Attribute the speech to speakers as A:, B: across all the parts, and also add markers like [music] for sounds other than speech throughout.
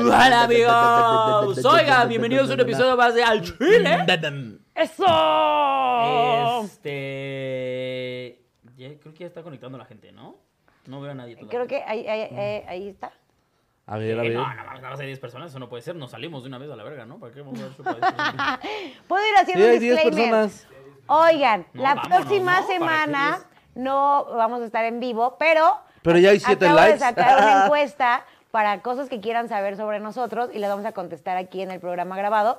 A: Hola amigos, oigan, bienvenidos a un episodio más de ¿eh? Al Chile.
B: ¡Eso!
A: Este, ya- creo que ya está conectando la gente, ¿no? No veo a nadie. todavía.
B: Creo que ahí, ahí, ahí- ahí está.
C: A
A: Eh,
C: ver, a ver.
A: no, no, mames, nada más hay 10 personas, eso no puede ser. Nos salimos de una vez a la verga, ¿no? ¿Para qué vamos a
B: [laughs]
A: dar show para 10
B: Puedo ir haciendo
C: Sí, hay
B: un
C: 10
B: disclaimer.
C: personas.
B: Oigan,
A: No,
B: la
A: vámonos,
B: próxima
A: ¿no? ¿Para qué
B: semana
A: les-
B: no vamos a estar en vivo, pero.
C: Pero ya hay siete
B: acabo
C: likes.
B: de sacar
A: [laughs]
B: una encuesta para cosas que quieran saber sobre nosotros y las vamos a contestar aquí en el programa grabado.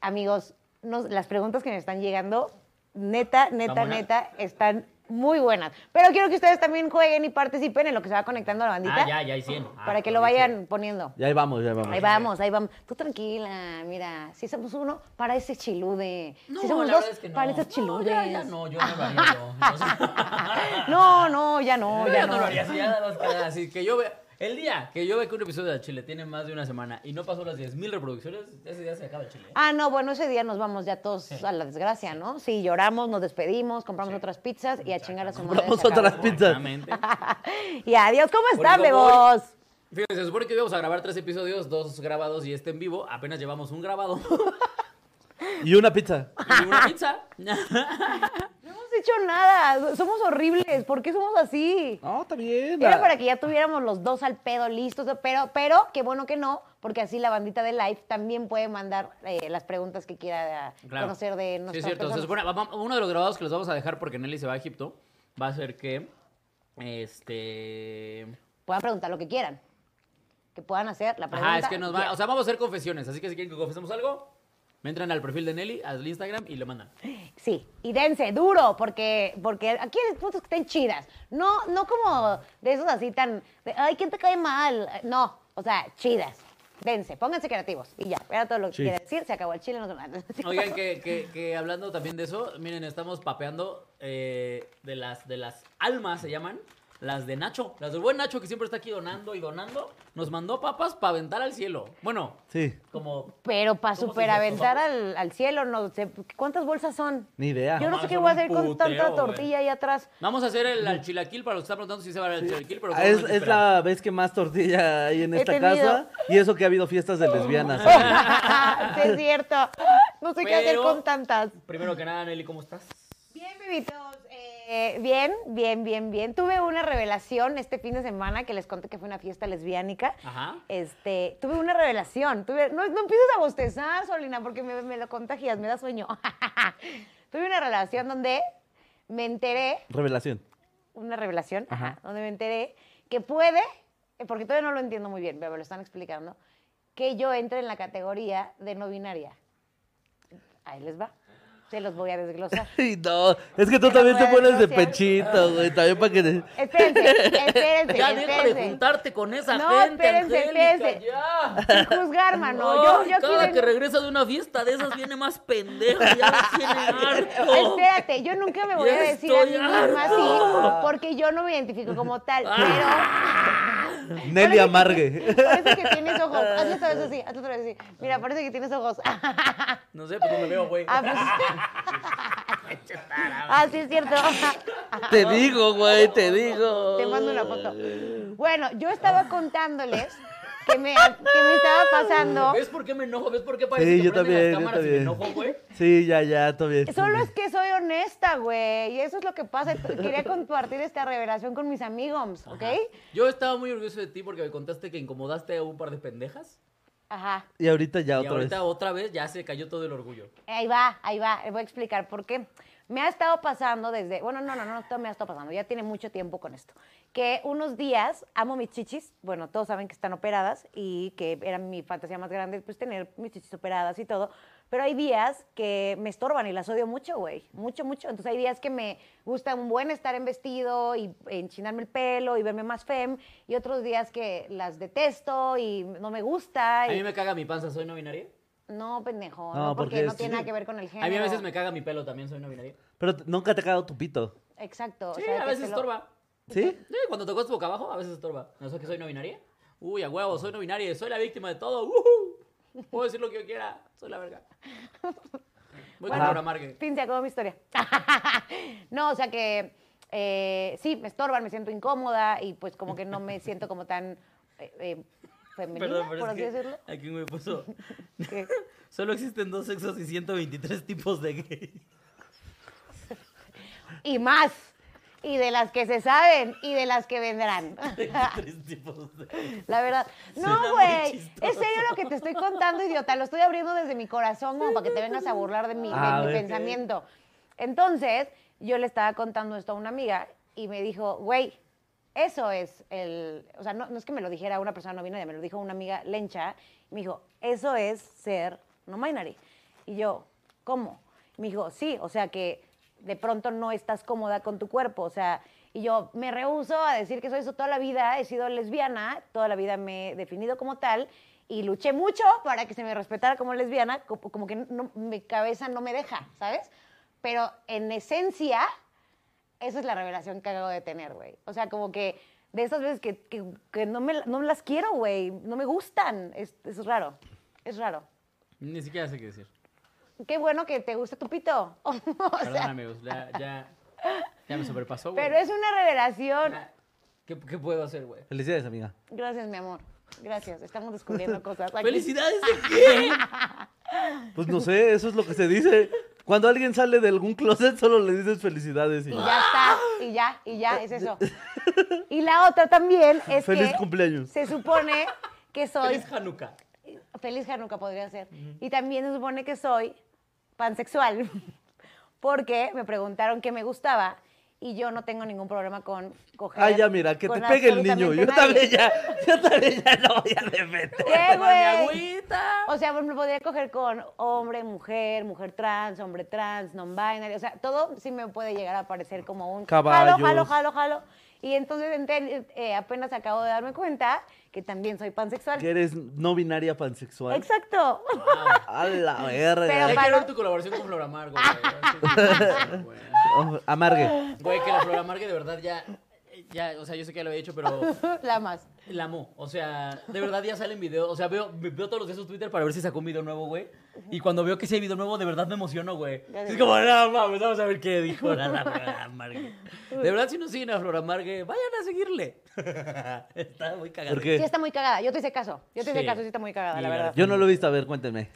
B: Amigos, nos- las preguntas que me están llegando, neta, neta,
A: buena?
B: neta, están muy buenas. Pero quiero que ustedes también jueguen y participen en lo que se va conectando a la bandita.
A: Ah, ya, ya hay 100. Ah,
B: para que lo
A: ya hay 100.
B: vayan poniendo.
C: Ya ahí vamos, ya ahí vamos.
B: Ahí vamos, ahí vamos. Tú tranquila, mira, si somos uno, para ese chilude. si somos
A: la
B: dos,
A: verdad es que no.
B: para esos
A: No,
B: chiludes.
A: ya, ya no, yo no lo haría. yo.
B: [laughs]
A: O sea,
B: no, no, ya no, ya
A: yo ya no lo
B: no.
A: haría. así, ya nada más que- así que yo vea. El día que yo vea que un episodio de Chile tiene más de una semana y no pasó las 10.000 reproducciones, ese día se acaba el Chile. ¿eh?
B: Ah, no, bueno, ese día nos vamos ya todos a la desgracia, ¿no? Sí, lloramos, nos despedimos, compramos otras pizzas y a chingar a su madre.
C: Compramos
B: se acabó.
C: otras pizzas.
A: Exactamente.
B: y adiós, ¿cómo están,
A: Por favor.
B: bebos?
A: Fíjense, se supone que íbamos a grabar tres episodios, dos grabados y este en vivo. Apenas llevamos un grabado [laughs]
C: Y una pizza.
A: y una
B: [laughs]
A: pizza.
B: No hemos hecho nada, somos horribles, ¿por qué somos así?
C: No, está bien.
B: Era para que ya tuviéramos los dos al pedo listos, pero, pero qué bueno que no, porque así la bandita de live también puede mandar eh, las preguntas que quiera
A: Claro.
B: conocer de
A: Sí,
B: nuestras
A: es cierto. Se
B: personas.
A: supone- vam- uno de los grabados que les vamos a dejar porque Nelly se va a Egipto va a ser que. Este.
B: Puedan preguntar lo que quieran. Que puedan hacer la pregunta.
A: Ajá, es que nos va.
B: quieran.
A: O sea, vamos a hacer confesiones. Así que si quieren que confesemos algo, me entran al perfil de Nelly, al Instagram y le mandan.
B: Sí, y dense duro, porque, porque aquí hay puntos que estén chidas. No, no como de esos así tan. de, Ay, ¿quién te cae mal? No, o sea, chidas. Dense, pónganse creativos. Y ya, era todo lo que
C: Sí.
B: quería decir. Se acabó el chile, no se [laughs]
A: Oigan, que, que- que hablando también de eso, miren, estamos papeando eh, de, las, de las almas, se llaman, las de Nacho, las del buen Nacho que siempre está aquí donando y donando, nos mandó papas para aventar al cielo. Bueno,
C: Sí,
A: como...
B: Pero para
A: ¿Cómo se
B: superaventar
A: dice
B: al, al cielo, no sé, ¿cuántas bolsas son?
C: ni idea.
B: Yo no
A: Ah,
B: sé qué
A: son
B: voy a
A: un
B: hacer con tanta
A: putero, güey.
B: tortilla ahí
A: [laughs]
B: atrás. [laughs]
A: Vamos a hacer el al chilaquil para los que están preguntando si se va a al chilaquil, pero...
C: Ah,
A: vamos
C: Es,
A: a
C: es
A: esperar.
C: la vez que más tortilla hay en
B: He
C: esta
B: tenido. Oh.
C: casa. Y eso que ha habido fiestas de lesbianas.
B: sí, es cierto. No sé qué hacer
A: Pero-
B: con tantas.
A: Primero que nada, Nelly, ¿cómo estás?
B: Bien, bebitos. eh, bien, bien, bien, bien. Tuve una revelación este fin de semana que les conté que fue una fiesta lesbiánica.
A: Ajá.
B: Este, tuve una revelación. Tuve, no, no empieces a bostezar, Solina, porque me, me lo contagias, me da sueño. [laughs] tuve una relación donde me enteré
C: Revelación.
B: una revelación,
C: Ajá.
B: ajá, donde me enteré que puede, eh, porque todavía no lo entiendo muy bien, pero me lo están explicando, que yo entre en la categoría de no binaria. Ahí les va. Se los voy a
A: [laughs]
B: desglosar.
C: Y no, es que tú
B: Pero
C: también te
B: bueno,
C: pones de
B: sí.
C: pechito, güey. También para que... te-
B: Espérense, espérense,
A: Ya deja de
B: espérense.
A: juntarte con esa
B: No,
A: gente,
B: espérense,
A: Angélica,
B: espérense.
A: ya.
B: Sin juzgar, mano. yo,
A: Ay,
B: yo aquí
A: cada
B: vengo-
A: que regresa de una fiesta de esas viene más pendejo, ya
B: [laughs]
A: me tiene harto.
B: Eh, oh, Espérate, yo nunca me voy
A: Ya
B: a decir a mí
A: estoy
B: misma
A: harto. Ah.
B: así, porque yo no me identifico como tal, pero...
C: Nelly
B: Parece que-
C: Amargue.
B: Parece que tienes ojos. Hazle otra vez así, hazle otra vez así.
A: Ah.
B: Mira, parece que tienes ojos.
A: No sé, pues no me veo, güey.
B: Ah, pues. ah, sí, es cierto. [laughs]
C: Te digo, güey, te digo.
B: Te mando una foto. Bueno, yo estaba contándoles que me, que me estaba pasando.
A: ¿Ves por qué me enojo? ¿Ves por qué parece
C: Oh. Sí,
A: Pues, que
C: yo también,
A: prenden las
C: yo
A: cámaras y me
C: también.
A: enojo, güey?
C: Sí, ya, ya, todo bien.
B: Solo es que soy honesta, güey. Y eso es lo que pasa. Quería compartir esta revelación con mis amigos, ¿ok?
A: Yo estaba muy orgulloso de ti porque me contaste que incomodaste a un par de pendejas.
B: Ajá.
C: Y ahorita ya
A: y
C: otra vez.
A: ahorita otra vez ya se cayó todo el orgullo.
B: Ahí va, ahí va. Les voy a explicar por qué. Me ha estado pasando desde, bueno, no, no, no, no me ha estado pasando, ya tiene mucho tiempo con esto, que unos días amo mis chichis, bueno, todos saben que están operadas y que era mi fantasía más grande, pues tener mis chichis operadas y todo, pero hay días que me estorban y las odio mucho, güey, mucho, mucho, entonces hay días que me gusta un buen estar en vestido y enchinarme el pelo y verme más fem, y otros días que las detesto y no me gusta.
A: A
B: y-
A: mí me caga mi panza, ¿soy no binaria?
B: No, pendejo. No,
C: No,
B: porque,
C: porque
B: no
C: es-
B: tiene nada que ver con el género.
A: A mí a veces me caga mi pelo también, soy una binaria.
C: Pero t- nunca te ha cagado tu pito.
B: Exacto. o
A: Sí,
B: sea, de
A: a
B: que
A: veces
B: te lo-
A: estorba.
C: ¿Sí?
A: Sí, cuando te cuesta boca abajo, a veces estorba. ¿No sé que soy no binaria? Uy, a huevo, soy no binaria, soy la víctima de todo. ujú. Puedo decir lo que yo quiera, soy la verga. Voy con
B: Bueno,
A: Laura Margue.
B: Fin, se acabó mi historia. [laughs] no, o sea que eh, sí, me estorban, me siento incómoda y pues como que no me siento como tan eh, eh, femenina, por así
A: [laughs]
B: decirlo.
D: aquí me puso.
B: Que-
D: Solo existen dos sexos y 123 tipos de
B: [laughs]
D: gay.
B: y más. Y de las que se saben y de las que vendrán.
D: 23 tipos de.
B: La verdad.
D: Suena muy
B: No, güey.
D: chistoso.
B: Es serio lo que te estoy contando, idiota. Lo estoy abriendo desde mi corazón como para que te vengas a burlar de mi, de
C: Ah,
B: mi
C: ok.
B: pensamiento. Entonces, yo le estaba contando esto a una amiga y me dijo, güey, eso es el. O sea, no, no es que me lo dijera una persona no binaria, me lo dijo una amiga lencha. Y me dijo, eso es ser no binary. Y yo, ¿cómo? Y me dijo, sí, o sea que de pronto no estás cómoda con tu cuerpo, o sea, y yo me rehuso a decir que soy eso toda la vida, he sido lesbiana, toda la vida me he definido como tal y luché mucho para que se me respetara como lesbiana, co- como, que no- mi cabeza no me deja, ¿sabes? Pero en esencia, esa es la revelación que acabo de tener, güey. O sea, como que de esas veces que, que- que no, me, no las quiero, güey, no me gustan, es, es raro, es raro.
A: Ni siquiera sé qué decir.
B: Qué bueno que te guste tu pito. [laughs] O sea,
A: Perdón, amigos, ya, ya, ya me sobrepasó, güey.
B: pero es una revelación.
A: Ya. ¿Qué, qué puedo hacer, güey?
C: Felicidades, amiga.
B: Gracias, mi amor. Gracias. Estamos
A: [laughs]
B: descubriendo cosas. aquí.
A: ¡Felicidades
B: Ah,
A: de quién!
C: Pues
B: [laughs]
C: no sé, eso es lo que se dice. Cuando alguien sale de algún closet, [laughs] solo le dices felicidades y
B: Y
A: Pues
B: ya está. Y ya, y ya, es eso. Y la otra también es
C: Feliz
B: que
C: cumpleaños.
B: se supone
A: [laughs]
B: que soy...
A: ¡Feliz Hanukkah!
B: Feliz Hanukkah podría ser. Y también se supone que soy pansexual. [laughs] Porque me preguntaron qué me gustaba y yo no tengo ningún problema con coger...
C: Ah, ya, mira, que
B: con
C: te pegue el niño.
B: absolutamente
C: Yo también
B: nadie.
C: ya, yo también ya no voy a
B: [laughs]
C: defender.
B: ¿Qué,
A: ¡Toma mi
B: Eh, güey?
A: agüita!
B: O sea, pues, me podría coger con hombre, mujer, mujer trans, hombre trans, non-binary. O sea, todo sí me puede llegar a parecer como un
C: Caballos.
B: jalo, jalo, jalo, jalo. Y entonces ente- eh, apenas acabo de darme cuenta que también soy pansexual.
C: Que eres no binaria pansexual.
B: Exacto. [laughs]
C: A la
A: Ya
C: verga.
B: Pero-
A: quiero
B: para-
A: ver tu colaboración con Floramar, güey. Así que, güey.
C: Oh,
B: [laughs]
C: amargue.
A: Güey, que la Floramargue de verdad ya, ya, o sea, yo sé que ya lo había hecho, pero
B: La más.
A: La amo. O sea, de verdad ya salen videos. O sea, veo, veo todos los días su Twitter para ver si sacó un video nuevo, güey. Y cuando veo que sí hay video nuevo, de verdad me emociono, güey.
B: Ya
A: Es
B: sé.
A: como, no mames, vamos a ver qué dijo
B: [laughs]
A: la la Flora Margue". De verdad, si no siguen a Flora Margue, vayan a seguirle. [laughs] Está muy cagado.
C: ¿Por
B: Sí
C: qué?
B: está muy cagada. Yo te hice caso. Yo te hice
A: Sí.
B: caso, sí está muy cagada, la
A: Sí, la
B: verdad.
C: Yo no lo he visto, a ver, cuéntenme.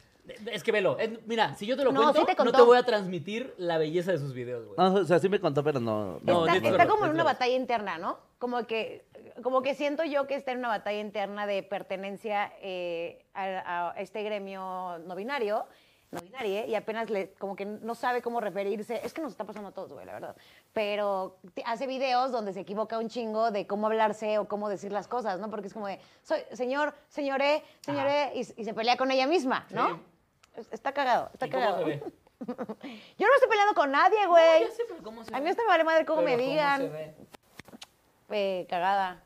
A: Es que velo. Es- mira, si yo te lo
B: No,
A: cuento,
B: sí te
A: no
B: contó. Ah,
A: te voy a transmitir la belleza de sus videos, güey.
C: No, o sea, sí me contó, pero no.
A: No,
B: está,
A: neta,
B: está
A: no,
B: como en una
A: neta.
B: batalla interna, ¿no? Como que, como que siento yo que está en una batalla interna de pertenencia eh, a, a este gremio no binario, no binario, y apenas le, como que no sabe cómo referirse. Es que nos está pasando a todos, güey, la verdad. Pero te- hace videos donde se equivoca un chingo de cómo hablarse o cómo decir las cosas, ¿no? Porque es como de, soy señor, señoré, señoré, y, y se pelea con ella misma, ¿no? Es- Está cagado, está
A: ¿Y cómo
B: cagado.
A: se ve?
B: Yo no estoy peleando con nadie, güey.
A: No, ya sé, pero ¿cómo se
B: A mí
A: ve?
B: hasta me vale madre cómo
A: Pero
B: me digan.
A: se ve?
B: Eh, cagada.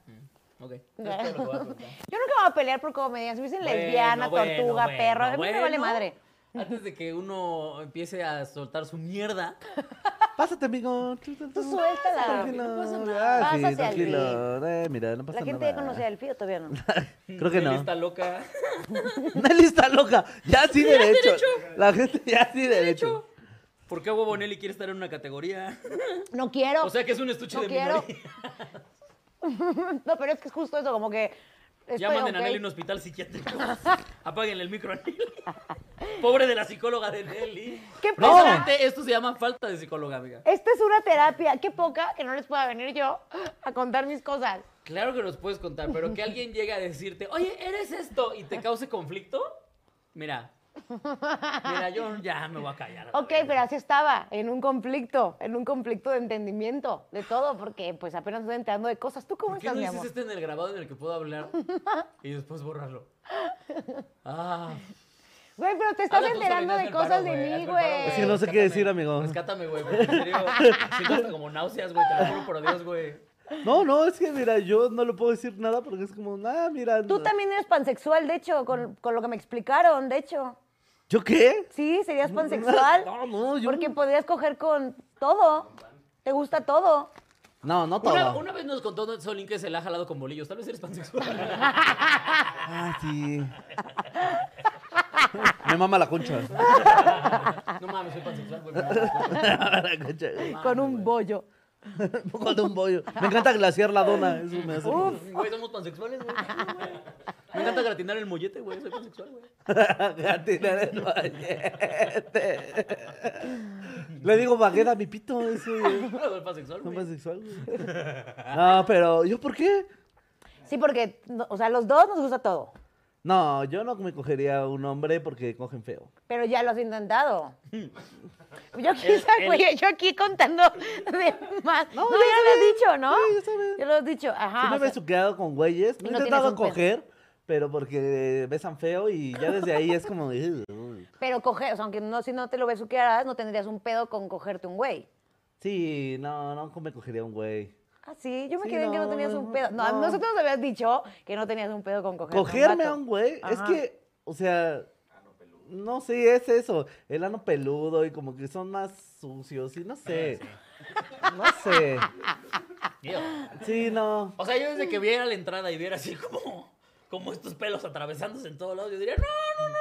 A: Ok. Entonces, te lo voy a contar.
B: Yo nunca me voy a pelear por cómo me digan. Si me dicen
A: Bueno,
B: lesbiana,
A: bueno,
B: tortuga,
A: bueno,
B: perro, a mí me
A: bueno.
B: vale madre.
A: Antes de que uno empiece a soltar su mierda,
C: Pásate, amigo. Tú, tú, tú.
B: suéltala.
C: Tranquilo.
B: No pasa
C: Ah,
B: nada.
C: sí,
B: Pásate,
C: tranquilo. Eh, mira, no pasa
B: La gente
C: nada.
B: ya conoce a Elfío, todavía
A: [laughs]
B: no.
C: [laughs] Creo que
A: Nelly
C: no.
A: está loca.
C: [laughs] Nelly está loca. Ya sí, derecho. La gente ya sí derecho.
A: ¿Por qué huevo Nelly quiere estar en una categoría?
B: No quiero.
A: O sea que es un estuche
B: No
A: de
B: quiero.
A: minoría.
B: [laughs] no, pero es que es justo eso, como que.
A: Ya
B: estoy
A: manden a
B: ok.
A: Nelly a un hospital psiquiátrico. [laughs] Apáguenle el micro a Nelly. Pobre de la psicóloga de Nelly.
B: ¿Qué pasa?
A: Precisamente esto se llama falta de psicóloga, amiga.
B: Esta es una terapia. Qué poca que no les pueda venir yo a contar mis cosas.
A: Claro que nos puedes contar, pero que alguien llegue a decirte, oye, eres esto, y te cause conflicto, mira. Mira, yo ya me voy a callar.
B: Ok,
A: güey.
B: pero así estaba, en un conflicto, en un conflicto de entendimiento, de todo, porque pues apenas estoy enterando de cosas. ¿Tú cómo
A: ¿Por qué
B: estás,
A: no
B: mi
A: dices
B: amor?
A: este en el grabado en el que puedo hablar y después borrarlo? Ah,
B: Güey, pero te estás
A: Habla tú,
B: enterando
A: Sabina,
B: de
A: hazme el paro,
B: cosas de
A: güey, hazme
B: mí,
A: el paro,
B: güey.
C: Es que no sé qué
A: rescátame.
C: decir, amigo.
A: Rescátame, güey, porque en serio siento hasta como náuseas, güey, te lo juro por Dios, güey.
C: No, no, es que mira, yo no le puedo decir nada porque es como, ah, mira.
B: Tú
C: no.
B: también eres pansexual, de hecho, con, con lo que me explicaron, de hecho.
C: ¿Yo qué?
B: Sí, serías pansexual.
C: No, no, yo-
B: Porque podrías coger con todo. Te gusta todo.
C: No, no todo.
A: Una, una vez nos contó Solín que se la ha jalado con bolillos. Tal vez eres pansexual.
C: Ah, sí. [laughs] Me mama la concha. [laughs]
A: No mames, soy pansexual, güey. me mames.
C: la concha. güey.
B: Con un bollo.
C: [laughs] Cuando un bollo. Me encanta glaciar la dona. Eso me hace.
A: Güey, somos pansexuales, güey. güey. Me encanta gratinar el mollete, güey. Soy pansexual, güey.
C: Gratinar el mollete. Le digo baguera a mi pito. Eso
A: [laughs] No, soy pansexual,
C: no
A: güey.
C: más sexual, güey. No, pero ¿yo por qué?
B: Sí, porque, no- o sea, los dos nos gusta todo.
C: No, yo no me cogería a un hombre porque cogen feo.
B: Pero ya lo has intentado.
C: [laughs]
B: Yo aquí, güey, yo aquí contando de más. No, ya lo has dicho, ¿no?
C: Sí, ya sabes.
B: Ya lo has dicho, ajá.
C: Sí me
B: Ah, o
C: he
B: sea,
C: besuqueado con güeyes. Me
B: Y
C: he
B: no tienes
C: intentado
B: un pene.
C: coger, pero porque besan feo y ya desde ahí es como... "Ugh, uy".
B: pero coger, o sea, aunque no, si no te lo besuquearas, no tendrías un pedo con cogerte un güey.
C: Sí, no, no me cogería un güey.
B: Ah, sí, yo me
C: Sí,
B: quedé en que no
C: no,
B: tenías
C: no,
B: un pedo. No, a
C: no.
B: nosotros nos habías dicho que no tenías un pedo con cogerte
C: Cogerme a
B: vato.
C: un güey, es
B: Ajá.
C: que, o sea... No, sí, es eso. El ano peludo y como que son más sucios y no sé. No sé.
A: Tío.
C: Sí, no.
A: O sea, yo desde que viera la entrada y viera así como, como estos pelos atravesándose en todos lados, yo diría, no, no, no.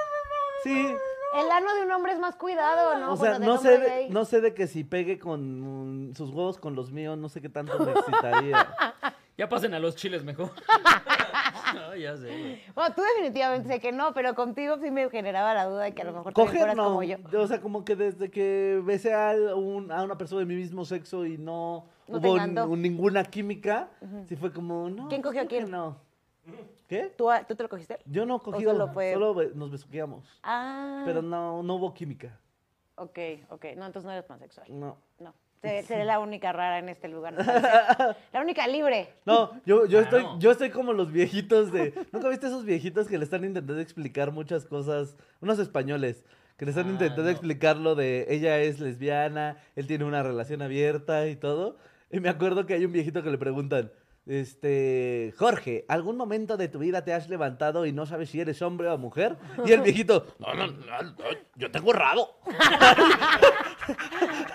C: Sí.
B: El ano de un hombre es más cuidado, ¿no?
C: O sea,
B: Bueno, del
C: no
B: hombre
C: sé, de,
B: gay.
C: no sé de que si pegue con mm, sus huevos con los míos, no sé qué tanto
B: [laughs]
C: me excitaría.
A: Ya pasen a los chiles [laughs] mejor. no, ya sé, güey.
B: Bueno, tú definitivamente sé que no, pero contigo sí me generaba la duda de que a lo mejor también
C: Coger
B: fueras
C: no.
B: como yo.
C: O sea, como que desde que besé a, un- a una persona de mi mismo sexo y no,
B: No te
C: hubo
B: encantó.
C: ni- ninguna química, sí fue como, no.
B: ¿Quién cogió a
C: creo que
B: quién?
C: No. ¿Qué?
B: ¿Tú, a- ¿Tú te lo cogiste?
C: Yo no cogí. Solo,
B: solo fue-
C: be- nos besuqueamos.
B: Ah.
C: Pero no, no hubo química.
B: Ok, ok. No, entonces no eres pansexual. [laughs]
C: No.
B: No. Seré, seré la única rara en este lugar.
C: [laughs]
B: me parece. la única libre.
C: No, yo, yo,
A: Claro.
C: estoy, yo estoy como los viejitos de... ¿Nunca viste esos viejitos que le están intentando explicar muchas cosas? Unos españoles que le están
A: Ah,
C: intentando
A: no.
C: explicar lo de ella es lesbiana, él tiene una relación abierta y todo. Y me acuerdo que hay un viejito que le preguntan, este, Jorge, ¿algún momento de tu vida te has levantado y no sabes si eres hombre o mujer? Y el
B: [laughs]
C: viejito, no, no, no, no, yo tengo rabo.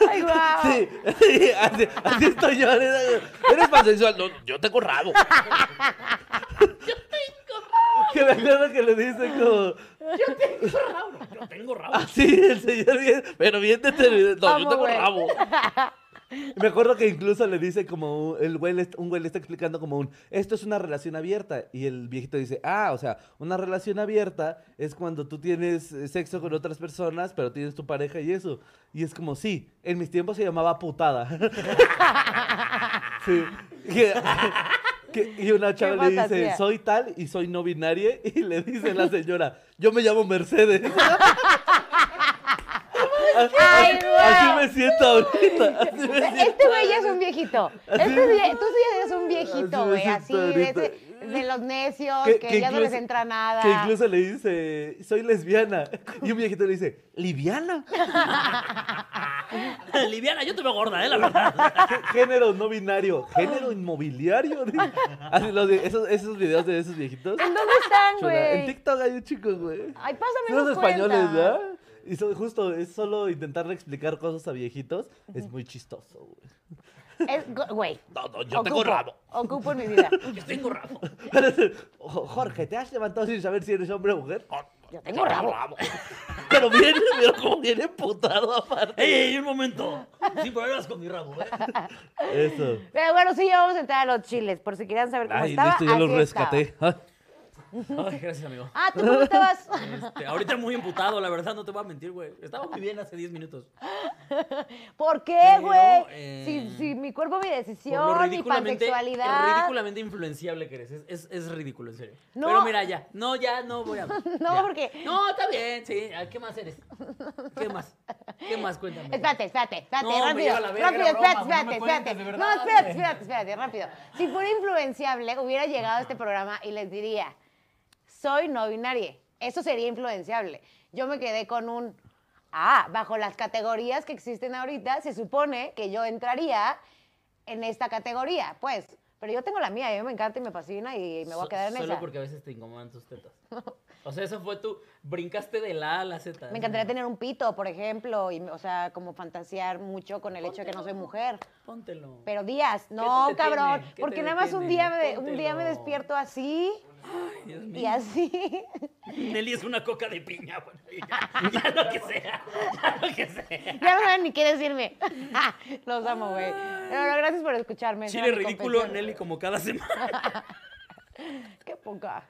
B: ¡Ay, guau!
C: Sí, [laughs] sí, así, así estoy yo. Eres pansexual. No, yo tengo rabo. yo tengo rabo. Que me acuerdo que le dice como.
A: Yo tengo rabo.
C: Así, el señor bien. Pero bien determinado. No,
B: Vamos,
C: yo tengo
B: güey.
C: rabo. Me acuerdo que incluso le dice como un- el güey le- un güey le está explicando como un esto es una relación abierta y el viejito dice, "Ah, o sea, una relación abierta es cuando tú tienes eh, sexo con otras personas, pero tienes tu pareja y eso." Y es como, "Sí, en mis tiempos se llamaba putada." [laughs] sí. Que- que- y una chava le dice,
B: fantasía.
C: "Soy tal y soy no binaria" [laughs] y le dice la señora, "Yo me llamo Mercedes."
B: ¡Ay,
C: [laughs] Así-
B: guau!
C: Así me siento
B: [laughs]
C: ahorita. así me
B: Este güey ya es un viejito. Este vie- tú sí eres un
C: Así
B: viejito,
C: me
B: güey.
C: siento
B: Así, de,
C: ahorita.
B: ese- de los necios,
C: Que-
B: que,
C: que
B: ya no les
C: incluso-
B: entra nada.
C: Que incluso le dice, soy lesbiana. Y un viejito le dice, ¿liviana?
A: Liviana, yo te veo gorda, eh, la verdad.
C: Género no binario, género inmobiliario. [laughs] Así los de- esos, esos videos de esos viejitos.
B: ¿En dónde están,
C: Chula, En
B: güey?
C: TikTok hay un chico, güey.
B: Ay, pásame
C: Son los
B: los
C: españoles,
B: cuentas.
C: ¿verdad? Y son, justo, es solo intentar explicar cosas a viejitos. Es muy chistoso, güey.
B: Es- go- Güey.
C: No, no,
B: ocupo, Ocupo en mi vida.
A: Yo tengo rabo.
C: Jo- Jorge, ¿te has levantado sin saber si eres hombre o mujer?
B: Yo tengo rabo.
C: Pero viene, pero como viene emputado aparte.
A: ¡Ey, ey, un momento! Sin problemas con mi rabo, eh.
C: Eso.
B: Pero bueno, sí, ya vamos a entrar a los chiles, por si querían saber cómo
C: Ay,
B: estaba.
C: listo, ya lo
B: así estaba.
C: rescaté. Ay. [laughs]
A: Ay, gracias, amigo.
B: Ah, ¿tú cómo estabas?
A: Este, ahorita muy imputado, la verdad, no te voy a mentir, güey. Estaba muy bien hace 10 minutos.
B: ¿Por qué,
A: Pero,
B: güey?
A: eh,
B: si, si mi cuerpo, mi
A: Por lo
B: decisión, mi pansexualidad.
A: ridículamente influenciable que eres. Es, es, es ridículo, en serio.
B: No.
A: Pero mira, ya. No, ya no
B: [laughs]
A: voy a hablar.
B: No,
A: Ya.
B: porque-
A: No, está bien, sí. Ah, ¿Qué más eres? ¿Qué más? ¿Qué más? Cuéntame.
B: Espérate, espérate, espérate,
A: No, me
B: rápido.
A: lleva la verga,
B: rápido,
A: broma,
B: espérate,
A: no me
B: espérate,
A: cuentes, de
B: espérate.
A: verdad,
B: No, espérate,
A: güey.
B: espérate, espérate, rápido. Si fuera influenciable, hubiera llegado a este programa y les diría, soy no binaria. Eso sería influenciable. Yo me quedé con un, ah, bajo las categorías que existen ahorita, se supone que yo entraría en esta categoría, pues. Pero yo tengo la mía, a mí me encanta y me fascina y me voy a
A: So-
B: quedar en
A: Solo
B: esa.
A: porque a veces te incomodan tus tetas. O sea, eso fue tu... Brincaste de la A a la Z.
B: Me encantaría tener un pito, por ejemplo, y, o sea, como fantasear mucho con el hecho de que no soy mujer.
A: Póntelo.
B: Pero días,
A: ¿Qué
B: no,
A: te detiene?
B: cabrón,
A: ¿Qué te
B: porque nada más un día, me,
A: detiene?
B: un día me
A: Póntelo.
B: despierto así
A: Dios
B: y
A: mío.
B: así. [laughs]
A: Nelly es una coca de piña. bueno, y ya, [laughs] ya lo que sea. Ya lo que sea.
B: Ya no saben ni qué decirme. [laughs] Los amo, güey. Pero no, gracias por escucharme. esa
D: Chile
B: era mi
D: ridículo,
B: confesión.
D: Nelly, como cada
B: [laughs]
D: semana.
B: Qué poca.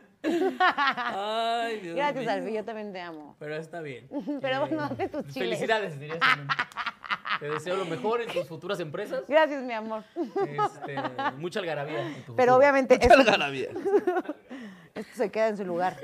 D: Ay, Dios
B: Gracias,
D: mío.
B: Alfie, yo también te amo.
A: Pero está bien.
B: [laughs]
A: Eh,
B: Pero bueno, hazte tus chiles.
A: Felicidades,
B: [laughs]
A: dirías también. Te deseo lo mejor en tus futuras empresas.
B: Gracias, mi amor.
A: Este, mucha algarabía. en
B: Pero
A: tu futuro.
B: obviamente esto,
C: Salga la bien.
B: esto se queda en su lugar.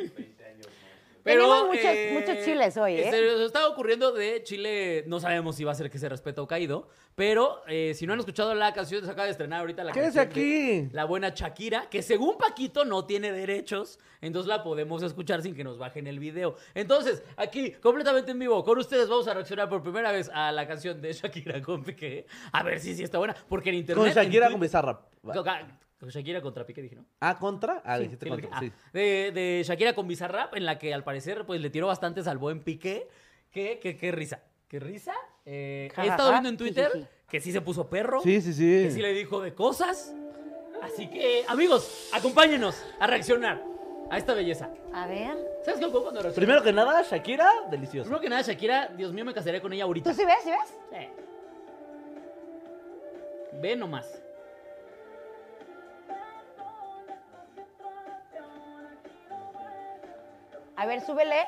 A: Pero,
B: Tenemos muchos- muchos chiles hoy, ¿eh?
A: Se nos está ocurriendo de Chile, no sabemos si va a ser que se respeta o caído, pero eh, si no han escuchado la canción, se acaba de estrenar ahorita la
C: Quédese
A: canción de
C: aquí.
A: La buena Shakira, que según Paquito no tiene derechos, entonces la podemos escuchar sin que nos bajen el video. Entonces, aquí, completamente en vivo, con ustedes vamos a reaccionar por primera vez a la canción de Shakira con Piqué. A ver si sí está buena, porque en
C: Con
A: internet...
C: Shakira,
A: en
C: con
A: Twitter-
C: Bizarra. Va.
A: Con Shakira contra Piqué, dije, ¿no?
C: Ah, contra. Ah,
A: Sí,
C: dijiste
A: sí,
C: contra.
A: ah,
C: Sí.
A: de, de Shakira con Bizarrap, en la que al parecer pues le tiró bastantes al buen Piqué. Qué, qué, qué risa. Qué risa. Eh,
B: Ja,
A: he
B: ja,
A: estado
B: ja,
A: viendo en Twitter
B: jijiji.
A: que sí se puso perro.
C: Sí, sí,
A: Que sí
C: sí.
A: le dijo de cosas. Así que, amigos, acompáñenos a reaccionar a esta belleza.
B: A ver.
A: ¿Sabes qué ocurre cuando reaccionas?
C: Primero que nada, Shakira, deliciosa.
A: Primero que nada, Shakira, Dios mío, me casaré con ella ahorita.
B: ¿Tú Pues sí ves? ¿Sí ves?
A: Sí. Ve nomás.
B: A ver, súbele.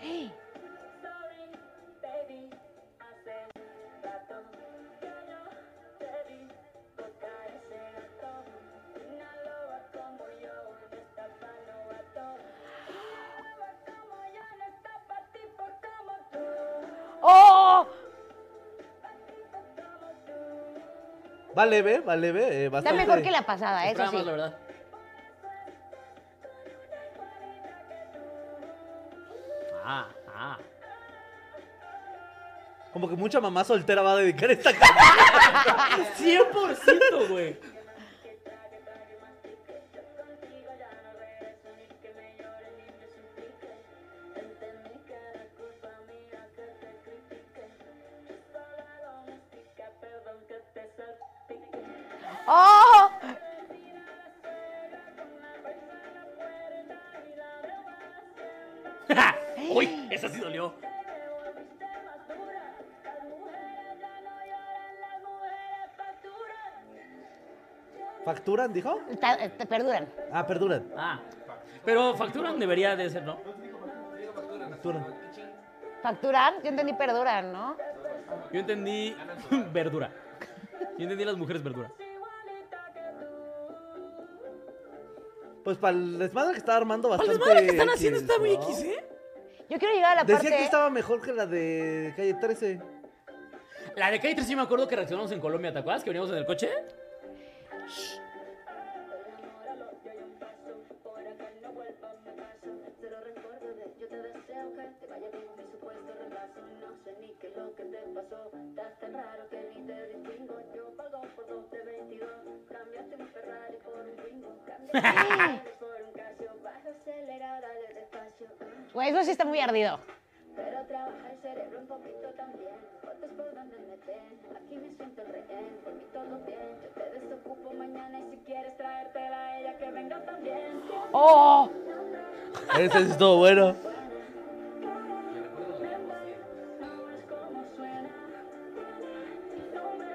B: Ey, ¡Oh!
C: Va leve, va leve. eh,
B: Está
C: bastante.
B: mejor que la pasada, Ah, eso
A: Nada
B: sí.
A: más, la verdad. Ah, ah.
C: Como que mucha mamá soltera va a dedicar esta canción.
B: [laughs]
A: 100%, güey.
B: ¡Oh!
A: Uy, esa sí dolió.
C: ¿Facturan, dijo?
B: Está- eh, te perduran.
C: Ah, perduran.
A: Ah. Pero facturan debería de ser, ¿no?
C: Facturan.
B: ¿Facturan? Yo entendí perduran, ¿no?
A: Yo entendí [laughs] verdura. Yo entendí las mujeres verdura.
C: Pues para el desmadre que está armando
A: Para
B: Pues
C: bastante.
A: el desmadre que están haciendo
C: X,
A: está muy
C: ¿no?
A: X, ¿eh?
B: Yo quiero llegar a la
C: Decía
B: parte...
C: que estaba mejor que la de calle 13.
A: La de Calle 3 sí me acuerdo que reaccionamos en Colombia, ¿te acuerdas? Que veníamos en el coche.
B: Güey, eso sí está muy ardido.
E: Pero trabaja el cerebro un poquito también. Fotos por donde me ven. Aquí me siento rehén. Por mí todo bien. Yo te desocupo mañana. Y si quieres traértela a ella, que venga también.
B: ¡Oh!
C: Ese es todo bueno.
E: No es como suena. Tiene mi nombre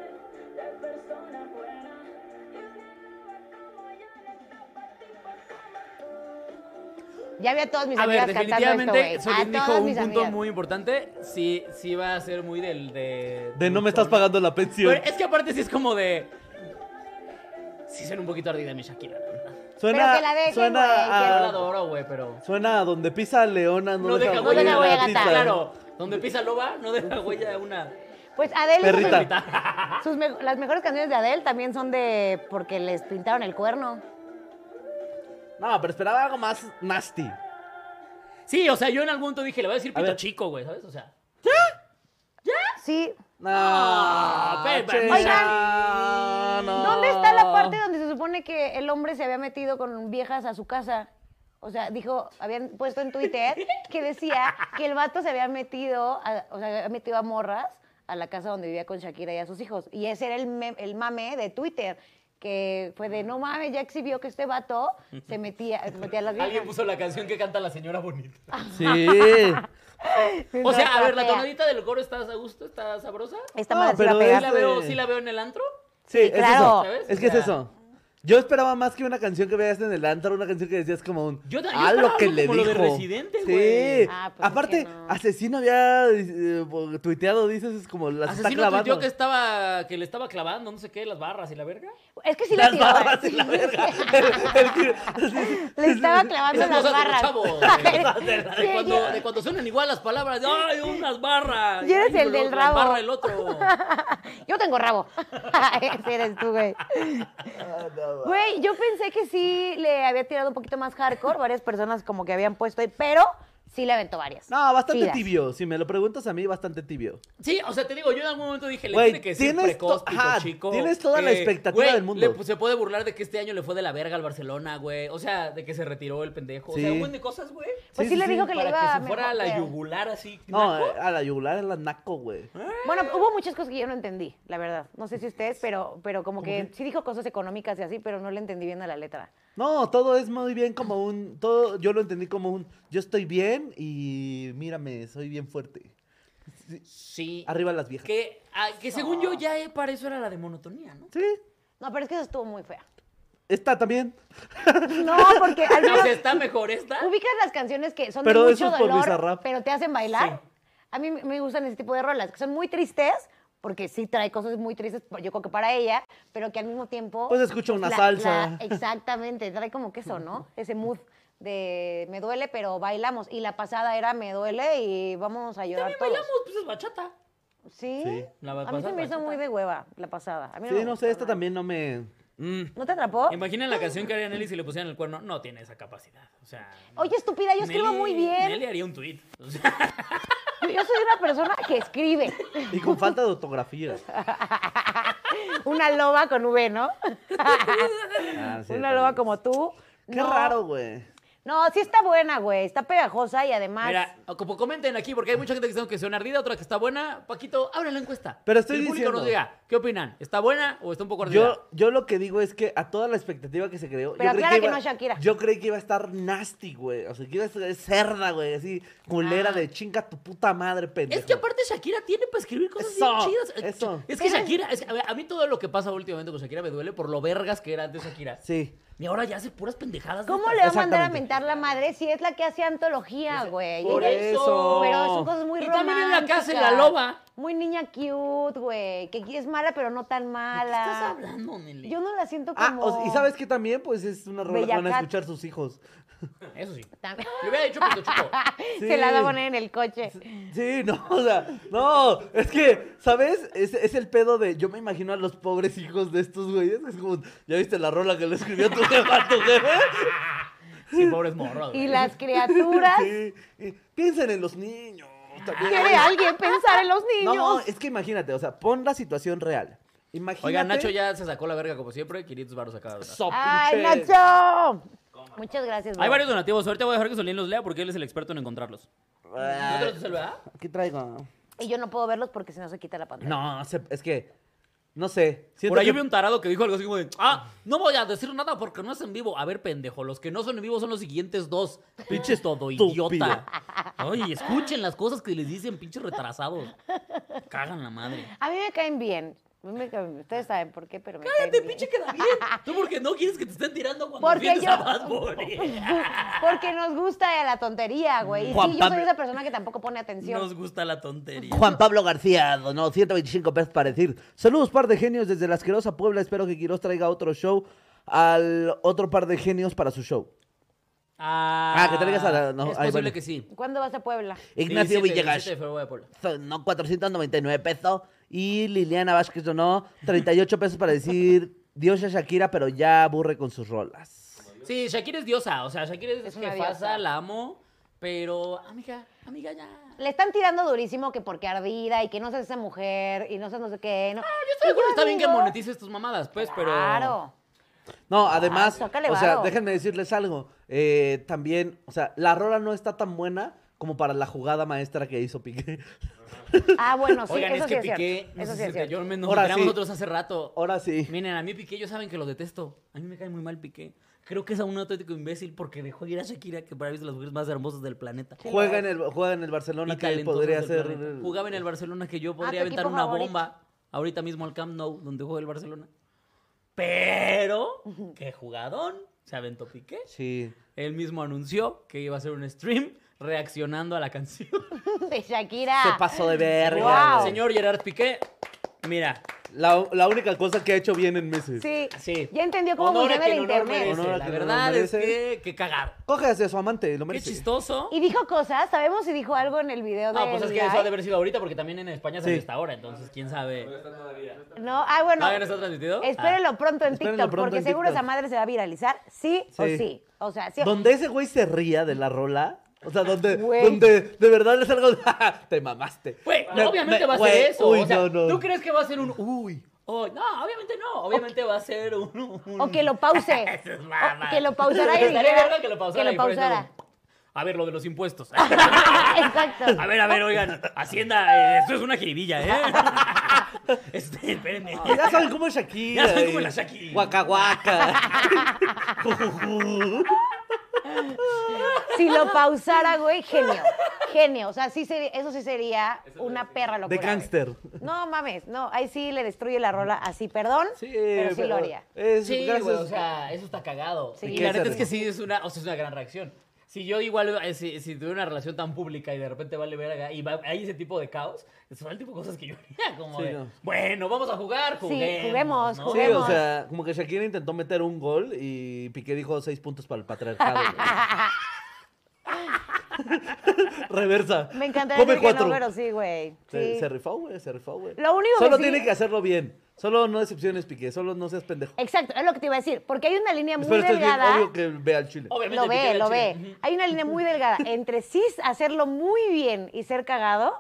E: de persona buena.
B: Ya vi a todas mis
A: A ver,
B: amigas cantando
A: definitivamente
B: esto, güey.
A: Solín
B: A
A: dijo
B: todas
A: un
B: mis
A: punto
B: amigas.
A: muy importante. Sí, sí va a ser muy del de.
C: De no me estás pagando la pensión.
A: Pero es que aparte sí es como de. Sí suena un poquito ardida mi Shakira, la verdad.
C: Suena,
B: Pero que la dejen,
C: suena
B: güey,
A: Yo la
C: a,
A: adoro, güey, pero.
C: suena a donde pisa leona no,
A: No deja
C: huella
A: huella,
C: la
B: huella
C: tiza.
B: gata.
A: Claro, donde pisa loba, no deja huella una.
B: Pues Adele, dijo
C: Perrita.
B: que sus mejo- las mejores canciones de Adele también son de porque les pintaron el cuerno.
C: No, pero esperaba algo más nasty.
A: Sí, o sea, yo en algún momento dije, le voy a decir
C: A
A: pito
C: ver.
A: chico, güey, ¿sabes? O sea.
B: Sí.
C: No,
A: pero-
C: che,
B: Oigan,
C: no.
B: ¿Dónde está la parte donde se supone que el hombre se había metido con viejas a su casa? O sea, dijo, habían puesto en
A: [laughs]
B: Twitter que decía que el vato se había metido, a- o sea, había metido a morras a la casa donde vivía con Shakira y a sus hijos. Y ese era el, mem- el mame de Twitter, que fue de, no mames, ya exhibió que este vato se metía, se metía a las
A: Alguien
B: viejas.
A: puso la canción que canta la señora bonita.
B: [laughs]
C: Sí.
A: [laughs] O sea, a ver, la
B: Fea.
A: tonadita del coro está a gusto, está sabrosa.
B: Esta
C: No,
B: madre se la
C: pero
A: ¿Sí
B: pega.
C: es
A: la veo,
C: Eh.
A: sí la veo en el antro?
C: Sí, es
B: claro.
C: eso.
A: ¿Sabes?
C: Es que es
A: Ya.
C: eso. Yo esperaba más que una canción que veías en el antro, una canción que decías como un...
A: Yo ta- yo
C: ah, lo
A: esperaba
C: que
A: algo
C: le
A: como lo de
C: dijo.
A: Residente,
C: sí.
A: güey.
B: Ah, pues es
C: Aparte,
B: que no.
C: Asesino había eh, tuiteado, dices, es como las está
A: Asesino
C: clavando. [laughs]
A: tuiteó que estaba, que le estaba clavando, no sé qué, las barras y la verga.
B: Es que sí la
C: Las
B: tiró.
C: barras
B: ¿eh?
C: y
B: [laughs]
C: la verga. [laughs] El- el-
B: Le estaba clavando
A: Esas
B: las
A: cosas de los
B: barras. [laughs]
A: chavos,
B: Ay,
A: de, la- de
B: sí,
A: cuando,
B: yo-
A: de cuando suenan igual las palabras, de, ay, unas barras.
B: Y eres
A: ay,
B: el del
A: la
B: rabo.
A: barra el otro.
B: Yo tengo rabo. Ese eres tú, güey. Güey, yo pensé que sí le había tirado un poquito más hardcore, varias personas como que habían puesto ahí, pero sí le aventó varias.
C: No, bastante
B: Chidas.
C: tibio. Si me lo preguntas a mí, bastante tibio.
A: Sí, o sea, te digo, yo en algún momento dije, le
C: Güey,
A: tiene que decir
C: tienes
A: precoz,
C: to-
A: pito
C: ajá,
A: chico.
C: tienes toda la
A: Eh,
C: expectativa
A: güey,
C: del mundo.
A: le- pues, se puede burlar de que este año le fue de la verga al Barcelona, güey. O sea, de que se retiró el pendejo. O sea,
C: Sí.
A: un buen de cosas, güey.
B: Pues sí,
C: Sí, sí,
B: le
C: sí,
B: dijo que le
A: para
B: iba
A: que se
B: mejor
A: fuera a la
B: que-
A: yugular así.
C: No,
A: naco.
C: eh, a la yugular es la naco, güey.
B: Bueno, hubo muchas cosas que yo no entendí, la verdad. No sé si ustedes, pero, pero como que sí dijo cosas económicas y así, pero no le entendí bien a la letra.
C: No, todo es muy bien como un... Todo, yo lo entendí como un... Yo estoy bien y mírame, soy bien fuerte.
A: Sí.
C: Arriba las viejas.
A: Que, ah, que según yo ya eh, para eso era la de monotonía, ¿no?
C: Sí,
B: No, pero es que eso estuvo
C: [laughs]
B: muy fea.
C: esta también.
B: No, porque al
A: O
B: menos
A: sea, está mejor esta.
B: ubicas las canciones que son
C: Pero
B: de
C: eso
B: mucho
C: es por
B: dolor,
C: Bizarrap.
B: pero te hacen bailar. A mí me gustan ese tipo de rolas, que son muy tristes, porque sí trae cosas muy tristes, yo creo que para ella, pero que al mismo tiempo...
C: Pues escucha una salsa.
B: exactamente, trae como que eso,
C: [laughs]
B: ¿no? Ese mood de me duele, pero bailamos. Y la pasada era me duele y vamos a llorar
A: También
B: todos.
A: bailamos, pues es bachata.
B: Sí,
C: Sí.
A: La
B: a mí se
A: pasada
B: me hizo
A: bachata.
B: muy de hueva la pasada. A mí
C: Sí,
B: me
C: no
B: gustó
C: sé, esta
B: nada.
C: también no me... Mm.
B: ¿No te atrapó?
A: Imaginen la canción que haría Nelly si le pusieran el cuerno. No tiene esa capacidad. O sea.
B: Oye, estúpida, yo escribo
A: Nelly-
B: muy bien.
A: Nelly haría un tweet. O sea,
B: Yo yo soy una persona que escribe.
C: Y con falta de ortografía.
B: Una loba con V, ¿no?
C: Ah, sí,
B: Una loba
C: también.
B: como tú.
C: Qué
B: No.
C: raro, güey.
B: No, sí está buena, güey. Está pegajosa y además.
A: mira, como comenten aquí, porque hay mucha gente que está que suena ardida, otra que está buena. Paquito, abre la encuesta.
C: Pero estoy
A: Que el público
C: diciendo-
A: nos diga, ¿qué opinan? ¿Está buena o está un poco ardida?
C: Yo, yo lo que digo es que a toda la expectativa que se creó.
B: Pero
C: yo creí
B: aclara que
C: iba-
B: no es Shakira.
C: Yo creí que iba a estar nasty, güey. O sea, que iba a ser cerda, güey. Así, culera
B: Ah.
C: de chinga tu puta madre, pendejo.
A: Es que aparte Shakira tiene para escribir cosas
C: Eso,
A: bien chidas.
C: eso.
A: Es que Shakira, es que, a, ver, a mí todo lo que pasa últimamente con Shakira me duele por lo vergas que era antes Shakira.
C: Sí.
A: Y ahora ya hace puras pendejadas. de
B: ¿Cómo
A: estas.
B: le va a mandar a
C: Exactamente.
B: mentar la madre si es la que hace antología, güey?
C: por
B: Ella-
C: eso.
B: Pero son cosas muy
A: Pues, Y
B: románticas.
A: también en la que hace la loba.
B: Muy niña cute, güey. Que aquí es mala, pero no tan
A: ¿De qué
B: mala.
A: estás hablando, Nelly?
B: Yo no la siento
C: Ah,
B: como.
C: o sea, y sabes que también, pues es una rola que van a
B: Bellacat.
C: escuchar sus hijos.
A: Eso sí.
C: [laughs]
B: También-
A: Le hubiera dicho Pito Chico.
B: [laughs] Se la va a
C: Sí.
B: poner en el coche.
C: Sí, [laughs] no, o sea, no, es que, ¿sabes? Es, es el pedo de, yo me imagino a los pobres hijos de estos güeyes, que es como, ¿ya viste la rola que le escribió tu jefa a tu jefe?
A: Sí, pobres morros.
B: Y
A: güey.
B: las criaturas.
C: Sí, y piensen en los niños también.
B: ¿Quiere alguien pensar en los niños?
C: No, es que imagínate, o sea, pon la situación real. Imagínate.
A: Oiga, Nacho ya se sacó la verga como siempre. 500 baros acá. ¿verdad?
C: So,
B: ¡Ay,
C: pinche-
B: Nacho! Muchas gracias,
A: Hay
B: bro.
A: varios donativos. Ahorita voy a dejar que Solín los lea porque él es el experto en encontrarlos. ¿No te
C: Ah,
A: los hizo el, verdad?
C: ¿Qué traigo?
B: Y yo no puedo verlos porque si no se quita la pantalla.
C: No, se- es que, no sé. siento
A: Por ahí
C: que-
A: yo vi un tarado que dijo algo así como de, ah, no voy a decir nada porque no es en vivo. A ver, pendejo, los que no son en vivo son los siguientes dos. Pinches todo
C: Estúpido.
A: idiota. Ay, escuchen las cosas que les dicen, pinches retrasados. Cagan la madre.
B: A mí me caen bien. A mí me caen- Ustedes saben por qué, pero me
A: Cállate,
B: caen bien.
A: [laughs] pinche queda bien. Tú porque no quieres que te estén tirando cuando
B: Porque
A: vienes
B: yo-
A: a Bad [laughs] Bunny.
B: [laughs] Porque nos gusta la tontería, güey. Y
C: Juan
B: sí, yo soy
C: Pablo-
B: esa persona que tampoco pone atención.
A: Nos gusta la tontería.
C: Juan Pablo García donó 125 pesos para decir Saludos par de genios desde la asquerosa Puebla Espero que Quiroz traiga otro show Al otro par de genios para su show
A: Ah,
C: Ah, que traigas a la- no,
A: es
C: ay,
A: posible
C: bueno.
A: que sí.
B: ¿Cuándo vas a Puebla?
C: Ignacio
A: 17,
C: Villegas
A: 17 de febrero voy a Puebla.
C: donó 499 pesos Y Liliana Vázquez donó 38 pesos para decir Dios a Shakira pero ya aburre con sus rolas
A: Sí, Shakira es diosa, o sea, Shakira es,
B: Es una
A: jefasa,
B: diosa.
A: la amo. Pero, amiga, amiga, ya.
B: Le están tirando durísimo que porque ardida y que no seas esa mujer y no seas no sé qué. No.
A: Ah, Yo estoy de
B: Y
A: acuerdo, está bien que
B: digo,
A: monetices tus mamadas, pues, pero.
B: Claro.
C: No, además,
B: sácale
C: o sea,
B: varo.
C: déjenme decirles algo. eh, también, o sea, la rola no está tan buena como para la jugada maestra que hizo Piqué. [laughs]
B: Ah, bueno, sí,
A: Oigan,
B: eso
A: es que
B: sí es
A: Piqué,
B: cierto.
A: no
B: Eso
A: sé
B: sí
A: si
B: es
A: se-
B: cierto.
A: yo me, nos
C: Ahora
A: enteramos
C: sí.
A: nosotros hace rato.
C: Ahora sí.
A: Miren, a mí Piqué, yo saben que lo detesto. A mí me cae muy mal Piqué. Creo que es a un auténtico imbécil porque dejó ir a Shakira, que para mí es de las mujeres más hermosas del planeta.
C: Juega en, el, juega en el Barcelona
A: Y
C: que
A: talentosas
C: podría
A: del
C: ser...
A: planeta. Jugaba en el Barcelona que
C: Ah,
A: yo
B: tu
A: podría aventar
B: equipo
A: una
B: favorito.
A: bomba ahorita mismo al Camp Nou, donde juega el Barcelona. Pero, qué jugadón. Se aventó Piqué.
C: Sí.
A: Él mismo anunció que iba a hacer un stream reaccionando a
C: [laughs]
A: la canción.
B: [laughs] De Shakira.
C: Se pasó de verga.
B: Guau.
C: güey.
A: Señor Gerard Piqué, mira,
C: La, la única cosa que ha hecho bien en meses.
B: Sí.
A: sí.
B: Ya entendió cómo
A: Honor a
B: funciona el
A: quien honor
B: internet.
A: merece.
C: Honor a
A: La
C: quien honor
A: verdad es
C: merece.
A: que, que cagado.
C: Cógese a su amante, lo
A: Qué
C: merece.
A: chistoso.
B: Y dijo cosas, sabemos si dijo algo en el video de
A: No, pues es que
B: Ibai?
A: eso ha de haber sido ahorita porque también en España
C: Sí.
A: salió hasta ahora, entonces quién sabe.
B: No, ah, bueno.
A: ¿Todavía no está transmitido?
B: Espérenlo pronto en
C: Espérenlo
B: TikTok,
C: pronto
B: porque
C: en
B: seguro
C: TikTok.
B: esa madre se va a viralizar, sí, o
C: Sí.
B: sí. O sea, sí.
C: Donde ese güey se ría de la rola. O sea, donde,
B: Güey.
C: donde de verdad le salgo. [laughs] "Ja, Te mamaste.
A: Güey, no,
C: Me-
A: obviamente
C: me-
A: va a ser
C: güey,
A: eso.
C: Uy,
A: o sea,
C: no, no.
A: ¿Tú crees que va a ser un uy? Oh, no, obviamente no. Obviamente va a ser un. [laughs] un- Oh,
B: O que lo pause.
A: [laughs] Eso es
B: O
A: mamada.
B: que lo pausara y
A: Estaría
B: dijera
A: verga que lo pausara.
B: que
A: y
B: lo
A: fuera
B: pausara.
A: como, A ver, lo de los
B: [laughs]
A: impuestos. [laughs]
B: Exacto.
A: A ver, a ver, oigan, Hacienda, eh, esto es una jiribilla, [laughs] ¿eh? Este, espérenme.
C: Ya saben cómo es Shakira.
A: Ya saben cómo
C: y-
A: es la Shakira.
C: Guaca,
B: [laughs]
C: guaca.
B: Si lo pausara, güey, genio. Genio. O sea, sí sería- eso sí sería una perra
C: De
B: locura. güey.
C: gángster.
B: No mames, no, ahí sí le destruye la rola así, perdón,
C: Sí,
B: pero sí lo haría.
C: Es,
A: Sí, güey,
C: gracias.
A: o sea, eso está cagado.
B: Sí.
A: Y la neta es que sí es una, o sea, es una gran reacción. Si yo igual, eh, si, si tuve una relación tan pública y de repente vale verga y va- hay ese tipo de caos, son el tipo de cosas que yo haría, como
C: Sí,
A: de,
C: no.
A: bueno, vamos a jugar, juguemos.
B: juguemos,
A: ¿no?
C: Sí,
B: juguemos.
C: o sea, como que Shakira intentó meter un gol y Piqué dijo seis puntos para el patriarcado.
B: [laughs]
C: güey. Reversa.
B: Me encantaría
C: Come
B: decir que
C: cuatro.
B: no, pero sí, güey.
C: se,
B: Sí.
C: se rifó, güey, se rifó, güey.
B: Lo único que
C: Solo
B: sí-
C: tiene que hacerlo bien. Solo no decepciones, Piqué. Solo no seas pendejo.
B: Exacto, es lo que te iba a decir, porque hay una línea muy
C: Pero esto es bien
B: delgada.
C: obvio que vea al Chile.
A: Obviamente
B: Lo
A: el que
B: ve,
A: quiera
B: lo
A: chile.
B: ve. Hay una línea muy delgada entre sí hacerlo muy bien y ser cagado,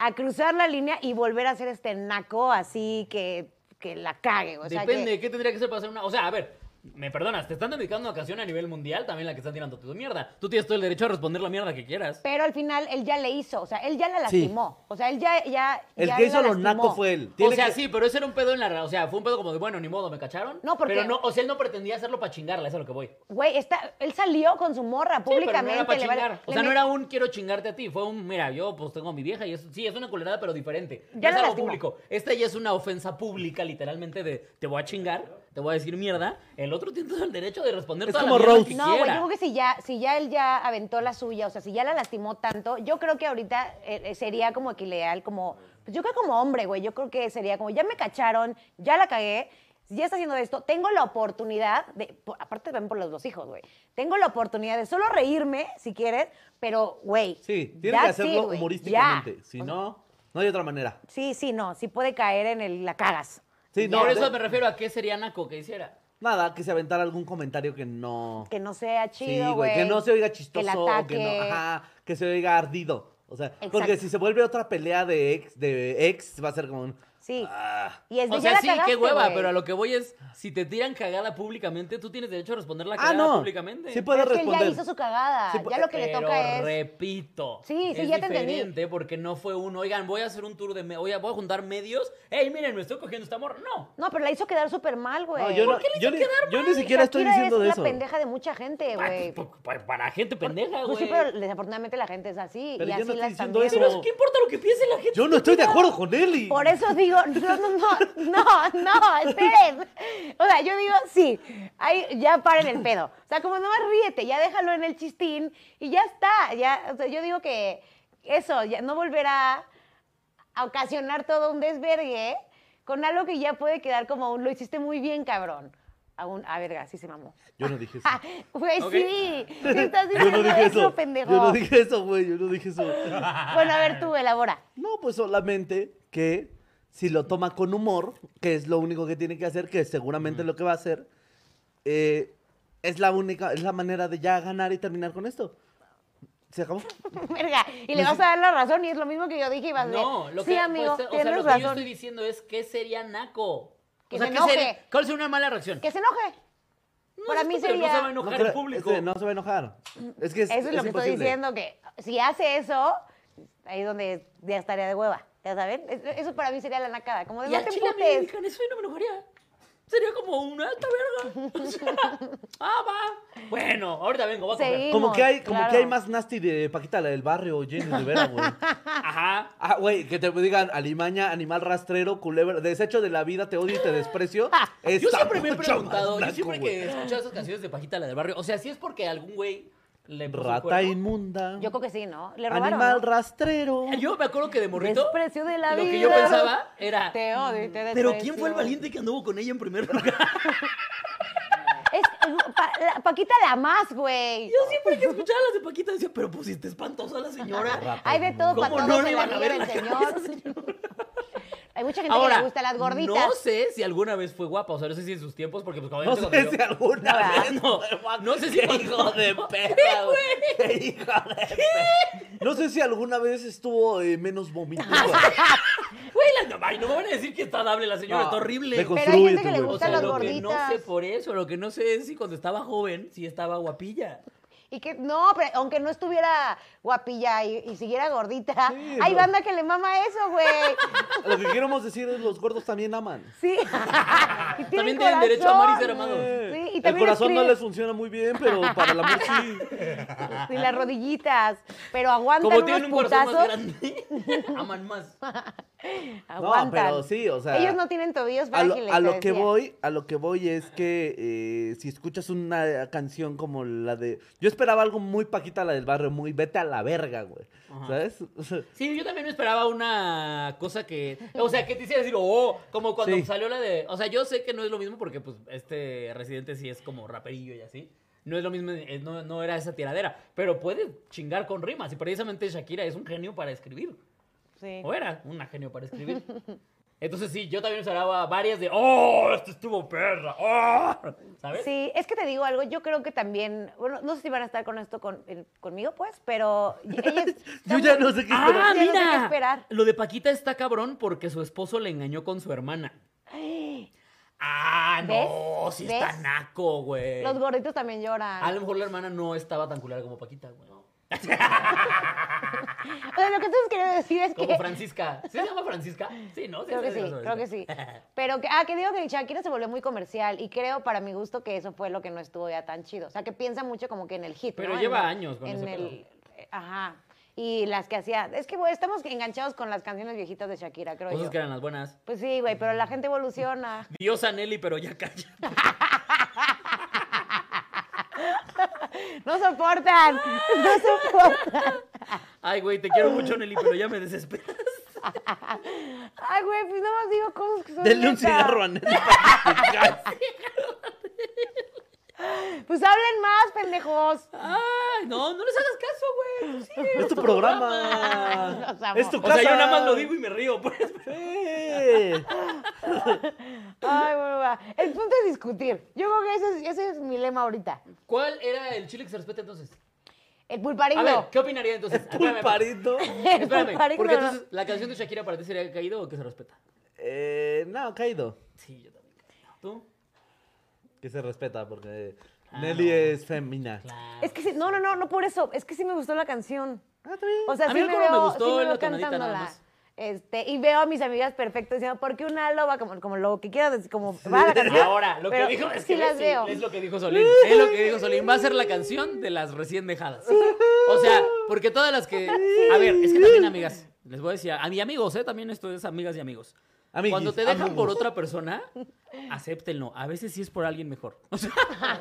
B: a cruzar la línea y volver a ser este naco así que, que la cague. O sea,
A: Depende
B: que-
A: de qué tendría que ser para hacer una. O sea, a ver, me perdonas, te están dedicando a una canción a nivel mundial, también la que están tirando tu mierda. Tú tienes todo el derecho a responder la mierda que quieras.
B: Pero al final él ya le hizo, o sea, él ya la
C: Sí.
B: lastimó. O sea, él ya. ya
C: El
B: ya
C: que
B: la
C: hizo los
B: lastimó.
C: nacos fue él.
A: O
C: Tiene
A: sea,
C: que-
A: sí, pero ese era un pedo en la. ra- O sea, fue un pedo como de, bueno, ni modo, ¿me cacharon?
B: No, porque-
A: Pero no, o sea, él no pretendía hacerlo para chingarla, eso es a lo que voy.
B: Güey, está, él salió con su morra
A: Sí, pero no
B: públicamente.
A: era para
B: le vale-
A: chingar. O
B: le
A: sea, no
B: met-
A: era un quiero chingarte a ti. Fue un, mira, yo pues tengo a mi vieja y es, sí, es una culerada, pero diferente. No
B: Ya
A: es
B: la
A: algo
B: lastimó.
A: público. Esta ya es una ofensa pública, literalmente, de te voy a chingar, te voy a decir mierda. El otro tiene todo el derecho de responder
C: Es
A: toda la
C: como
A: mierda
C: roast.
A: que
B: No, güey, yo
A: quiera.
B: creo que si ya, si ya él ya aventó la suya, o sea, si ya la lastimó tanto, yo creo que ahorita eh, eh, sería como que leal, como, pues yo creo como hombre, güey, yo creo que sería como, ya me cacharon, ya la cagué, si ya está haciendo esto, tengo la oportunidad, de, por- aparte también por los dos hijos, güey, tengo la oportunidad de solo reírme, si quieres, pero, güey.
C: Sí, tiene que
B: that's it,
C: hacerlo
B: güey,
C: humorísticamente.
B: ya.
C: Si no, no hay otra manera.
B: Sí, sí, no, sí puede caer en el, la cagas.
C: Sí,
A: Y
C: no,
A: Por
C: de-
A: eso me refiero a qué sería Naco que hiciera.
C: nada, que se aventara algún comentario que no.
B: Que no sea
C: sí,
B: chido,
C: güey.
B: güey.
C: Que no se oiga
B: que la
C: chistoso. o Que no,
B: ataque.
C: ajá, que se oiga ardido. O sea, porque
B: Exacto.
C: si se vuelve otra pelea de ex, de ex, va a ser como un.
B: Sí.
C: Ah.
B: Y es de,
A: O
B: "Ya
A: sea,
B: la
A: sí,
B: cagaste,
A: qué hueva,
B: güey".
A: pero a lo que voy es, si te tiran cagada públicamente, tú tienes derecho a responder la
C: Ah,
A: cagada
C: no.
A: públicamente.
C: Sí
B: Pero
C: puede
B: es que él
C: responder.
B: ya hizo su cagada.
C: Sí, pu-
B: ya lo que le
A: Pero
B: toca es.
A: repito.
B: Sí, sí,
A: es
B: ya te entendí.
A: diferente porque no fue un, oigan, voy a hacer un tour de, me- voy a, voy a juntar medios. Ey, miren, me estoy cogiendo esta morra. No.
B: No, pero la hizo quedar súper mal, güey.
C: No, yo no- yo ni, yo ni siquiera estoy
B: Shakira
C: diciendo
B: es
C: de
B: la
C: eso.
B: pendeja de mucha gente, güey.
A: Pa- pa- Para, gente pendeja, güey.
B: Pues sí, pero desafortunadamente la gente es así.
C: Pero
B: y
C: yo
B: así
C: no
B: la
C: estoy
B: están
C: diciendo
B: viendo.
C: eso.
A: ¿Qué importa lo que piense la gente?
C: Yo no estoy de acuerdo con él. y-
B: Por eso digo, [laughs] no, no, no, no, no, esperen. O sea, yo digo, sí, ahí ya paren el pedo. O sea, como nomás ríete, ya déjalo en el chistín y ya está. Ya, o sea, yo digo que eso, ya no volverá a ocasionar todo un desvergue con algo que ya puede quedar como un, lo hiciste muy bien, cabrón. A un, a verga, sí se mamó. [laughs]
C: Yo no dije eso.
B: Ah, Güey,
A: Ok.
B: sí, sí
C: [laughs]
B: estás
C: Yo
B: [laughs] diciendo
C: no dije
B: eso,
C: eso.
B: pendejo.
C: Yo no dije eso, güey. Yo no dije eso. [laughs]
B: Bueno, a ver tú, elabora.
C: No, pues solamente que si lo toma con humor, que es lo único que tiene que hacer, que seguramente lo que va a hacer, eh, es la única, es la manera de ya ganar y terminar con esto. ¿Se acabó?
B: [laughs] Verga, y
D: Pues
B: le vas a dar la razón y es lo mismo que yo dije y vas a decir,
A: No, lo
B: sí,
A: que,
B: amigo,
A: pues, o sea,
B: tienes
A: lo que yo
B: razón.
A: estoy diciendo es qué sería naco.
B: Que
A: o sea,
B: se
A: ¿qué
B: enoje.
A: sería, ¿cuál sería una mala reacción?
B: Que se enoje.
A: No,
B: Para mí
A: estúpido, No
B: sería-
A: se va a enojar
C: creo-
A: el público.
C: este, no se va a enojar. Es que es,
B: Eso es, lo que
C: imposible.
B: estoy diciendo, que si hace eso, ahí es donde ya estaría de hueva, ya saben. Es- Eso para mí sería la nacada, como de
A: Y
B: no
A: al
B: te
A: chile a mí me
B: emputes.
A: dijeran eso y no me enojaría. Sería como una alta verga. O
B: [laughs]
A: sea, ah, va. Bueno, ahorita vengo, voy a coger.
B: Sí.
C: Como que hay, como
B: Claro.
C: que hay más nasty de Paquita, la del barrio, Jenny Rivera, güey.
A: Ajá.
C: Ah, güey, que te digan alimaña, animal rastrero, culebra, desecho de la vida, te odio y te desprecio.
A: yo
C: Está
A: siempre me he
C: mucho más
A: preguntado, yo
C: naco,
A: siempre
C: güey.
A: que he escuchado esas canciones de Pajita, la del barrio, o sea, si es porque algún güey le puso el
C: Rata
A: cuerno.
C: inmunda.
B: Yo creo que sí, ¿no? Le robaron,
C: Animal
B: ¿no?
C: rastrero.
A: [laughs] Yo me acuerdo que de morrito,
B: Desprecio de la
A: lo
B: vida.
A: que yo pensaba era...
B: Te odio y te
D: Pero
B: desprecio.
D: ¿quién fue el valiente que anduvo con ella en primer
A: [laughs]
D: lugar?
B: Es, es- Pa- la- Paquita la más, güey.
D: Yo siempre que escuchaba las de Paquita decía, pero
A: pues,
D: pusiste espantosa a la señora.
B: Hay de todo para
D: ¿Cómo
B: todos
D: no
B: en
D: le
B: la
D: iban
B: vida
D: a ver
B: del
D: la
B: señor.
D: cabeza, señor?
B: Hay mucha gente
A: Ahora,
B: que le gusta las gorditas.
A: no sé si alguna vez fue guapa, o sea, no sé si en sus tiempos, porque pues
C: No
A: obviamente cuando
C: sé
A: yo-
C: si alguna
B: Ah.
C: vez.
A: No, no sé si
C: Qué
A: cuando-
C: hijo de perra, güey. Qué hijo de perra. No sé si alguna vez estuvo eh, menos vomitiva.
A: Güey, la- no, ay, no me van a decir que está dable la
C: No,
A: señora, está horrible.
C: de
B: Pero hay gente que le
C: Construyete, güey.
A: O
B: gustan
A: sea,
B: las
A: lo que no
B: gorditas.
A: sé por eso, lo que no sé es si cuando estaba joven, si estaba guapilla.
B: Y que, no, pero aunque no estuviera guapilla y, y siguiera gordita,
C: Sí,
B: hay
C: no.
B: banda que le mama eso, güey.
C: [laughs] Lo que queremos decir es los gordos también aman.
B: Sí. [laughs] Y
A: También tienen derecho a amar y ser
B: corazón.
A: amados.
B: Sí, y
C: El
B: también
C: corazón no
B: escribe-
C: les funciona muy bien, pero para el amor
B: [laughs]
C: sí.
B: Y las rodillitas. Pero aguantan
A: Como
B: unos
A: tienen un corazón
B: putazos.
A: más grande,
B: [laughs]
A: aman más.
B: aguantan.
C: pero sí, o sea,
B: Ellos no tienen tobillos
C: A lo,
B: frágiles.
C: a
B: te
C: lo que
B: decía.
C: voy, a lo que voy es que eh, si escuchas una canción como la de. Yo esperaba algo muy paquita la del barrio, muy vete a la verga, güey. ¿Sabes? O sea,
A: Sí, yo también me esperaba una cosa que. O sea, que te hiciera decir, oh, como cuando
C: Sí.
A: salió la de. O sea, yo sé que no es lo mismo porque, pues, este residente sí es como raperillo y así. No es lo mismo, eh, no, no era esa tiradera. Pero puede chingar con rimas. Y precisamente Shakira es un genio para escribir.
B: Sí.
A: O era una genio para escribir. [laughs] Entonces, sí, yo también esperaba varias de, oh, esto estuvo perra, oh, ¿sabes?
B: Sí, es que te digo algo, yo creo que también, bueno, no sé si van a estar con esto con, el- conmigo, pues, pero
C: [laughs]
B: ellas
C: Yo
B: están
C: ya
B: muy-
C: no sé qué esperar.
A: ¡Ah,
B: Ya no sé
A: mira!
B: qué esperar.
A: Lo de Paquita está cabrón porque su esposo le engañó con
B: [gasps]
A: su hermana. ¡Ah, no!
B: ¿Ves?
A: Sí
B: ¿Ves?
A: está naco, güey.
B: Los gorditos también lloran.
A: A lo mejor la hermana no estaba tan culera como Paquita, güey.
B: O sea, lo que entonces quería decir es
A: Como
B: que...
A: Francisca. ¿Sí ¿Se llama Francisca? Sí, ¿no?
B: Creo que sí,
A: se llama
B: creo que sí.
A: [laughs] Francisca.
B: Pero, que, ah, que digo que Shakira se volvió muy comercial y creo, para mi gusto, que eso fue lo que no estuvo ya tan chido. O sea, que piensa mucho como que en el hit,
A: Pero
B: ¿no?
A: lleva
B: En el-
A: años con
B: en
A: ese
B: el- eh, Ajá. Y las que hacía... Es que, güey, estamos enganchados con las canciones viejitas de Shakira, creo
A: Cosas
B: yo.
A: que Mm. eran las buenas.
B: Pues sí, güey, pero la gente evoluciona.
A: Dios a Nelly, pero ya calla.
B: No soportan, no soportan.
A: Ay, güey, te quiero mucho, Nelly, pero ya me desesperas.
B: Ay, güey, pues nada más digo cosas que son
C: Denle un
B: neta.
C: cigarro a Nelly para que te calles.
B: Pues hablen más, pendejos.
A: Ay, no, no les hagas caso, güey. Tú sigue,
C: Es tu
B: programa. [laughs]
C: programa.
B: Los amo.
C: Es tu
A: O sea,
C: casa.
A: yo nada más lo digo y me río, pues. [laughs]
C: Sí.
B: Ay, bueno, va. El punto es discutir. Yo creo que ese es, ese es mi lema ahorita.
A: ¿Cuál era el chile que se respeta entonces?
B: El
A: A ver,
B: pulparindo.
A: ¿qué opinaría entonces? Espérame,
C: Pulparito.
B: [laughs] El
A: Espérame,
B: pulparindo.
A: porque
B: ¿no?
A: entonces la canción de Shakira para ti sería caído o que se respeta.
C: Eh, no, caído.
A: Sí, yo también. Caído. ¿Tú?
C: Que se respeta porque
A: Ah,
C: Nelly
A: no.
C: es femina.
A: Claro.
B: Es que sí, no, no, no, no por eso. Es que sí me gustó la canción.
C: Ah, está bien.
B: O sea,
A: A
B: sí
A: mí el
B: me
A: coro me
B: veo,
A: gustó,
B: sí me veo
A: la tonadita nada
B: cantándola.
A: más.
B: Este, y veo a mis amigas perfecto diciendo, ¿por qué una loba? Como, como lo que quieras decir, como va la canción.
A: Ahora, lo que
B: pero
A: dijo es
B: sí
A: que
B: las
A: sí,
B: veo.
A: es lo que dijo Solín. Es lo que dijo Solín. Va a ser la canción de las recién dejadas. O sea, porque todas las que. A ver, es que también, amigas, les voy a decir, a mis amigos, ¿eh? También esto es amigas y amigos.
C: Amiguis,
A: Cuando te dejan
C: amigos.
A: por otra persona, acéptenlo. A veces sí es por alguien mejor. O sea,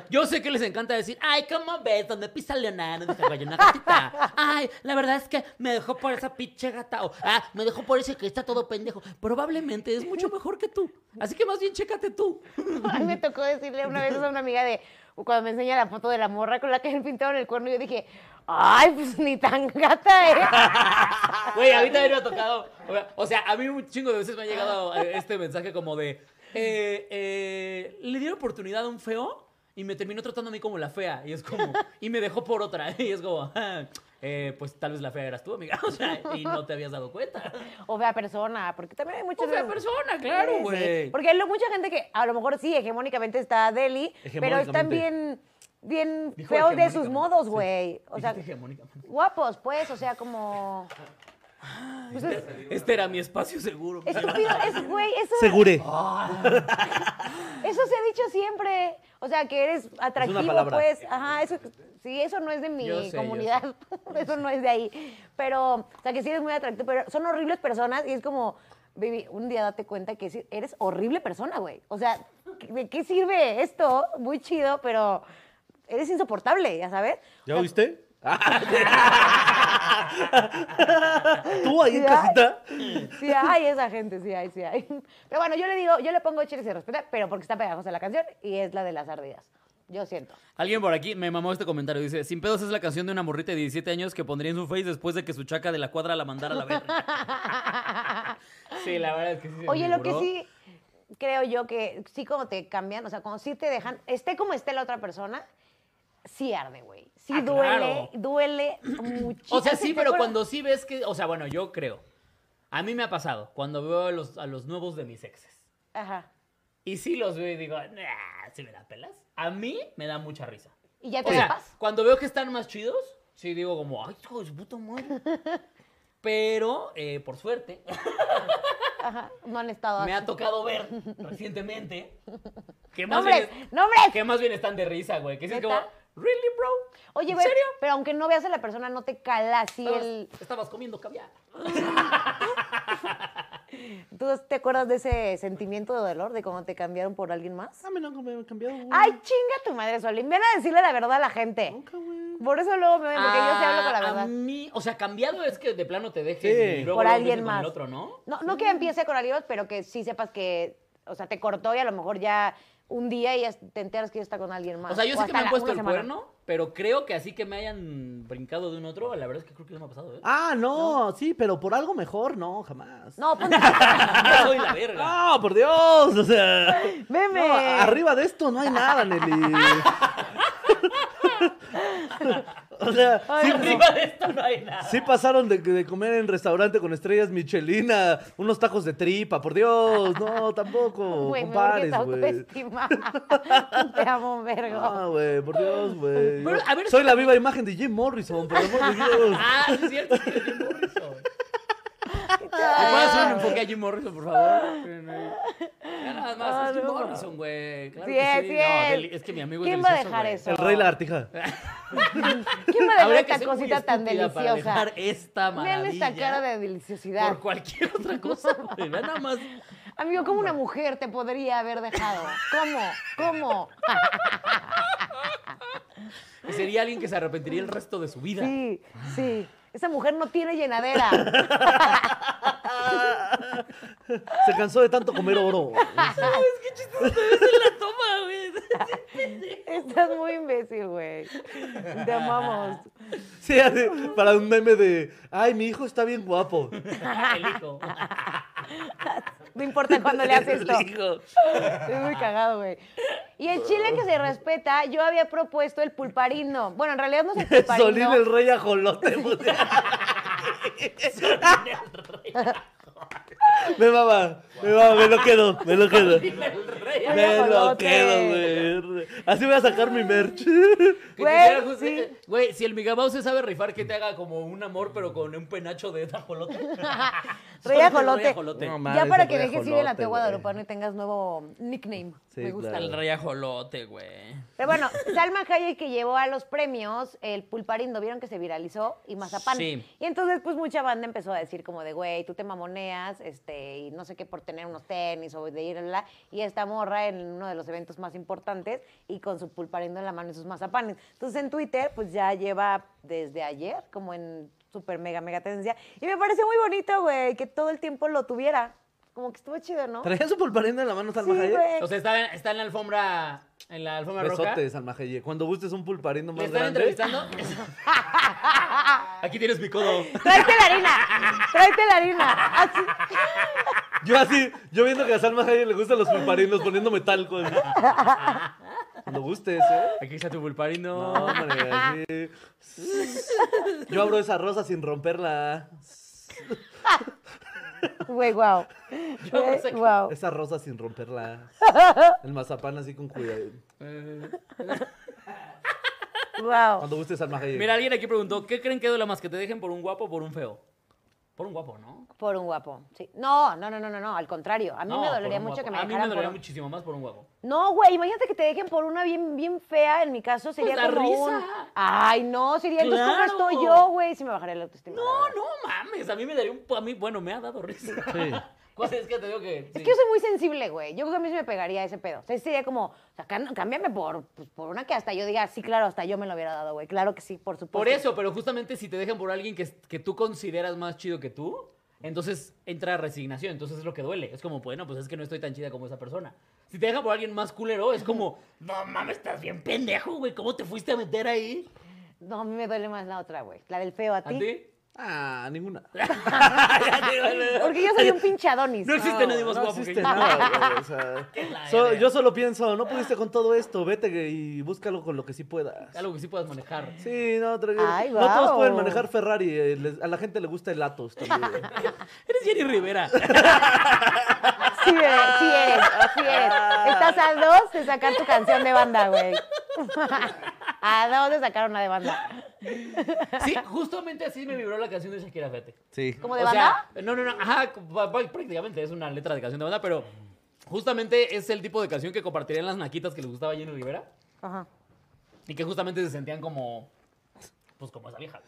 A: yo sé que les encanta decir, ay, ¿cómo ves? Donde pisa Leonardo, deja vaya una gatita. Ay, la verdad es que me dejó por esa pinche gata. O, ah, me dejó por ese que está todo pendejo. Probablemente es mucho mejor que tú. Así que más bien, chécate tú.
B: [laughs] A mí me tocó decirle una vez a una amiga de cuando me enseña la foto de la morra con la que me pintaron el cuerno, yo dije, ay, pues ni tan gata ¿eh?" era.
A: Güey, a mí también me ha tocado. o sea- O sea, a mí un chingo de veces me ha llegado eh, este mensaje como de. eh, eh, ¿Le dieron oportunidad a un feo? y me terminó tratando a mí como la fea. Y es como, y me dejó por otra. [laughs] Y es como, "Ah, eh, pues tal vez la fea eras tú, amiga. [laughs] O sea, y no te habías dado cuenta.
B: O fea persona, porque también hay muchas
A: O fea
B: veces-
A: persona, claro,
B: Sí, sí.
A: güey.
B: Porque hay lo- mucha gente que a lo mejor sí, hegemónicamente está Deli, pero están
C: Hegemónicamente.
B: bien, bien
A: Dijo
B: feos de sus
A: hegemónicamente.
B: modos,
A: Sí.
B: güey. O sea,
A: Dijiste hegemónicamente.
B: guapos, pues, o sea,
A: [laughs]
B: como... Pues es,
A: Este era mi espacio seguro.
B: estúpido, es, güey, eso,
C: Segure.
B: eso se ha dicho siempre. O sea, que eres atractivo,
C: palabra.
B: pues. Ajá, eso, sí, eso no es de mi
A: Yo sé, yo
B: comunidad, [laughs] eso no es de ahí. Pero, o sea, que sí eres muy atractivo, pero son horribles personas y es como... Baby, un día date cuenta que sí eres horrible persona, güey. O sea, ¿de qué sirve esto? Muy chido, pero eres insoportable, ya sabes.
C: ¿Ya oíste? [laughs] Tú ahí en
B: Ya.
C: casita.
B: Sí hay esa gente, sí hay, sí hay. Pero bueno, yo le digo, yo le pongo Chile se respeta, pero porque está pegajosa la canción y es la de las ardidas. Yo siento.
A: Alguien por aquí me mamó este comentario. Dice: Sin pedos es la canción de una morrita de 17 años que pondría en su face después de que su chaca de la cuadra la mandara a la verga.
B: [laughs]
A: sí, la verdad es que sí. se
B: Oye,
A: me
B: lo que
A: figuró.
B: sí creo yo que sí como te cambian, o sea, como sí te dejan, esté como esté la otra persona, sí arde, güey. Sí
A: Ah,
B: duele,
A: claro.
B: duele muchísimo.
A: [clears throat] O sea, sí,
B: ¿Te
A: pero
B: acuerdas?
A: cuando sí ves que. O sea, bueno, yo creo. A mí me ha pasado cuando veo a los, a los nuevos de mis exes.
B: Ajá.
A: Y sí los veo y digo, nah, si me la pelas. A mí me da mucha risa.
B: Y ya te
A: O sea,
B: tapas.
A: cuando veo que están más chidos, sí digo como, ay, hijo de su puta
B: [laughs]
A: madre. Pero, eh, por suerte,
B: Ajá. No han estado
A: me ha
B: así.
A: tocado ver recientemente que más,
B: ¡Nombres!
A: bien,
B: ¡Nombres!
A: que más bien están de risa, güey. Que sí es como,
B: ¿Neta?
A: ¿really, bro?
B: Oye,
A: ¿En
B: güey,
A: serio?
B: pero aunque no veas a la persona, no te cala así
A: Estabas,
B: el...
A: estabas comiendo caviar.
B: ¿Tú te acuerdas de ese sentimiento de dolor de cómo te cambiaron por alguien más?
C: Ah, me lo han me lo han cambiado.
A: Mm.
C: güey.
B: Ay, chinga tu madre, Solín. Ven a decirle la verdad a la gente.
C: Nunca, güey.
B: Por eso luego me ven, porque yo se hablo con la
A: Ah, A
B: verdad.
A: mí, o sea, cambiado es que de plano te dejen
C: Sí.
A: y luego
B: Por
A: luego
B: alguien
A: empiecen con
B: más.
A: el otro, ¿no?
B: No, no que empiece con alguien más, pero que sí sepas que, o sea, te cortó y a lo mejor ya un día y ya te enteras que ya está con alguien más.
A: O sea, yo sé que
B: hasta
A: me han
B: la-
A: puesto
B: una
A: el
B: semana.
A: cuerno, pero creo que así que me hayan brincado de un otro, la verdad es que creo que no me ha pasado,
C: [laughs]
A: ¿eh?
C: Ah, no, sí, pero por algo mejor, no, jamás.
B: No, pues,
A: [laughs]
B: ponte.
A: Yo soy la [laughs] verga.
C: No, por Dios, o sea.
B: Meme.
C: No, arriba de esto no hay nada,
B: [laughs]
C: Nelly. [laughs] o sea, sí,
A: Arriba de esto no hay nada.
C: sí pasaron de, de comer en restaurante con estrellas Michelin a unos tacos de tripa, por Dios, no,
A: [laughs]
C: tampoco.
B: Güey, me urge
C: compares,
B: tu
C: güey. [laughs]
B: autoestima. te amo un vergo.
C: Ah, güey, por Dios, güey.
A: [laughs] Pero, a ver,
C: Soy la viva imagen de Jim Morrison, por el amor de Dios.
A: [laughs] Ah, sí es cierto. sí, Jim Morrison. ¿Me puedes hacer un enfoque a Jim Morrison, por favor? Ya nada más,
B: Ah,
A: es Jim
B: no.
A: Morrison, güey. Claro
B: Sí es,
A: que sí.
B: sí
A: No,
B: es.
A: deli- es que mi amigo es
B: ¿Quién va a
A: delicioso,
B: dejar
A: güey.
B: eso?
C: El rey la artija.
B: ¿Quién me dejó
A: Habría que
B: esta
A: ser muy
B: cosita tan
A: estúpida para
B: deliciosa?
A: dejar esta
B: Vean
A: maravilla.
B: esta cara de deliciosidad.
A: Por cualquier otra cosa, güey. Vean nada más.
B: Amigo, ¿cómo una mujer te podría haber dejado? ¿Cómo?
A: [laughs]
B: ¿Cómo?
A: Sería alguien que se arrepentiría el resto de su vida.
B: Sí, sí. Esa mujer no tiene llenadera.
C: Se cansó de tanto comer
A: [laughs]
C: oro.
A: [laughs] la toma, güey.
B: Estás muy imbécil, güey. Te amamos.
C: Sí, así, para un meme de, ay, mi hijo está bien
A: [laughs]
C: guapo.
A: El hijo.
C: [laughs]
B: No importa cuándo le haces esto.
C: El hijo.
B: Es muy cagado, güey. Y el chile que se respeta, yo había propuesto el pulparino. Bueno, en realidad no es el
C: [laughs] Solín
B: pulparino.
C: el rey ajolote.
A: [laughs]
C: pues, [laughs] me mama, me mama, me lo quedo, me lo quedo. Me lo
B: ajolote.
C: quedo, güey. Así voy a sacar mi [laughs] merch.
A: Que
B: Güey,
A: te quiera justo-
B: sí.
A: eh, Güey, si el Migabao se sabe rifar, que te haga como un amor, pero con un penacho de tajolote.
C: [laughs]
B: Rey ajolote.
C: No,
B: ya
C: mames,
B: para
C: el
B: que
C: rey
B: dejes ir
C: ajolote,
B: el antiguo
C: güey.
B: guadalupano y tengas nuevo nickname.
C: Sí,
B: Me gusta.
C: claro.
A: El rey ajolote, güey.
B: Pero bueno, Salma Hayek que llevó a los premios el pulparindo, vieron que se viralizó y Mazapán.
A: Sí.
B: Y entonces pues mucha banda empezó a decir como de, güey, tú te mamoneas, este, y no sé qué por tener unos tenis o de ir a la y esta morra en uno de los eventos más importantes y con su pulparindo en la mano y sus mazapanes. Entonces en Twitter pues ya lleva desde ayer como en super mega mega tendencia y me pareció muy bonito, güey, que todo el tiempo lo tuviera. Como que estuvo chido, ¿no?
C: ¿Traía su polvarino en la mano
B: Sí,
C: Salma Hayek?
B: güey.
A: O sea, está, está en la alfombra. En la alfombra roja.
C: Besote, Salma Hayek. Cuando gustes un pulparino
A: ¿Le
C: más
A: están
C: grande.
A: entrevistando?
B: [laughs]
A: Aquí tienes mi codo.
B: Tráete la harina, tráete la harina. Así.
C: Yo así, yo viendo que a Salma Hayek le gustan los pulparinos poniéndome talco. así. Cuando gustes, ¿eh?
A: Aquí está tu pulparino.
C: No, hombre, así. Yo abro esa rosa sin romperla.
B: Güey, [laughs] wow.
A: Yo no sé qué-
B: wow.
C: Esa rosa sin romperla. El mazapán así con cuidado.
A: Eh,
B: Wow.
C: Cuando gustes, Salma Hayek.
A: Mira, alguien aquí preguntó, ¿qué creen que duele más, que te dejen por un guapo o por un feo? Por un guapo, ¿no?
B: [laughs] Por un guapo. Sí. No, no, no, no, no, no, al contrario. A mí
A: No,
B: me
A: por
B: dolería
A: un
B: mucho
A: guapo.
B: que me
A: A mí
B: dejaran
A: me dolería
B: por un-
A: muchísimo más por un guapo.
B: No, güey, imagínate que te dejen por una bien, bien fea. En mi caso sería
A: da
B: como
A: risa.
B: un... Ay, no, sería... Entonces, ¿cómo
A: Claro.
B: estoy yo, güey? Si me bajaría la autoestima. la
A: No,
B: verdad.
A: no mames, a mí me daría un... A mí, bueno, me ha dado risa. [laughs] ¿Cuál es que te digo que...
B: Es que yo soy muy sensible, güey. Yo creo que a mí se me pegaría ese pedo. O sea, sería como, o sea, cá- cámbiame por, pues, por una que hasta yo diga, sí, claro, hasta yo me lo hubiera dado, güey. Claro que sí, por supuesto.
A: Por eso, pero justamente si te dejan por alguien que, que tú consideras más chido que tú, entonces entra resignación, entonces es lo que duele. Es como, bueno, pues es que no estoy tan chida como esa persona. Si te dejan por alguien más culero, es como, no mames, estás bien pendejo, güey, ¿cómo te fuiste a meter ahí?
B: No, a mí me duele más la otra, güey. La del feo a
A: ¿A
B: ti.
A: ti?
C: Ah, ninguna.
B: Porque yo soy un pinche Adonis.
A: [laughs] No existe nadie más
C: No
A: guapo
C: existe
A: que yo.
C: nada, güey, o
A: [laughs]
C: sea,
A: la
C: so-
A: verga.
C: yo solo pienso, no pudiste con todo esto, vete güey, y búscalo con lo que sí puedas.
A: [laughs] Algo que sí puedas manejar.
C: Sí, no, tra-
B: Ay,
C: no todos
B: guau.
C: pueden manejar Ferrari, eh, les- a la gente le gusta el Atos también.
A: [laughs]
C: güey.
A: Eres Jenny Rivera.
B: Sí eres, sí eres, sí eres.
A: Ah.
B: Estás a dos de sacar tu canción de banda, güey. [laughs] A dos de sacar una de banda.
A: [laughs] Sí, justamente así me vibró la canción de Shakira, fíjate.
C: Sí.
B: ¿Como de
A: O sea,
B: banda?
A: no, no, no. Ajá, pa- pa- prácticamente es una letra de canción de banda, pero justamente es el tipo de canción que compartirían las naquitas que les gustaba a Jenny Rivera
B: Ajá.
A: y que justamente se sentían como. Pues como esa vieja.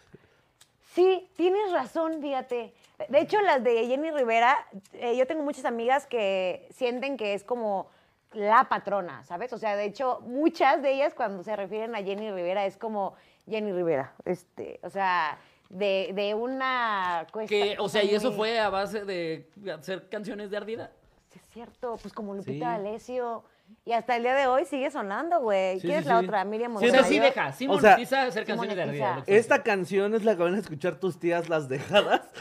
B: Sí, tienes razón, fíjate. De hecho, las de Jenny Rivera, eh, yo tengo muchas amigas que sienten que es como la patrona, ¿sabes? O sea, de hecho, muchas de ellas cuando se refieren a Jenny Rivera es como Jenny Rivera, este, o sea, de, de una cuesta-
A: Que, o sea, y eso
B: muy-
A: fue a base de hacer canciones de ardida.
B: Sí, es cierto, pues como Lupita
C: Sí.
B: D'Alessio. Y hasta el día de hoy sigue sonando, güey.
C: Sí,
B: ¿Quién
C: sí,
B: es la
C: sí.
B: otra? Miriam
A: Sí, o sea,
B: Monroyo.
A: sí deja, sí
C: O sea,
A: monetiza hacer
B: sí
A: canciones de
B: monetiza.
A: ardida. lo que
C: Esta canción es la que van a escuchar tus tías las dejadas. [laughs]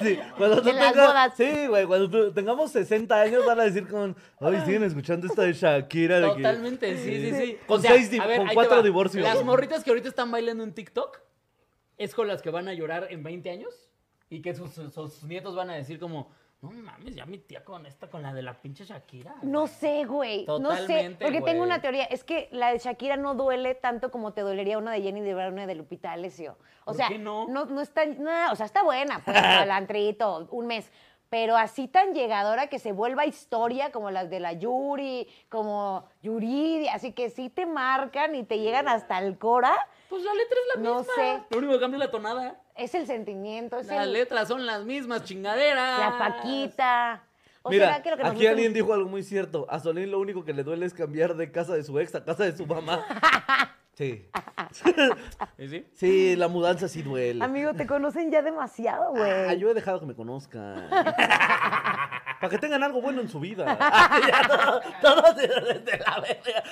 C: Sí, cuando tú
B: [laughs] En las
C: tengas-
B: bodas.
C: Sí, güey, cuando tú- tengamos 60 años van a decir con, ay, siguen escuchando esta de Shakira. de que-
A: Totalmente, sí, sí, sí.
C: [laughs] Con,
A: O sea,
C: seis di-
A: a ver,
C: con
A: ahí te
C: cuatro
A: va.
C: divorcios.
A: Las morritas que ahorita están bailando en TikTok es con las que van a llorar en 20 años y que sus, sus- sus nietos van a decir como, no mames, ya mi tía con esta, con la de la pinche Shakira.
B: No sé, güey. No sé.
A: Totalmente,
B: Porque tengo
A: güey.
B: una teoría. Es que la de Shakira no duele tanto como te dolería una de Jenny Rivera o una de Lupita Alessio. O
A: ¿Por
B: sea,
A: qué no?
B: no, no está. no, o sea, está buena,
A: [laughs]
B: pues, al antrito, un mes. Pero así tan llegadora que se vuelva historia como las de la Yuri, como Yuridi. Así que sí te marcan y te llegan hasta el Cora.
A: Pues la letra es la
B: No
A: misma.
B: sé.
A: Lo único que cambia es la tonada.
B: Es el sentimiento, es
A: Las
B: el-
A: letras son las mismas chingaderas.
B: la paquita. O
C: Mira,
B: será que lo que nos
C: aquí
B: gusta-
C: alguien dijo algo muy cierto. A Solín lo único que le duele es cambiar de casa de su ex a casa de su
B: [laughs]
C: mamá. Sí.
A: ¿Sí, sí?
C: Sí, la mudanza sí duele.
B: Amigo, te conocen ya demasiado, güey.
C: Ah, yo he dejado que me conozcan.
B: [laughs]
C: Para que tengan algo bueno en su vida. Ah, ya, no, todos de- de la verga.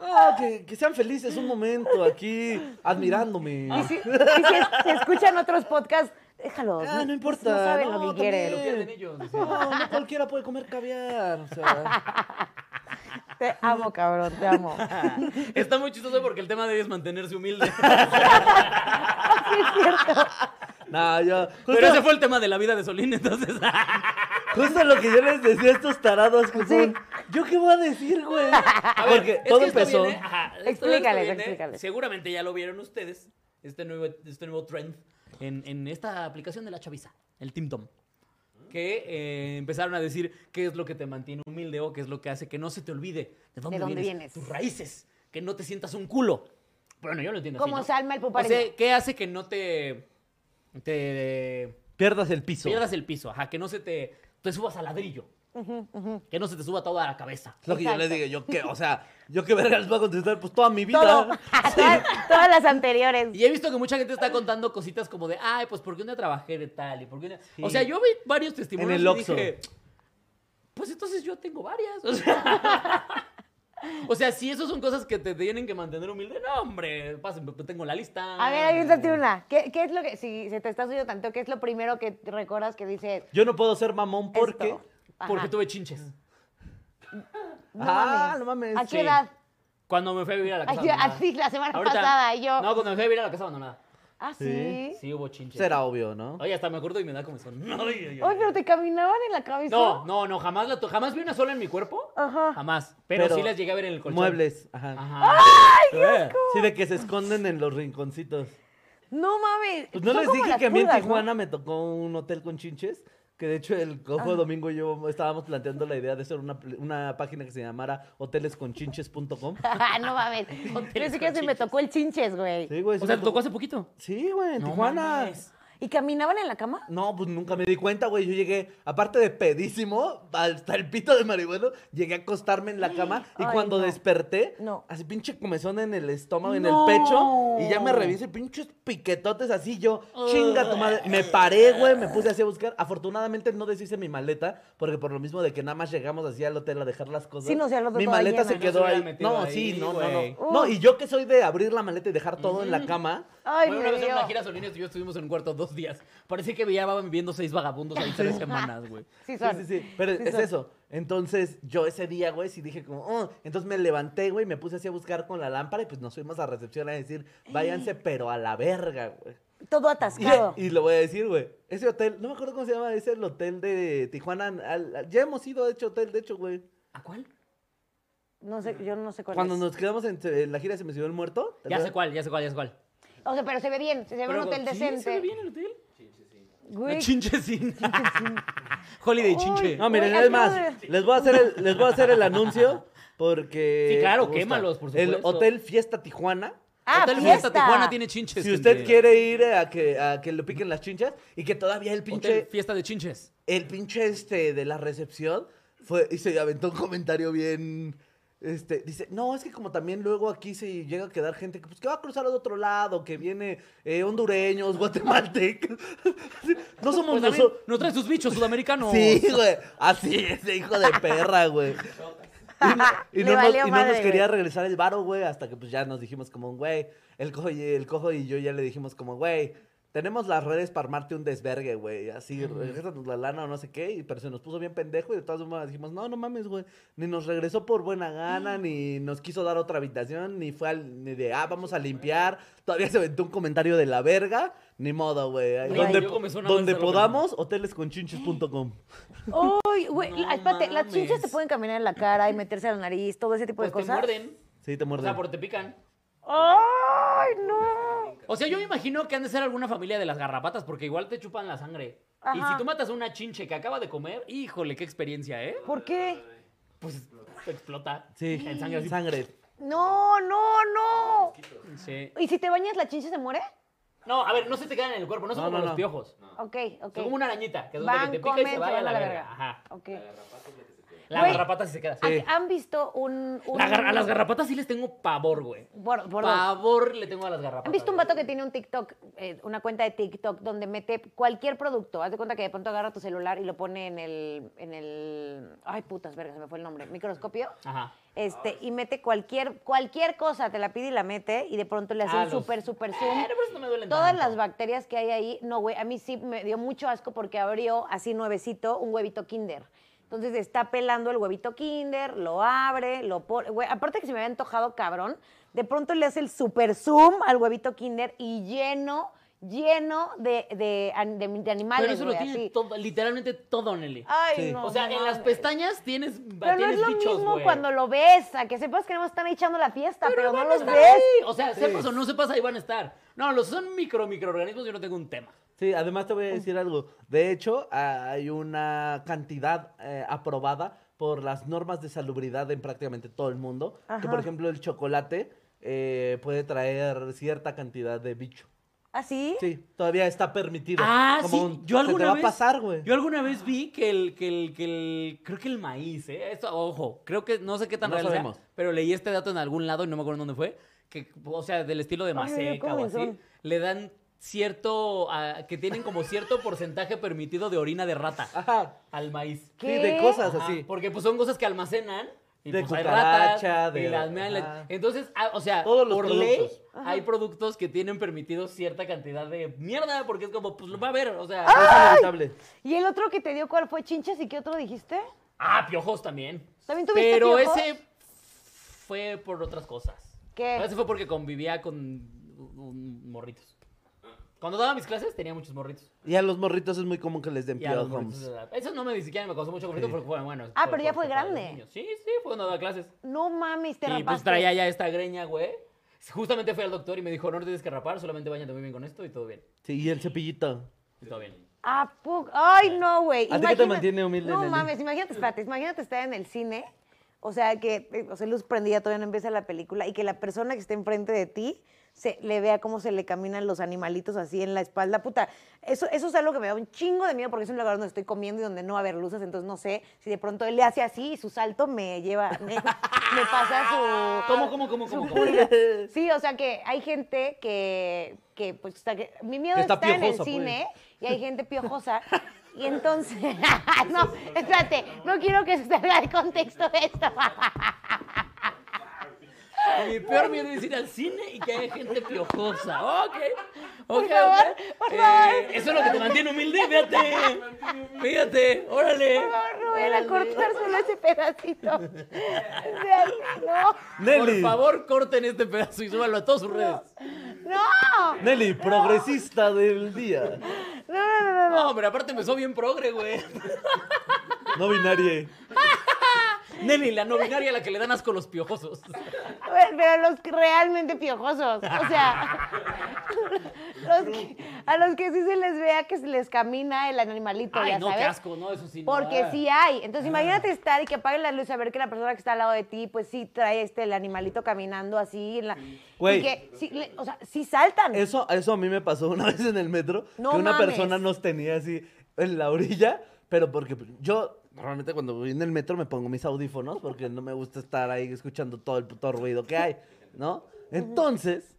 C: Ah, que, que sean felices un momento aquí admirándome.
B: Y si, y
C: [laughs]
B: si es- si escuchan otros podcasts, déjalos.
C: Ah, no importa,
B: No saben
C: no,
B: lo que quieren.
A: Lo pierden ellos. decía.
C: No, no cualquiera puede comer caviar. O sea,
B: Te amo, cabrón,
C: [laughs]
B: te amo.
A: Ah.
B: [laughs]
A: Está muy chistoso porque el tema de hoy es mantenerse humilde.
C: no, yo.
A: Pero ese fue el tema de la vida de Solín, entonces. [laughs]
C: Justo lo que yo les decía a estos tarados, que
B: Sí.
C: son, ¿yo qué voy a decir, güey?
A: [laughs] A ver,
C: Porque
A: es que
C: todo
A: esto
C: empezó.
A: viene- ajá, esto- esto
B: Explícales,
A: viene-
B: explícales.
A: Seguramente ya lo vieron ustedes, este nuevo, este nuevo trend en, en esta aplicación de la chaviza, el Tim Tom. Que eh, empezaron a decir qué es lo que te mantiene humilde o qué es lo que hace que no se te olvide de dónde,
B: dónde
A: vienes,
B: vienes?
A: tus raíces, que no te sientas un culo. Bueno, yo lo entiendo.
B: Como
A: así, ¿no?
B: Salma el
A: O
B: Pupareño.
A: sea, ¿qué hace que no te, te
C: Pierdas el piso.
A: pierdas el piso? Ajá, que no se te, te subas al ladrillo. Que no se te suba toda la cabeza.
C: Es lo que yo les
B: Exacto.
C: digo, yo qué, o sea, yo qué verga les voy a contestar, pues toda mi vida.
B: Todo. Todas, todas las anteriores.
A: Y he visto que mucha gente está contando cositas como de, ay, pues porque un día trabajé de tal y porque un día-". O sea, yo vi varios testimonios
C: En el
A: y
C: Oxxo.
A: dije, pues entonces yo tengo varias. O sea, [laughs] o sea, si esas son cosas que te tienen que mantener humilde, no, hombre, pásenme, pues tengo la lista.
B: A ver, aviéntate una. ¿Qué, qué es lo que, si se te está subiendo tanto, qué es lo primero que te recuerdas que dices?
C: Yo no puedo ser mamón porque.
B: Esto. Ajá.
A: Porque tuve chinches.
B: No
C: ah,
B: mames.
C: no mames.
B: ¿A qué
A: Sí.
B: edad?
A: Cuando me fui a vivir a la
B: Ay,
A: casa
B: yo-
A: abandonada.
B: así, la semana
A: Ahorita-
B: pasada, y yo.
A: No, cuando me fui a vivir a la casa abandonada.
B: ah,
C: Sí.
B: sí.
A: Sí hubo chinche.
C: Será pues, obvio, ¿no?
A: Oye, hasta me acuerdo y me da como son. [laughs]
B: Ay, pero te caminaban en la cabeza.
A: No, no, no, jamás la to- jamás vi una sola en mi cuerpo.
B: Ajá.
A: Jamás. Pero,
C: Pero
A: sí las llegué a ver en el colchón.
C: Muebles, ajá.
A: Ajá.
C: Eh, Sí, de que se esconden en los rinconcitos.
B: No mames.
C: Pues no
B: son
C: les
B: como
C: dije
B: las
C: que a mí en
B: pulgas, ¿no? [laughs]
C: Tijuana me tocó un hotel con chinches. Que de hecho el
A: Ah.
C: cojo domingo y yo estábamos planteando la idea de hacer una, pl- una página que se llamara hotelesconchinches.com.
B: Ah, no
A: [laughs]
B: mames. Ni siquiera se me tocó el chinches, güey.
C: Sí, güey. sí
A: O sea,
C: me
A: te tocó hace poquito.
C: Sí, güey, en
A: No
C: Tijuana.
A: mames.
B: ¿Y caminaban en la cama?
C: No, pues nunca me di cuenta, güey. Yo llegué, aparte de pedísimo, hasta el pito de marihuana, llegué a acostarme en la cama y
B: Ay,
C: cuando
B: no.
C: desperté,
B: No.
C: así pinche comezón en el estómago, en
A: No.
C: el pecho, y ya me reviso y pinches piquetotes así yo, chinga tu madre. Me paré, güey, me puse así a buscar. Afortunadamente no deshice mi maleta, porque por lo mismo de que nada más llegamos así al hotel a dejar las cosas.
B: Sí, no, sí, al otro
C: mi
B: toda
C: maleta
B: llena.
C: se
A: No se
C: quedó
A: hubiera
C: ahí.
A: metido
C: No,
A: ahí,
C: sí, no,
A: güey.
C: no, no. No, y yo que soy de abrir la maleta y dejar todo en la cama.
B: Ay,
A: Bueno,
B: me
A: una vez en
B: dio.
A: una gira Solineros y yo estuvimos en un cuarto dos días. Parecía que llevaban viviendo seis vagabundos [laughs] ahí tres semanas, güey.
B: Sí,
C: Sí,
B: son.
C: sí, sí. Pero
B: Sí
C: es
B: son.
C: eso. Entonces, yo ese día, güey, sí dije como, oh, entonces me levanté, güey, me puse así a buscar con la lámpara y pues nos fuimos a recepción a decir, váyanse, pero a la verga, güey.
B: Todo atascado.
C: Y, y lo voy a decir, güey. Ese hotel, no me acuerdo cómo se llama, es el hotel de Tijuana. al- al- ya hemos ido a ese hotel, de hecho, güey.
A: ¿A cuál?
B: No sé, yo no sé cuál
C: Cuando
B: es.
C: nos quedamos en, en la gira se me subió el muerto. ¿te
A: Ya sé
C: acuerdas?
A: cuál, ya sé cuál, ya sé cuál.
B: O sea, pero se ve bien, se ve un hotel
A: ¿sí ¿Se ve
B: decente.
A: bien el hotel?
B: Güey,
A: Chinchecín. [laughs] Holiday chinche.
C: No, miren,
B: Güey,
C: es más,
B: acabo
C: les voy a hacer el, les voy a hacer el anuncio porque...
A: Sí, claro,
C: me gusta.
A: quémalos, por
C: El
A: supuesto.
C: Hotel Fiesta Tijuana.
B: Ah,
A: hotel
B: fiesta.
A: Fiesta Tijuana tiene chinches.
C: Si
A: gente.
C: usted quiere ir a que, a que le piquen las chinchas y que todavía el
A: Hotel
C: pinche,
A: Fiesta de chinches.
C: el pinche este de la recepción fue y se aventó un comentario bien, este, dice, no, es que como también luego aquí se llega a quedar gente que, pues, que va a cruzar al otro lado, que viene eh, hondureños, [laughs] guatemaltecos, no somos
A: Pues también
C: nosotros.
A: no trae sus bichos sudamericanos.
C: Sí,
B: Pues
C: güey, así ese hijo de perra, güey. Y no- Y,
B: [laughs] Le
C: no, nos-
B: valió
C: y no
B: madre,
C: nos
B: güey.
C: quería regresar el varo, güey, hasta que pues ya nos dijimos como, güey, el cojo y el cojo y yo ya le dijimos como, güey, tenemos las redes para armarte un desvergue, güey, así, regrésanos la lana o no sé qué, y, pero se nos puso bien pendejo y de todas formas dijimos, no, no mames, güey, ni nos regresó por buena gana, ni nos quiso dar otra habitación, ni fue al, ni de, ah, vamos a limpiar, todavía se aventó un comentario de la verga, ni modo, güey, ahí
A: Güey,
C: donde,
A: yo como suena
C: donde
A: Gonzalo
C: podamos, hotelesconchinches.com.
B: Uy, güey,
A: No
B: la- espérate, las
A: mames.
B: chinches te pueden caminar en la cara y meterse a la nariz, todo ese tipo
A: Pues
B: de
A: te
B: cosas.
A: muerden.
C: Sí, te
A: O
C: muerden.
A: sea, porque te pican.
B: Ay, no.
A: O sea, yo me imagino que han de ser alguna familia de las garrapatas, porque igual te chupan la sangre. Y
B: Ajá.
A: si tú matas a una chinche que acaba de comer, híjole, qué experiencia, ¿eh?
B: ¿Por qué?
A: Pues te explota.
C: Sí,
A: En sangre. así.
C: Sangre.
B: No, no, no.
A: Sí.
B: ¿Y si te bañas la chinche se muere?
A: No, a ver, no se te quedan en el cuerpo, no son
C: No,
A: como
C: no,
A: los
C: no.
A: piojos.
B: Ok, ok.
A: Son como una arañita, que es donde
B: Van,
A: que te pica y
B: comen,
A: se va a la, verga.
B: Ajá.
A: Ajá.
B: Ok.
A: La
B: Güey.
A: garrapata sí se queda.
B: ¿Han- ¿Han visto un... un-
A: La gar- a las garrapatas sí les tengo pavor, güey.
B: Por- por dos.
A: Pavor le tengo a las garrapatas.
B: ¿Han visto un
A: güey.
B: vato que tiene un TikTok, eh, una cuenta de TikTok, donde mete cualquier producto? Haz de cuenta que de pronto agarra tu celular y lo pone en el. En el ay, putas vergas, se me fue el nombre. Microscopio.
A: Ajá.
B: Este, y mete cualquier, cualquier cosa, te la pide y la mete, y de pronto le hace
A: Ah,
B: un
A: los-
B: súper, súper zoom.
A: Pero por eso no me duelen
B: Todas
A: tanto.
B: las bacterias que hay ahí, no, güey, a mí sí me dio mucho asco porque abrió así nuevecito un huevito kinder. Entonces está pelando el huevito kinder, lo abre, lo pone, güey, aparte que se me había antojado cabrón, de pronto le hace el super zoom al huevito kinder y lleno, lleno de, de, an- de- de animales,
A: Pero eso lo
B: güey,
A: tiene
B: así.
A: todo, literalmente todo, Nelly.
B: Ay,
C: Sí.
B: no,
A: o sea,
B: no
A: en las
B: mames.
A: pestañas tienes,
B: Pero no
A: tienes
B: es lo
A: bichos,
B: mismo
A: güey.
B: cuando lo ves, a que sepas que no están echando la fiesta, pero, no
A: van a
B: los
A: estar
B: ves.
A: ahí. O sea, sepas o no sepas, ahí van a estar. No, los son micro, microorganismos, yo no tengo un tema.
C: Sí, además te voy a decir algo. De hecho, hay una cantidad eh, aprobada por las normas de salubridad en prácticamente todo el mundo. Que, por ejemplo, el chocolate eh, puede traer cierta cantidad de bicho.
B: ¿Así?
C: Sí, todavía está permitido.
A: Ah,
C: Como
A: sí.
C: un,
A: yo
C: se
A: alguna
C: te va
A: vez,
C: a pasar, güey.
A: Yo alguna vez vi que el, que el, que el, creo que el maíz, ¿eh? Esto, ojo, creo que, no sé qué tan
C: No
A: real sea,
C: sabemos.
A: pero leí este dato en algún lado y no me acuerdo dónde fue, que, o sea, del estilo de
B: mira
A: maseca
B: cómo
A: o así,
B: son.
A: le dan cierto, ah, que tienen como cierto porcentaje permitido de orina de rata
C: Ajá.
A: al maíz.
C: Sí,
B: ¿Qué?
C: de cosas
A: Ajá,
C: así.
A: Porque pues son cosas que almacenan. Y,
C: De
A: pues, hay
C: cucaracha,
A: ratas,
C: de-
A: y las mean-
C: ajá.
A: Entonces, ah, o sea,
C: Todos los
A: por ley
C: productos.
A: hay productos que tienen permitido cierta cantidad de mierda, porque es como, pues lo va a ver, o sea.
C: Es inevitable.
B: ¿Y el otro que te dio cuál fue chinches y qué otro dijiste?
A: Ah, piojos también.
B: ¿También tuviste
A: Pero
B: piojos?
A: ese fue por otras cosas.
B: ¿Qué?
A: Ese fue porque convivía con un- un- morritos. Cuando daba mis clases tenía muchos morritos.
C: Y a los morritos es muy común que les den
A: Y a los
C: piedad
A: morritos
C: homes.
A: de la- Eso no me ni siquiera me causó mucho conflicto porque fue bueno.
B: Ah, pero ya fue
A: culpa de los
B: grande.
A: niños. Sí, sí, fue cuando daba clases.
B: No mames, te
A: Y pues
B: rapaste.
A: traía ya esta greña, güey. Justamente fui al doctor y me dijo, no te tienes que rapar, solamente bañate muy bien con esto y todo bien.
C: Sí, y el cepillito.
A: Y todo bien.
B: Ah, poco? Ay, no, güey.
C: ¿A ti qué te
B: Imagina-
C: mantiene humilde,
B: No
C: Nelly?
B: mames, imagínate, espérate, imagínate estar en el cine, o sea, que eh, o sea, luz prendida, todavía no empieza la película, y que la persona que esté enfrente de ti se, le vea cómo se le caminan los animalitos así en la espalda. Puta, eso, eso es algo que me da un chingo de miedo porque es un lugar donde estoy comiendo y donde no va a haber luces, entonces no sé si de pronto él le hace así y su salto me lleva, me, me pasa su...
A: ¿Cómo, cómo, cómo, cómo? cómo?
B: Sí, o sea que hay gente que, que pues, está que, mi miedo
C: Que
B: está,
C: está
B: en el
C: piojosa, pues.
B: cine y hay gente piojosa. Y entonces, [laughs] no, espérate, no quiero que se salga de contexto esto. [laughs]
A: Mi peor miedo es ir al cine y que haya gente piojosa. Ok. Ok,
B: Por
A: ok. Eh,
B: favor, por favor.
A: Eso es lo que te mantiene humilde, fíjate. Fíjate, órale.
B: Por favor, no vayan a cortar solo ese pedacito. O sea, no,
C: [laughs] Nelly,
A: Por favor, corten este pedazo y súbanlo a todas sus redes.
B: no,
C: Nelly, progresista del día.
B: no, no, no, no.
A: No, hombre, aparte empezó bien progre, güey.
C: No binarie.
A: Nelly, la no binaria a la que le dan asco los piojosos.
B: Bueno, Pero los que realmente piojosos, o sea, [laughs] los que- a los que sí se les vea que se les camina el animalito,
A: Ay,
B: ya
A: no,
B: sabes.
A: qué asco, no, eso sí. no.
B: Porque
A: Ah.
B: sí hay. Entonces, imagínate estar y que apague la luz y a ver que la persona que está al lado de ti, pues sí trae este el animalito caminando así. en la-
C: Güey.
B: Y que, sí, le- o sea, sí saltan.
C: Eso, eso a mí me pasó una [laughs] vez en el metro.
B: No
C: que una
B: mames.
C: persona nos tenía así en la orilla, pero porque yo normalmente cuando voy en el metro me pongo mis audífonos porque no me gusta estar ahí escuchando todo el puto ruido que hay, ¿no? Entonces,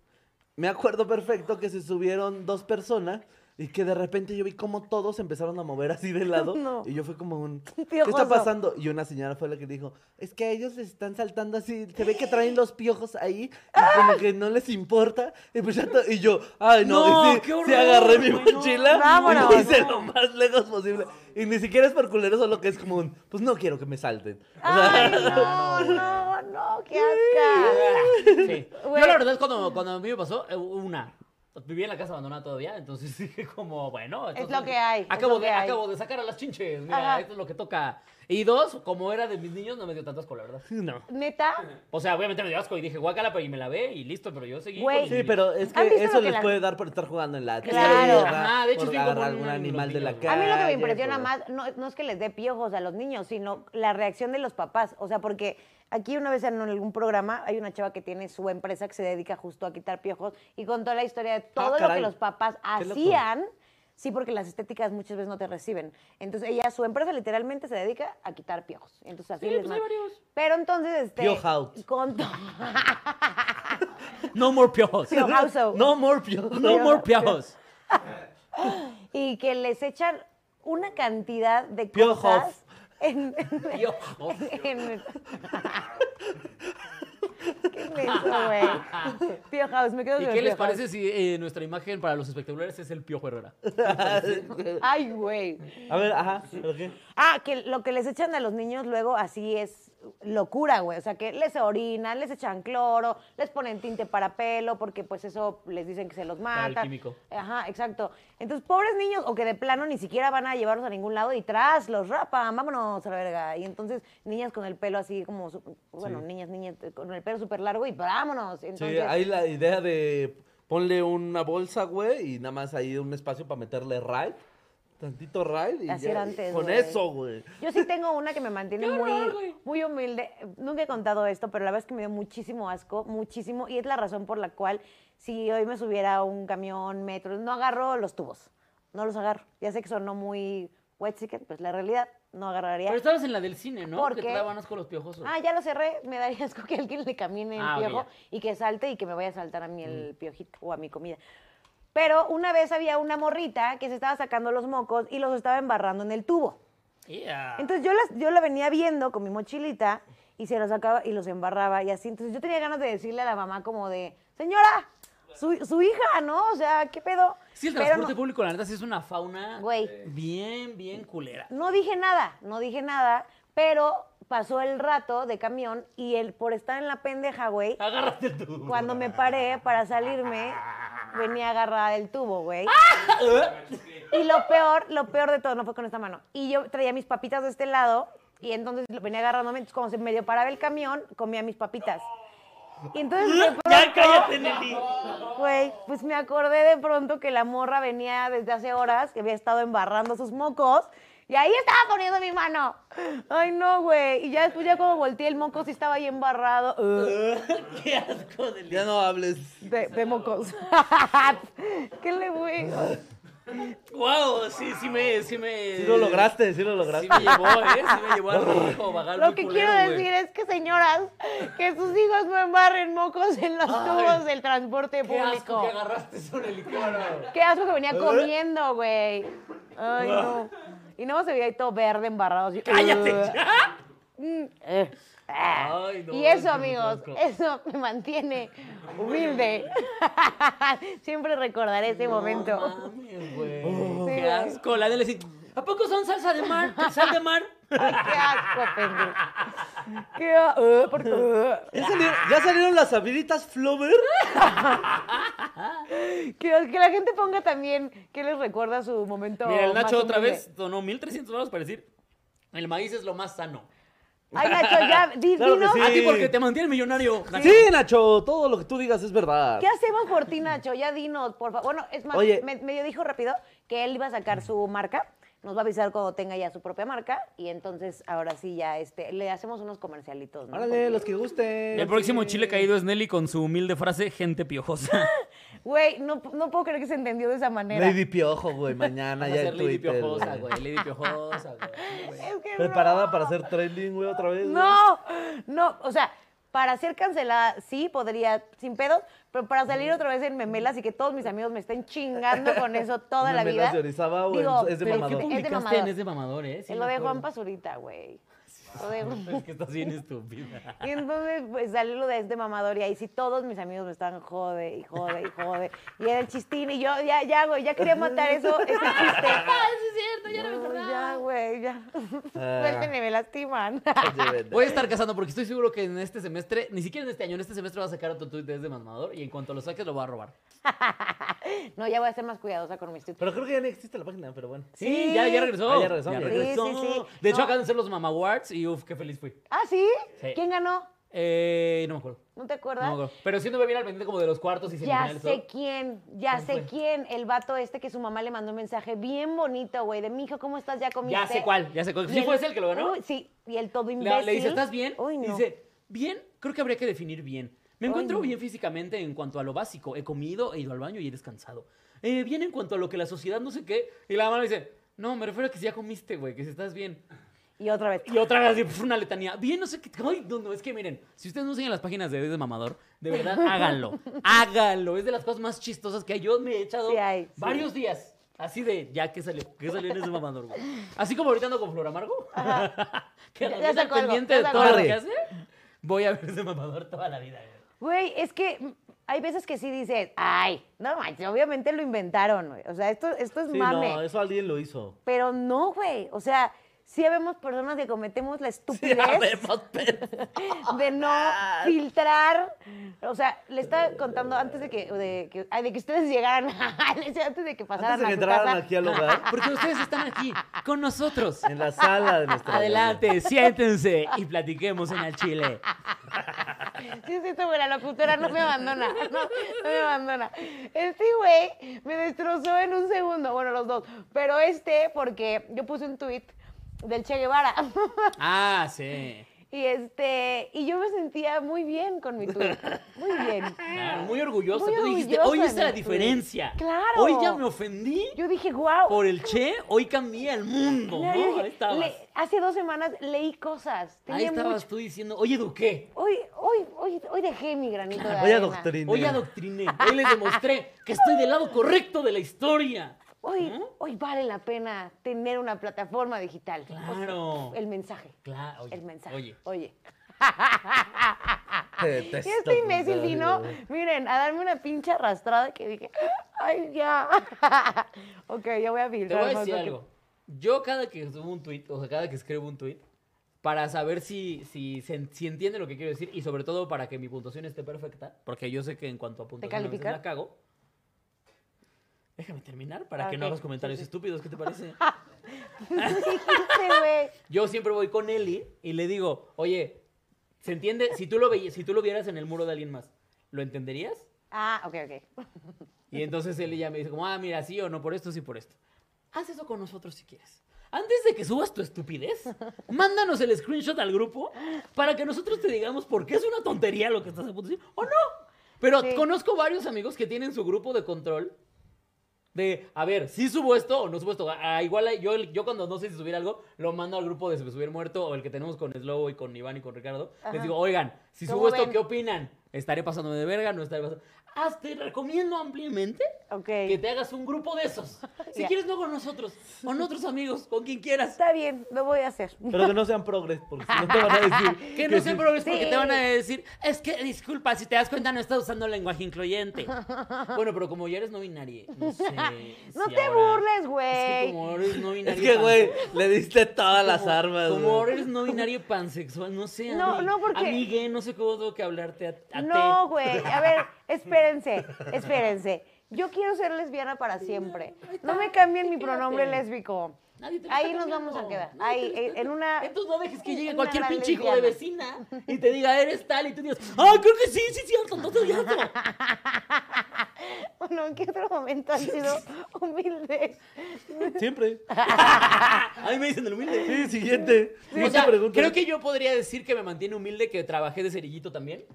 C: me acuerdo perfecto que se subieron dos personas y que de repente yo vi como todos empezaron a mover así de lado
B: [laughs] No.
C: y yo fue como un
B: [laughs]
C: ¿Qué
B: Piojoso.
C: está pasando? Y una señora fue la que dijo, "Es que a ellos les están saltando así, se ve que traen los piojos ahí y como que no les importa." Y, pues ya to- y yo, "Ay, no,
A: No,
C: y sí,
A: qué
C: sí
A: horror,
C: agarré mi
A: güey, no.
C: mochila
B: Vámonos.
C: y me hice lo más lejos posible." Y ni siquiera es por culero, solo que es como un, "Pues no quiero que me salten." O sea,
A: [laughs]
B: Ay, no, no, no, qué asca.
A: Sí.
B: Güey.
A: Yo la verdad es cuando, cuando a mí me pasó, eh, una. Vivía en la casa abandonada todavía, entonces [laughs] dije como, bueno... entonces,
B: lo que hay, es
A: Acabo,
B: lo que
A: de,
B: hay.
A: acabo de sacar a las chinches, mira,
B: Ajá.
A: esto es lo que toca. Y dos, como era de mis niños, no me dio tanto asco, la verdad.
C: no.
B: Neta,
A: O sea, obviamente me dio asco y dije, guácala, pero y me la ve y listo, pero yo seguí.
B: Güey.
A: con mis
C: Sí,
A: niños.
C: pero es
B: ¿Han
C: que
B: visto
C: eso
B: lo que
C: les
B: la-
C: puede dar por estar jugando en la
B: Claro.
C: tierra,
A: Ajá, de hecho,
C: por
A: sí, como
C: agarrar algún
A: un-
C: animal de la
A: los
C: calle.
A: niños,
B: a mí lo que me
C: por-
B: impresiona más no, no es que les dé piojos a los niños, sino la reacción de los papás. O sea, porque aquí una vez en algún programa hay una chava que tiene su empresa que se dedica justo a quitar piojos y contó la historia de todo lo que
C: caray.
B: los papás
C: Qué loco.
B: hacían. Sí, porque las estéticas muchas veces no te reciben. Entonces, ella, su empresa literalmente se dedica a quitar piojos. Entonces, así
A: Sí,
B: les
A: pues
B: ma-
A: hay varios.
B: Pero entonces, este.
C: Piojo out.
B: contó-
A: No more piojos.
B: Piojo out, so-
C: No more piojos.
A: No
B: Piojo-
A: more
C: [laughs]
A: piojos.
B: Y que les echan una cantidad de
C: Piojos.
B: cosas. En,
A: [laughs]
B: en-
A: Piojos.
B: en- ¿Qué es eso,
A: [laughs]
B: güey? Piojos, me quedo
A: ¿Y
B: con el
A: qué les
B: Piojo
A: parece si eh, nuestra imagen para los espectaculares es el piojo Herrera?
B: House. Ay, güey.
C: A ver, ajá, ¿pero qué?
B: Ah, que lo que les echan a los niños luego así es locura, güey. O sea, que les orinan, les echan cloro, les ponen tinte para pelo, porque pues eso les dicen que se los mata.
A: el químico.
B: Ajá, exacto. Entonces, pobres niños, o que de plano ni siquiera van a llevarlos a ningún lado y tras, los rapan, vámonos a la verga. Y entonces, niñas con el pelo así como, su- bueno, niñas, niñas, eh, con el pelo súper largo y vámonos.
C: Sí,
B: Entonces,
C: hay la idea de ponle una bolsa, güey, y nada más ahí un espacio para meterle raid. Tantito raid y
B: Así
C: ya,
B: era antes,
C: con
B: güey.
C: eso, güey.
B: Yo sí tengo una que me mantiene
A: Qué
B: muy,
A: horror, güey.
B: muy humilde. Nunca he contado esto, pero la verdad es que me dio muchísimo asco, muchísimo. Y es la razón por la cual, si hoy me subiera a un camión, metro, no agarro los tubos. No los agarro. Ya sé que sonó muy wet chicken, pues la realidad no agarraría.
A: Pero estabas en la del cine, ¿no?
B: ¿Por
A: que
B: qué?
A: te daban asco los piojosos.
B: Ah, ya lo cerré. Me daría [laughs] asco que alguien le camine el
A: Ah, ok,
B: piojo
A: ya. Mm.
B: y que salte y que me vaya a saltar a mí el piojito o a mi comida. Pero una vez había una morrita que se estaba sacando los mocos y los estaba embarrando en el tubo.
A: Yeah.
B: Entonces yo, las, yo la venía viendo con mi mochilita y se los sacaba y los embarraba y así. Entonces yo tenía ganas de decirle a la mamá como de, señora, su, su hija, ¿no? O sea, ¿qué pedo?
A: Sí, el
B: Pero
A: transporte
B: no-
A: público, la neta, sí es una fauna
B: Güey.
A: bien, bien culera.
B: No dije nada, no dije nada, Pero pasó el rato de camión y él, por estar en la pendeja, güey,
A: Agárrate tú.
B: cuando me paré para salirme, venía agarrada del tubo, güey. Y lo peor, lo peor de todo, no fue con esta mano. Y yo traía mis papitas de este lado y entonces lo- venía agarrándome. Entonces, como se medio paraba el camión, comía mis papitas. Y entonces, de
D: Ya
B: pronto,
D: cállate, Nelly.
B: güey, pues me acordé de pronto que la morra venía desde hace horas, que había estado embarrando sus mocos. Y ahí estaba poniendo mi mano. Ay, no, güey. Y ya después, ya como volteé el moco, sí estaba ahí embarrado. Ugh.
D: Qué asco, Nelly.
C: Ya no hables.
B: De, de mocos. [laughs] ¿Qué le voy?
A: Wow, sí, sí me, sí me.
C: Sí lo lograste, sí lo
A: Sí
C: lograste.
A: me llevó, ¿eh? Sí me llevó al rojo, vagar
B: Lo
A: muy
B: que
A: culero,
B: quiero
A: güey.
B: decir es que, señoras, que sus hijos no embarren mocos en los tubos del transporte
A: Qué asco
B: público.
A: que agarraste sobre el licuado.
B: Qué asco que
A: ¿Eh?
B: venía comiendo, güey. Ay, no. Y no se veía ahí todo verde, embarrado. Así.
A: Ah. ¡Cállate ya!
B: Mm, eh, ah.
A: Ay, no,
B: y eso,
A: es que me
B: amigos,
A: toco.
B: eso me mantiene humilde. [laughs] Siempre recordaré ese momento.
A: No mames, güey.
B: Sí,
A: Qué
B: güey.
A: asco. La Nelly así, ¿A poco son salsa de mar? ¿Sal de mar?
B: Ay, [laughs] qué asco, pendejo. Qué a- eh, por- eh.
C: ¿Ya salieron, ya salieron las habilitas Flover?
B: Que, que la gente ponga también que les recuerda su momento.
A: Mira, el
B: más
A: Nacho otra
B: humilde.
A: vez donó 1.300 dólares para decir, el maíz es lo más sano.
B: Ay, Nacho, ya,
C: [laughs]
B: di-
C: Claro que
B: dinos,
C: sí.
A: A ti porque te mantiene millonario. Nacho.
C: Sí, Nacho, todo lo que tú digas es verdad.
B: ¿Qué hacemos por ti, Nacho? Ya dinos, por favor. Bueno, es más,
C: Oye.
B: me, medio dijo rápido que él iba a sacar su marca. Nos va a avisar cuando tenga ya su propia marca. Y entonces, ahora sí, ya este, le hacemos unos comercialitos. ¿no?
C: Árale, los que gusten.
A: El próximo chile caído es Nelly con su humilde frase, gente piojosa.
B: Güey, no, no puedo creer que se entendió de esa manera.
C: Lady Piojo, güey, mañana
A: Vamos a
C: ya
A: ser
C: en
A: Lady
C: Twitter.
A: piojosa,
C: güey.
A: güey. Lady piojosa, güey.
B: Es que
C: ¿Preparada
B: no.
C: para hacer trailing, güey, otra vez? güey?
B: No, no, o sea, para ser cancelada sí podría, sin pedos, pero para salir otra vez en memelas y que todos mis amigos me estén chingando con eso
C: [laughs]
B: toda la
C: Memelas
B: vida.
C: de Orizaba o
B: Digo,
C: es de
B: pero
C: mamador.
B: ¿qué
A: ¿Qué
B: Es de
A: publicaste en
B: mamador.
A: Es de mamador, eh? Sí
B: Se
A: me
B: lo de
A: acuerdo.
B: Juan Pazurita, güey. Lo de-
A: [laughs] Es que estás bien estúpida.
B: [laughs] Y entonces, pues salió lo de este mamador y ahí sí todos mis amigos me estaban jode y jode y jode. Y era el chistín y yo, ya, ya, güey, ya quería
C: [laughs]
B: matar eso, ese chiste.
A: es cierto,
B: No, ya, güey, ya. [laughs]
C: Ah.
B: Suéltenme, me lastiman. [laughs]
C: Oye, vete.
A: Voy a estar casando porque estoy seguro que en este semestre, ni siquiera en este año, en este semestre vas a sacar otro tweet de Es de mamador y en cuanto lo saques lo va a robar.
B: No, ya voy a ser más cuidadosa con mis tweets.
C: Pero creo que ya no existe la página, pero bueno.
A: Sí, ya, ya regresó.
C: Ah, ya regresó, ya
B: regresó. Sí, sí, sí.
A: De hecho,
B: No.
A: acaban de ser los Mama Awards y uff, qué feliz fui.
B: ¿Ah, sí?
A: Sí.
B: ¿Quién ganó?
A: Eh, no me acuerdo.
B: ¿No te
A: No
B: acuerdas?
A: me acuerdo. Pero sí anduve bien al pendiente como de los cuartos y
B: Ya
A: semifinales.
B: sé
A: todo.
B: quién, ya
A: ¿Quién
B: sé
A: fue?
B: quién, el vato este que su mamá le mandó un mensaje bien bonito, güey, de mi hijo, ¿cómo estás? ¿Ya comiste?
A: Ya sé cuál, ya sé cuál.
B: Y
A: ¿Sí fue ese el que lo ganó?
B: Uy, sí, y el todo imbécil.
A: Le, le dice, ¿estás bien?
B: Uy, no.
A: Dice, bien, creo que habría que definir bien. Me encuentro
B: no.
A: bien físicamente en cuanto a lo básico. He comido, he ido al baño y he descansado. Eh, bien en cuanto a lo que la sociedad no sé qué. Y la mamá le dice, no, me refiero a que si ya comiste, güey, que si estás bien.
B: Y otra vez.
A: Y otra vez así, pf, una letanía. Bien, no sé qué. Ay, no, no, es que miren, si ustedes no siguen las páginas de Hoy de Mamador, de
B: [laughs]
A: verdad, háganlo. háganlo. Es de las cosas más chistosas que hay. Yo me he echado
B: Sí hay, sí.
A: varios días. Así de, ya, que salió? que salió en ese mamador, güey? Así como ahorita ando con Flor Amargo. [laughs] que
B: Ya- ya
A: ando bien al
B: sacó algo,
A: pendiente
B: ya
A: de
B: sacó
A: todo lo
C: algo.
A: que hace. Voy a ver ese mamador toda la vida, güey.
B: Güey, es que mm, hay veces que sí dices, ay, no manches, obviamente lo inventaron, güey. O sea, esto, esto es
C: Sí,
B: mame.
C: no, eso alguien lo hizo.
B: Pero no, güey. O sea, sí vemos personas que cometemos
A: [laughs]
B: la estupidez
A: Habemos pe-
B: de no filtrar. O sea, le estaba contando antes de que, de que, ay, de que ustedes llegaran, [laughs] le decía, antes de que pasaran
C: Antes de que
B: a su
C: entraran
B: casa.
C: aquí al hogar,
A: Porque ustedes están aquí, con nosotros.
C: en la sala de nuestra
A: Adelante, siéntense y platiquemos en el chile.
B: Sí, sí, esto, güey, la locutora no me abandona. [laughs] No, no me abandona. Este güey me destrozó en un segundo. Bueno, los dos. Pero este, porque yo puse un tuit del Che Guevara. [laughs]
A: Ah, sí.
B: Y este, y yo me sentía muy bien con mi tuit. Muy bien.
A: Claro, muy orgullosa.
B: Muy
A: Tú dijiste,
B: orgullosa
A: hoy
B: de
A: está la
B: mí,
A: diferencia.
B: claro.
A: Hoy ya me ofendí
B: Yo dije, wow.
A: por el che, hoy cambié el mundo. ¿no? Ahí estabas.
B: hace dos semanas leí cosas.
A: Ahí
B: Tenía
A: estabas
B: mucho-
A: tú diciendo, hoy eduqué,
B: Hoy, hoy, hoy, hoy dejé mi granito
C: [laughs]
B: de
C: Oye,
B: arena.
C: doctrina.
A: hoy adoctriné, hoy les demostré que estoy del lado correcto de la historia.
B: Hoy, hoy vale la pena tener una plataforma digital.
A: Claro.
B: el mensaje.
A: Claro, oye,
B: el mensaje.
A: oye.
B: Oye.
C: [laughs] Te
B: Y
C: detesto,
B: este imbécil vino,
C: güey.
B: miren, a darme una pinche arrastrada que dije, "Ah, ay, ya. [laughs] ok, yo voy a filtrar.
A: Te voy a
B: más
A: decir
B: lo que-
A: algo. Yo cada que subo un tweet, o sea, cada que escribo un tweet, para saber si, si, se en- si entiende lo que quiero decir y sobre todo para que mi puntuación esté perfecta, porque yo sé que en cuanto a puntuación a veces
B: califican?
A: la cago. Déjame terminar para
B: Ah,
A: que no
B: ok.
A: hagas comentarios estúpidos, ¿qué
B: [laughs]
A: te parece?
B: Dijiste, güey.
A: Yo siempre voy con Eli y le digo, oye, ¿se entiende? Si tú lo, veías, si tú lo vieras en el muro de alguien más, ¿lo entenderías?
B: Ah, ok, ok.
A: Y entonces él ya me dice como, ah, mira, sí o no, por esto, sí, por esto. Haz eso con nosotros si quieres. Antes de que subas tu estupidez, mándanos el screenshot al grupo para que nosotros te digamos por qué es una tontería lo que estás a punto de decir o no. Pero
B: Sí.
A: conozco varios amigos que tienen su grupo de control de, a ver, si subo esto o no subo esto. Ah, igual hay- yo, yo cuando no sé si subir algo, lo mando al grupo de Subir Muerto o el que tenemos con Slow y con Iván y con Ricardo. Les digo, oigan, si
B: ¿Cómo
A: subo esto,
B: ven?
A: ¿qué opinan? ¿Estaré pasándome de verga? ¿No estaré pasando? Ah, te recomiendo ampliamente
B: Ok.
A: [laughs] que te hagas un grupo
B: [laughs]
A: de esos. Si
B: Ya.
A: quieres, no con nosotros, con otros amigos, con
B: [laughs]
A: quien quieras.
B: Está bien, lo voy a
A: [laughs]
B: hacer.
C: Pero que no sean progres, porque si no te van a decir.
A: Que no
C: sí.
A: se progres porque
B: Sí.
A: te van a decir, es que disculpa, si te das cuenta no estás usando
B: [laughs]
A: lenguaje incluyente. Bueno, pero como ya eres no binario, no sé.
B: No
A: si
B: te
A: ahora-
B: burles,
A: Es
B: güey.
A: que como eres no
C: Es
A: binario.
C: que, güey,
A: panse-
C: le diste todas [laughs] las
A: como-
C: armas.
A: Como
C: güey.
A: ahora eres no binario pansexual, no sé.
B: No,
A: ami-
B: no, porque-
A: Amigue, no sé cómo tengo que hablarte a, a
B: No,
A: te.
B: güey. A ver, espérense, espérense. Yo quiero ser lesbiana para siempre. No me cambien mi pronombre
A: Quédate.
B: lésbico.
A: Nadie te lo
B: Ahí
A: está
B: nos
A: cambiando.
B: vamos a quedar. Ahí,
A: Nadie te lo
B: eh,
A: está-
B: en una.
A: Entonces no dejes que llegue
B: una
A: cualquier
B: gran
A: pinche hijo de
B: lesbiana.
A: vecina y te diga, eres tal, y tú digas, ah, creo que sí, sí, es cierto, entonces ya no".
B: [laughs] Bueno, ¿en qué otro momento han
A: [laughs]
B: sido humildes? [laughs]
C: Siempre.
A: A mí me dicen el humilde.
C: Sí, siguiente.
A: o
C: Siguiente
A: sea,
C: pregunta.
A: creo que yo podría decir que me mantiene humilde que trabajé de cerillito también.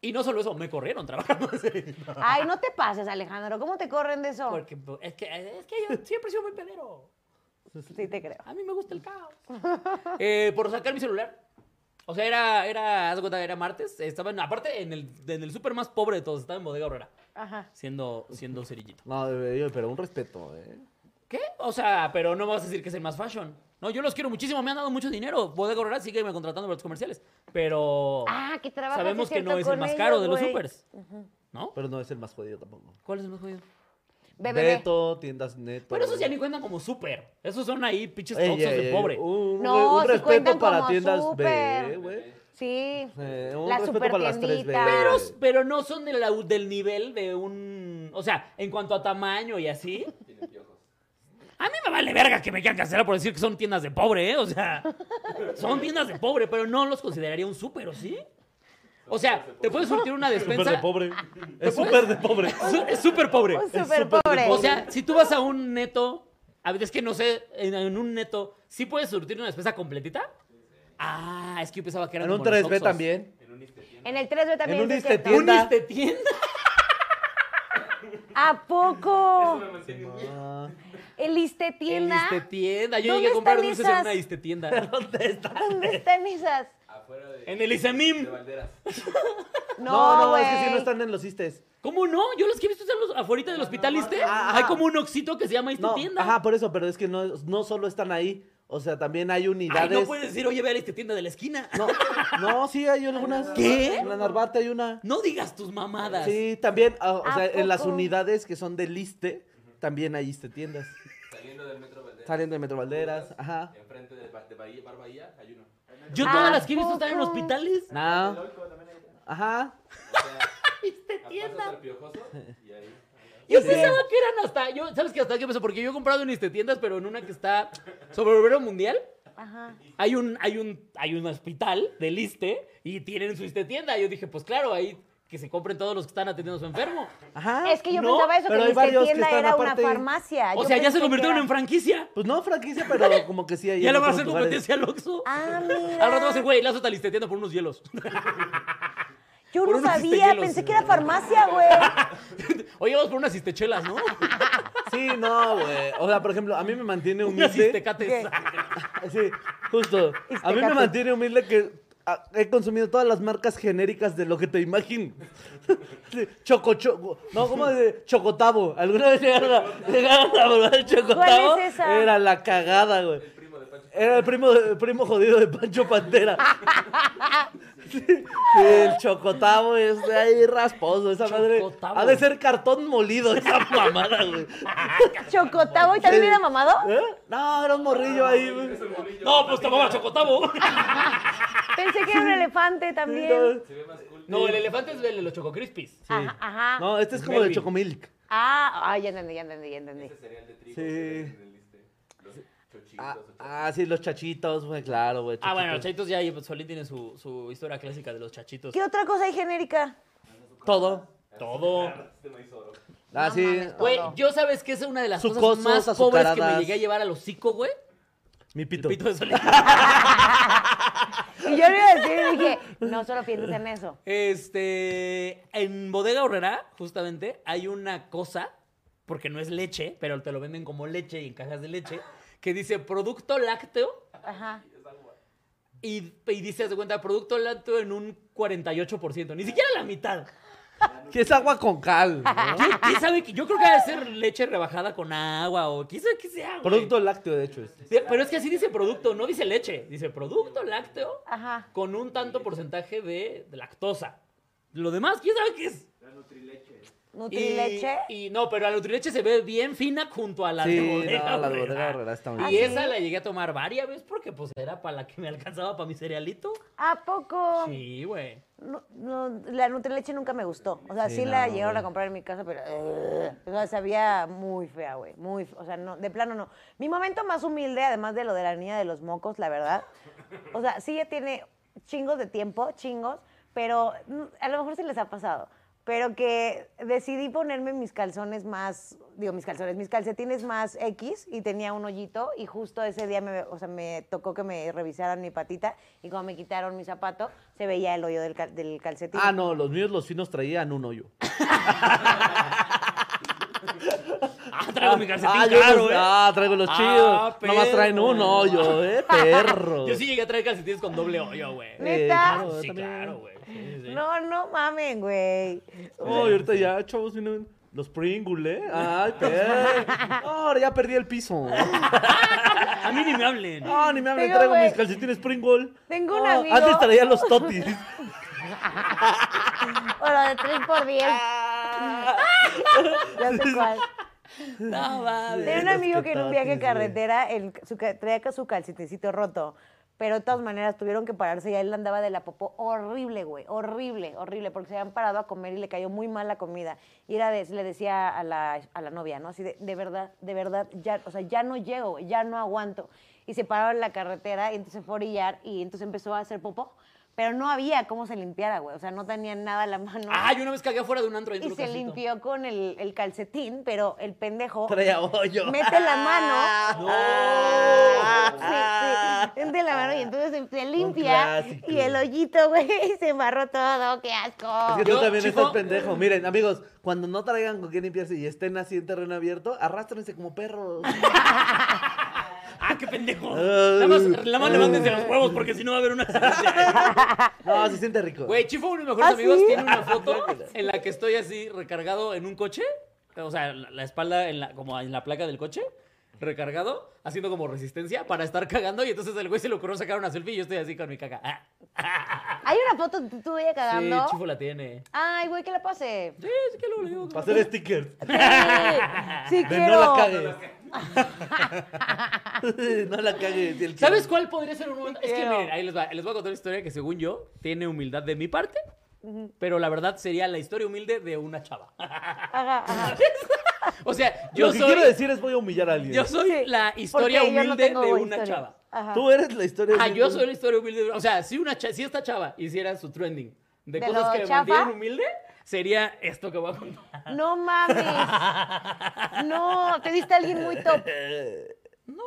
A: Y no solo eso, me corrieron trabajando de cerillito.
B: Ay, no te pases, Alejandro. ¿Cómo te corren de eso?
A: Porque pues, es que, es que yo siempre he sido muy pedero.
B: Sí, te creo.
A: A mí me gusta el caos. Eh, por sacar mi celular. O sea, era, era, haz de cuenta, era martes. Estaba, en- aparte, en el, en el súper más pobre de todos, estaba en Bodega Aurrera,
B: Ajá.
A: siendo, siendo cerillito.
C: No, bebé, pero un respeto, ¿eh?
A: ¿Qué? O sea, pero no vas a decir que es el más fashion. No, yo los quiero muchísimo, me han dado mucho dinero. Bodega Aurrera sigue me contratando para los comerciales. Pero
B: Ah, que trabajas,
A: sabemos
B: es
A: que no
B: cierto,
A: es
B: con
A: el más caro de
B: ellos,
A: los
B: güey.
A: supers. ¿No?
C: Pero no es el más jodido tampoco.
A: ¿Cuál es el más jodido?
B: Bebé.
C: Beto, tiendas neto.
A: Pero esos ya ni cuentan como súper. Esos son ahí pinches
C: Ey,
A: oxos
C: ey,
A: de
C: ey,
A: pobre.
C: Un,
B: No,
C: un
B: sí
C: respeto
B: cuentan
C: para
B: como
C: tiendas
B: súper.
C: B, güey.
B: Sí.
C: Eh, un
B: La
C: respeto para las tres B.
B: supertiendita.
A: Pero, pero no son de la- del nivel de un... O sea, en cuanto a tamaño y así. A mí me vale verga que me quieran cancelar por decir que son tiendas de pobre, ¿eh? O sea, son tiendas de pobre, pero no los consideraría un súper, ¿o sí? O sea, te puedes surtir una
C: Súper de
A: despensa... [laughs]
C: pobre. Es súper de pobre.
A: Su- Es súper pobre.
B: Un
C: Es
B: super
C: súper
B: pobre.
A: O sea, si tú vas a un neto, a veces que no sé, en, en un neto, ¿sí puedes surtir una despensa completita? Ah, es que yo pensaba que eran
C: En un
A: como los
C: 3B
A: Oxxos.
C: también.
B: en el 3B también.
C: en un
B: sí es cierto.
A: ¿Un este
C: Tienda.
A: istetienda?
B: ¿A poco? [laughs]
C: Ah,
B: El Iste
A: El
B: tienda.
A: istetienda. Yo
B: ¿Dónde
A: llegué a comprar
B: están
A: dulces en
B: esas? [laughs]
A: una istetienda.
B: ¿Dónde están esas?
F: Afuera de,
A: En el Isamim.
F: de Valderas.
C: No, no, es que
B: güey.
C: sí no están en los ISTES.
A: ¿Cómo no? Yo los que he visto son los afuera del hospital Iste.
C: Ajá.
A: Hay como un oxito que se llama
C: No,
A: istetienda.
C: ajá, por eso, pero es que no, no solo están ahí. O sea, también hay
A: Ay,
C: unidades.
A: no puedes decir, oye, ve a la istetienda de la esquina.
C: No, no, sí hay algunas.
A: ¿Qué?
C: En la Narvarte hay una.
A: No digas tus mamadas.
C: Sí, también, ah, o
B: ¿A
C: sea, en las
B: poco?
C: unidades que son de liste, también hay liste tiendas.
F: Saliendo del metro Valderas.
C: Saliendo de Metro Valderas, ajá.
F: Enfrente de, Ba- de Bahía, Bar Bahía hay uno.
A: Yo
B: ¿A
A: todas las que he visto están en
B: poco?
A: hospitales.
C: No. Ajá.
F: Tienda. Al piojoso y ahí.
A: Yo pensaba que eran hasta. Yo, ¿Sabes qué? Hasta que empezó. Porque yo he comprado en Istetiendas, pero en una que está sobre Obrero Mundial.
B: Ajá.
A: Hay un, hay un, hay un hospital del Iste y tienen su Istetienda. Yo dije, pues claro, ahí que se compren todos los que están atendiendo a su enfermo.
C: Ajá.
B: Es que yo
A: no,
B: pensaba eso, que
C: Ah, pero hay
B: el Iste
C: varios que
B: tienda
C: están
B: era
C: aparte.
B: una farmacia.
A: O
B: Ah, Yo
A: sea, ya
B: pensé
A: se
B: que
A: convirtieron
B: era-
A: en franquicia.
C: Pues no, franquicia, pero como que sí
B: [laughs]
C: hay.
A: Ya
C: en
A: le van a
C: otros
A: hacer
C: lugares.
A: competencia al Oxxo.
B: Ah,
A: Al rato va a
B: mira.
A: ser, güey, lazo talisteteando por unos hielos. [laughs]
B: Yo
A: por
B: no
A: unos eh.
B: sabía,
A: histehielos.
B: pensé que era farmacia,
A: [laughs]
B: güey.
A: Oye, vamos por unas cistechelas, [laughs] ¿no?
C: Sí, no, güey. O sea, por ejemplo, a mí me mantiene
B: [laughs]
A: unas
C: humilde.
A: cistecates.
C: [laughs] Sí, justo. A mí me
B: Ixtecate.
C: mantiene humilde que ah, he consumido todas las marcas genéricas de lo que te imagines. [laughs] Sí, Choco, choco. No, ¿cómo de chocotavo? ¿Alguna vez llegaron a, llegaron a probar el chocotavo?
B: ¿Cuál es esa?
C: Era la cagada, güey.
F: Primo de Pancho.
C: Era el primo, el primo jodido de Pancho
B: [laughs]
C: Pantera. Sí, el chocotavo es de ahí rasposo. Esa madre.
A: Chocotavo.
C: Ha de ser cartón molido esa mamada, güey.
B: Chocotavo y también
C: Sí.
B: era mamado.
C: ¿Eh? No, era un morrillo ahí, güey.
F: Es el bolillo.
A: [laughs] No, pues tomaba chocotavo.
B: Pensé que era un elefante también.
F: Se ve más cool.
A: [laughs] No, el elefante es el de los chococrispis.
B: Ajá,
A: Ah.
B: ajá.
C: No, este es como de
A: Melvin.
C: Chocomilk.
B: Ah, ah, ya entendí, ya entendí, ya entendí.
F: Ese cereal de trigo.
C: Sí.
F: que venden en el Issste. Los chochitos.
C: Ah,
F: o chochitos.
C: ah, sí, los chachitos, güey, claro, güey.
A: Ah, bueno, los
C: chachitos.
A: chachitos ya, y pues, Solín tiene su, su historia clásica de los chachitos.
B: ¿Qué otra cosa hay genérica?
C: Todo.
A: Todo.
F: Este no hizo oro.
C: Ah,
B: No
C: sí.
B: mames,
A: Güey,
B: Todo.
A: yo sabes que es una de las
C: Sucosos,
A: cosas más pobres que me
C: azucaradas.
A: llegué a llevar al hocico, güey.
C: Mi
A: El
C: pito.
A: pito de [laughs] Solín.
B: Y yo le iba a decir, dije, no solo pienses en eso.
A: Este, en Bodega Horrera, justamente, hay una cosa, porque no es leche, pero te lo venden como leche y en cajas de leche, que dice producto lácteo
B: Ajá.
A: y, y dice, haz de cuenta, producto lácteo en un 48%, ni siquiera la mitad.
C: Que es agua con cal.
A: [laughs]
C: ¿no?
A: ¿Quién, quién sabe? que- Yo creo que debe ser leche rebajada con agua o quién sabe qué sea, güey.
C: Producto lácteo, de hecho. es.
A: Sí, Pero es que así dice producto, no dice leche, dice producto lácteo
B: Ajá.
A: con un tanto porcentaje de lactosa. Lo demás, ¿quién sabe qué es?
B: Nutrileche.
A: Y, y no, pero la Nutrileche se ve bien fina junto a la de
C: Sí,
A: bodega.
C: no, la
A: Horrera.
C: bodega Herrera está muy
B: Ah,
A: Y
B: sí.
C: bien.
A: esa la llegué a tomar varias veces porque pues era para la que me alcanzaba para mi cerealito.
B: ¿A poco?
A: Sí, güey.
B: No, no, la Nutrileche nunca me gustó. O sea, sí,
C: Sí,
B: la
C: no,
B: llegaron
C: güey.
B: a comprar en mi casa, pero. eh, o sea, sabía muy fea, güey. Muy. fe- O sea, no, de plano no. Mi momento más humilde, además de lo de la niña de los mocos, la verdad. O sea, sí ya tiene chingos de tiempo, chingos, pero mm, a lo mejor sí les ha pasado. Pero que decidí ponerme mis calzones más, digo, mis calzones, mis calcetines más X y tenía un hoyito y justo ese día me, o sea, me tocó que me revisaran mi patita y cuando me quitaron mi zapato se veía el hoyo del, cal- del calcetín.
C: Ah, no, los míos los finos traían un hoyo.
A: Ah, traigo mi calcetín
C: ah, yo
A: caro,
C: los-
A: eh.
C: ah, traigo los
A: Ah,
C: chidos. Nomás
A: perro.
C: traen un hoyo, eh,
A: [laughs]
C: perro.
A: Yo sí llegué a traer calcetines con doble hoyo, güey. Ah,
B: ¿Neta?
C: claro, eh,
A: Sí,
C: también.
A: claro, güey. Sí, sí.
B: No, no mamen, güey.
C: No, y ahorita ya, chavos, vienen los Pringle, ¿eh?
A: [laughs]
C: Ay, perro. No, ahora ya perdí el piso.
A: A mí ni me hablen.
C: No, Ah, ni me hablen,
B: Tengo,
C: traigo
B: güey.
C: mis calcetines Pringle.
B: Tengo un
A: Ah,
C: No,
B: amigo-
C: Antes traía los
B: [laughs]
C: totis.
B: O lo de 3 por [laughs] 10 Ya sé cuál.
A: No, va.
B: Tenía un
C: los
B: amigo que en un viaje
C: petotes, güey.
B: en carretera el, su, ca- traía ca- su calcetincito roto. Pero de todas maneras tuvieron que pararse y él andaba de la popó horrible, güey. Horrible, horrible. Porque se habían parado a comer y le cayó muy mal la comida. Y era de- le decía a la, a la novia, ¿no? Así de, de verdad, de verdad, ya, o sea, ya no llego, güey, ya no aguanto. Y se pararon en la carretera y entonces fue a orillar y entonces empezó a hacer popó. Pero no había cómo se limpiara, güey. O sea, no tenía nada a la mano.
A: Ah, yo una vez cagué afuera de un antro. dentro
B: y
A: de un
B: se
A: casito.
B: limpió con el, el calcetín, pero el pendejo
C: Traía [laughs] hoyo. Ah,
B: mete la mano. Ah,
C: No. Ah.
B: Sí, sí, mete la mano y entonces se, se limpia.
C: clásico.
B: Y el hoyito, güey, [laughs] se embarró todo. ¡Qué asco!
C: Es que tú
A: Yo,
C: también
A: chico- eh.
C: estás pendejo. Miren, amigos, cuando no traigan con qué limpiarse y estén así en terreno abierto, arrástrense como perros.
A: Ah, qué pendejo. Nada más, nada más levántense los huevos porque si no va a haber una
C: No, se siente rico.
A: Güey, Chifo, uno de mis mejores
B: ¿Ah,
A: amigos,
B: sí?
A: tiene
B: [laughs]
A: una foto en la que estoy así recargado en un coche. O sea, la, la espalda en la, como en la placa del coche, recargado, haciendo como resistencia para estar cagando. Y entonces el güey se le ocurrió sacar una selfie y yo estoy así con mi caca. Ah,
B: Hay una foto de tú ella
A: sí,
B: cagando.
A: Chifo la tiene.
B: Ay, güey, que la
C: [laughs]
B: pase.
A: Sí, sí que luego le digo.
C: Para hacer stickers.
B: Sí, sí
C: De no la
B: quiero.
C: cagues. [laughs] no la cagues. el
A: ¿Sabes cuál podría ser un momento? Es que
B: Quiero.
A: miren, ahí les, va, les voy a contar una historia que según yo tiene humildad de mi parte, pero la verdad sería la historia humilde de una chava.
B: [laughs] Ajá, ajá.
A: O sea,
C: Yo
A: yo
C: Lo que
A: soy,
C: quiero decir es voy a humillar a alguien.
A: yo soy
B: Sí,
A: la historia
B: porque yo no
A: humilde
B: tengo
A: de
B: buena
A: una
B: historia.
A: chava.
B: Ajá.
C: Tú eres la historia.
A: Ah,
C: de-
A: yo soy la historia humilde. O sea, si, una cha- si esta chava hiciera su trending de,
B: ¿De
A: cosas
B: lo
A: que me
B: chafa?
A: mantienen humilde, sería esto que voy a contar.
C: [laughs]
B: No mames. No, te diste a alguien muy top.
A: No.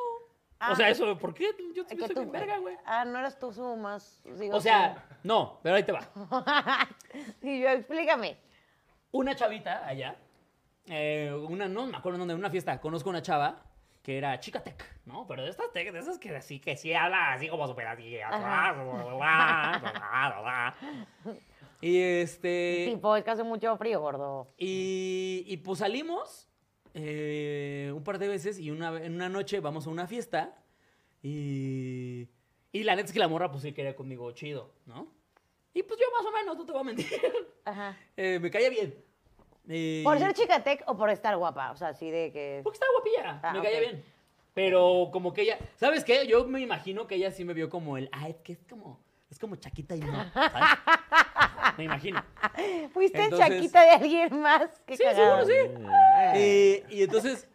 B: Ah.
A: O sea, eso, ¿por qué? Yo
B: Que
A: también soy
B: tú-
A: bien verga, güey.
B: Ah, no eras tú su más. digo,
A: O sea, no, pero ahí te va.
B: y yo, explícame.
A: Una chavita allá, eh, una, no me acuerdo dónde, en una fiesta, conozco una chava que era chica tech, ¿no? Pero de estas tech, de esas que así, que sí habla así como super así. Y este...
B: Tipo, es que hace mucho frío, gordo.
A: Y, y, pues salimos eh, un par de veces y una, ve- en una noche vamos a una fiesta
D: Y.
A: Y la neta es que la morra, pues sí quería conmigo chido, ¿no? Y pues yo más o menos, no te voy a mentir. [laughs]
B: Ajá.
A: Eh, me caía bien.
D: y-
B: ¿Por ser chica tech o por estar guapa? O sea, así de que...
A: Porque estaba guapilla.
B: Ah,
A: me caía
B: ok.
A: bien. Pero como que ella. ¿Sabes qué? Yo me imagino que ella sí me vio como el. Ah, es que es como. Es como chaquita y no. ¿sabes?
B: [laughs]
A: Me imagino.
B: Fuiste
A: Entonces-
B: chaquita de alguien más. Qué
A: Sí,
B: cagado.
A: seguro sí. Eh, y entonces.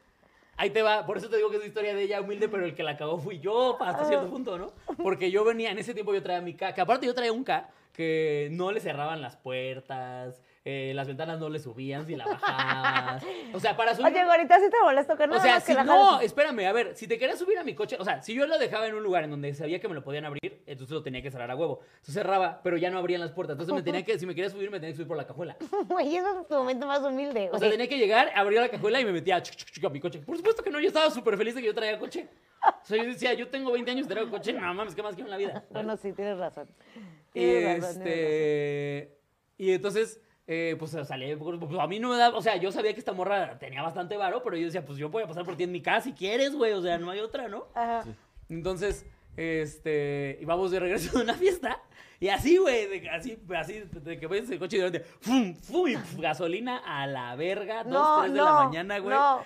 A: Ahí te va, por eso te digo que es la historia de ella humilde, pero el que la cagó fui yo hasta
B: Ah.
A: cierto punto, ¿no? Porque yo venía, en ese tiempo yo traía mi K, que aparte yo traía un K que no le cerraban las puertas, eh, las ventanas no le subían si la
B: [laughs]
A: bajabas. O sea, para subir...
B: Oye, gorita, sí te molesto que no.
A: o sea,
B: más
A: si
B: que la
A: no,
B: jales.
A: espérame, a ver, si te querías subir a mi coche, o sea, si yo lo dejaba en un lugar en donde sabía que me lo podían abrir, entonces lo tenía que cerrar a huevo. Entonces cerraba, pero ya no abrían las puertas. Entonces me tenía que, si me quería subir, me tenía que subir por la cajuela.
B: [laughs] Güey, eso es tu momento más humilde,
A: O
B: güey.
A: sea, tenía que llegar, abría la cajuela y me metía chuc, chuc, chuc, a mi coche. Por supuesto que no, yo estaba súper feliz de que yo traía coche. O sea, yo decía, yo tengo 20 años, traigo coche, no mames, ¿qué más quiero en la vida?
B: Bueno, sí, tienes razón.
A: Y
B: Tienes razón, tienes
A: este. Y entonces, eh, pues salí. Pues, a mí no me da. O sea, yo sabía que esta morra tenía bastante varo, pero yo decía, pues yo voy a pasar por ti en mi casa si quieres, güey. O sea, no hay otra, ¿no?
B: razón. Ajá.
A: Entonces, este. Íbamos de regreso de una fiesta. Y así, güey, de que- así, así, de que ves el coche y de repente, ¡fum!
B: [laughs]
A: ¡fum! y pf, gasolina a la verga, dos,
B: No,
A: tres de
B: no,
A: la mañana, güey.
B: No.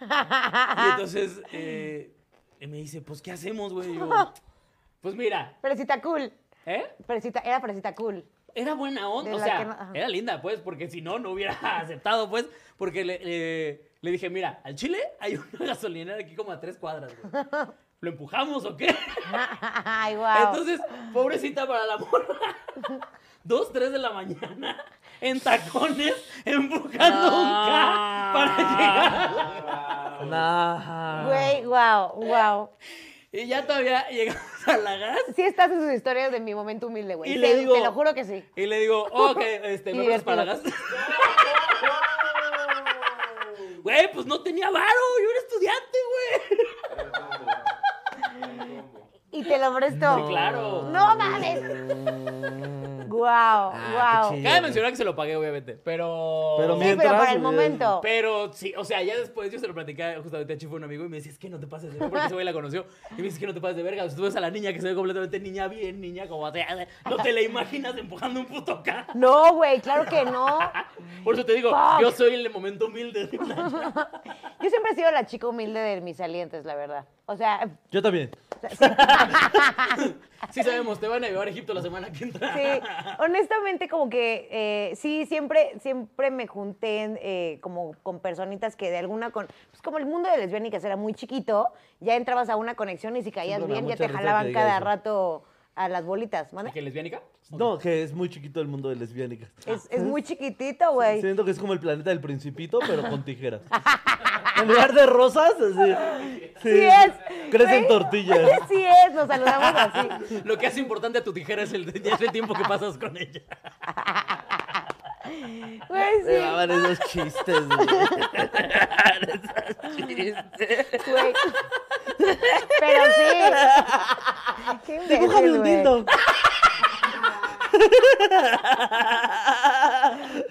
A: Y entonces, eh, y me dice, pues, ¿qué hacemos, güey? Y yo,
B: [laughs]
A: pues mira,
B: Fresita cool.
A: ¿eh?
B: Fresita, era fresita cool. [laughs]
A: era buena onda,
B: De
A: o
B: la
A: sea,
B: que no- ajá.
A: era linda, pues, porque si no, no hubiera [laughs] aceptado, pues, porque le, le- le dije, mira, al Chile hay una [laughs] gasolinera aquí como a tres cuadras, güey. ¿Lo empujamos o qué?
B: Ay, guau.
A: Entonces, pobrecita para la morra. [laughs] Dos, tres de la mañana, en tacones, empujando un K para llegar.
C: Nah.
B: Güey, guau, guau.
A: Y ya todavía llegamos a la gas.
B: Sí estás en sus historias de mi momento humilde, güey.
A: Y
B: Te-
A: le digo-
B: Te lo juro que sí.
A: Y le digo, ok, este,
B: Y
A: me prestas para la gas.
B: divertido.
A: [laughs] Güey, pues no tenía varo, yo era estudiante,
F: Era
A: güey.
F: el combo. Era el combo.
B: Y te lo presto.
A: Sí, claro.
B: No
C: [laughs]
B: mames. Guau,
C: Ah,
B: guau.
C: qué
A: Cabe mencionar que se lo pagué, obviamente. Pero.
C: Pero
B: Sí,
C: Mientras,
B: pero para el
C: eh,
B: momento.
A: Pero sí, o sea, ya después yo se lo platicaba justamente a Chifo, un amigo, y me decía, es que no te pases de verga, porque ese güey la conoció. Y me dice, es que no te pases de verga. O sea, tú ves a la niña que se ve completamente niña bien, niña como te... No te la imaginas empujando un puto K.
B: No, güey, claro que no.
A: Por eso te digo,
B: Fuck.
A: yo soy el momento humilde. de la niña.
B: Yo siempre he sido la chica humilde de mis salientes, la verdad. O sea,
C: Yo también.
A: Sí sabemos, te van a llevar a Egipto la semana que entra.
B: Sí, honestamente como que eh, sí, siempre, siempre me junté en, eh, como con personitas que de alguna, con, pues como el mundo de lesbiánicas era muy chiquito, ya entrabas a una conexión y si caías
C: Siempre me da
B: bien ya
C: mucha
B: te
C: risa que
B: jalaban
C: diga
B: cada
C: eso.
B: rato a las bolitas, ¿mande?
A: ¿De ¿Qué, lesbiánica?
C: No, que es muy chiquito el mundo de lesbiánicas.
B: Es, es muy chiquitito, güey.
C: Siento que es como el planeta del principito, pero con tijeras. [laughs] en lugar de rosas, así.
B: Sí es.
C: Crecen
B: güey.
C: tortillas.
B: Sí es, nos saludamos así.
A: Lo que hace importante a tu tijera es el, es el tiempo que pasas con ella.
B: Güey,
C: Me
B: sí.
C: daban esos chistes, [laughs] güey.
B: Güey.
C: [laughs]
B: Pero sí. Qué imbécil,
C: Dibújame un
B: güey.
C: dildo.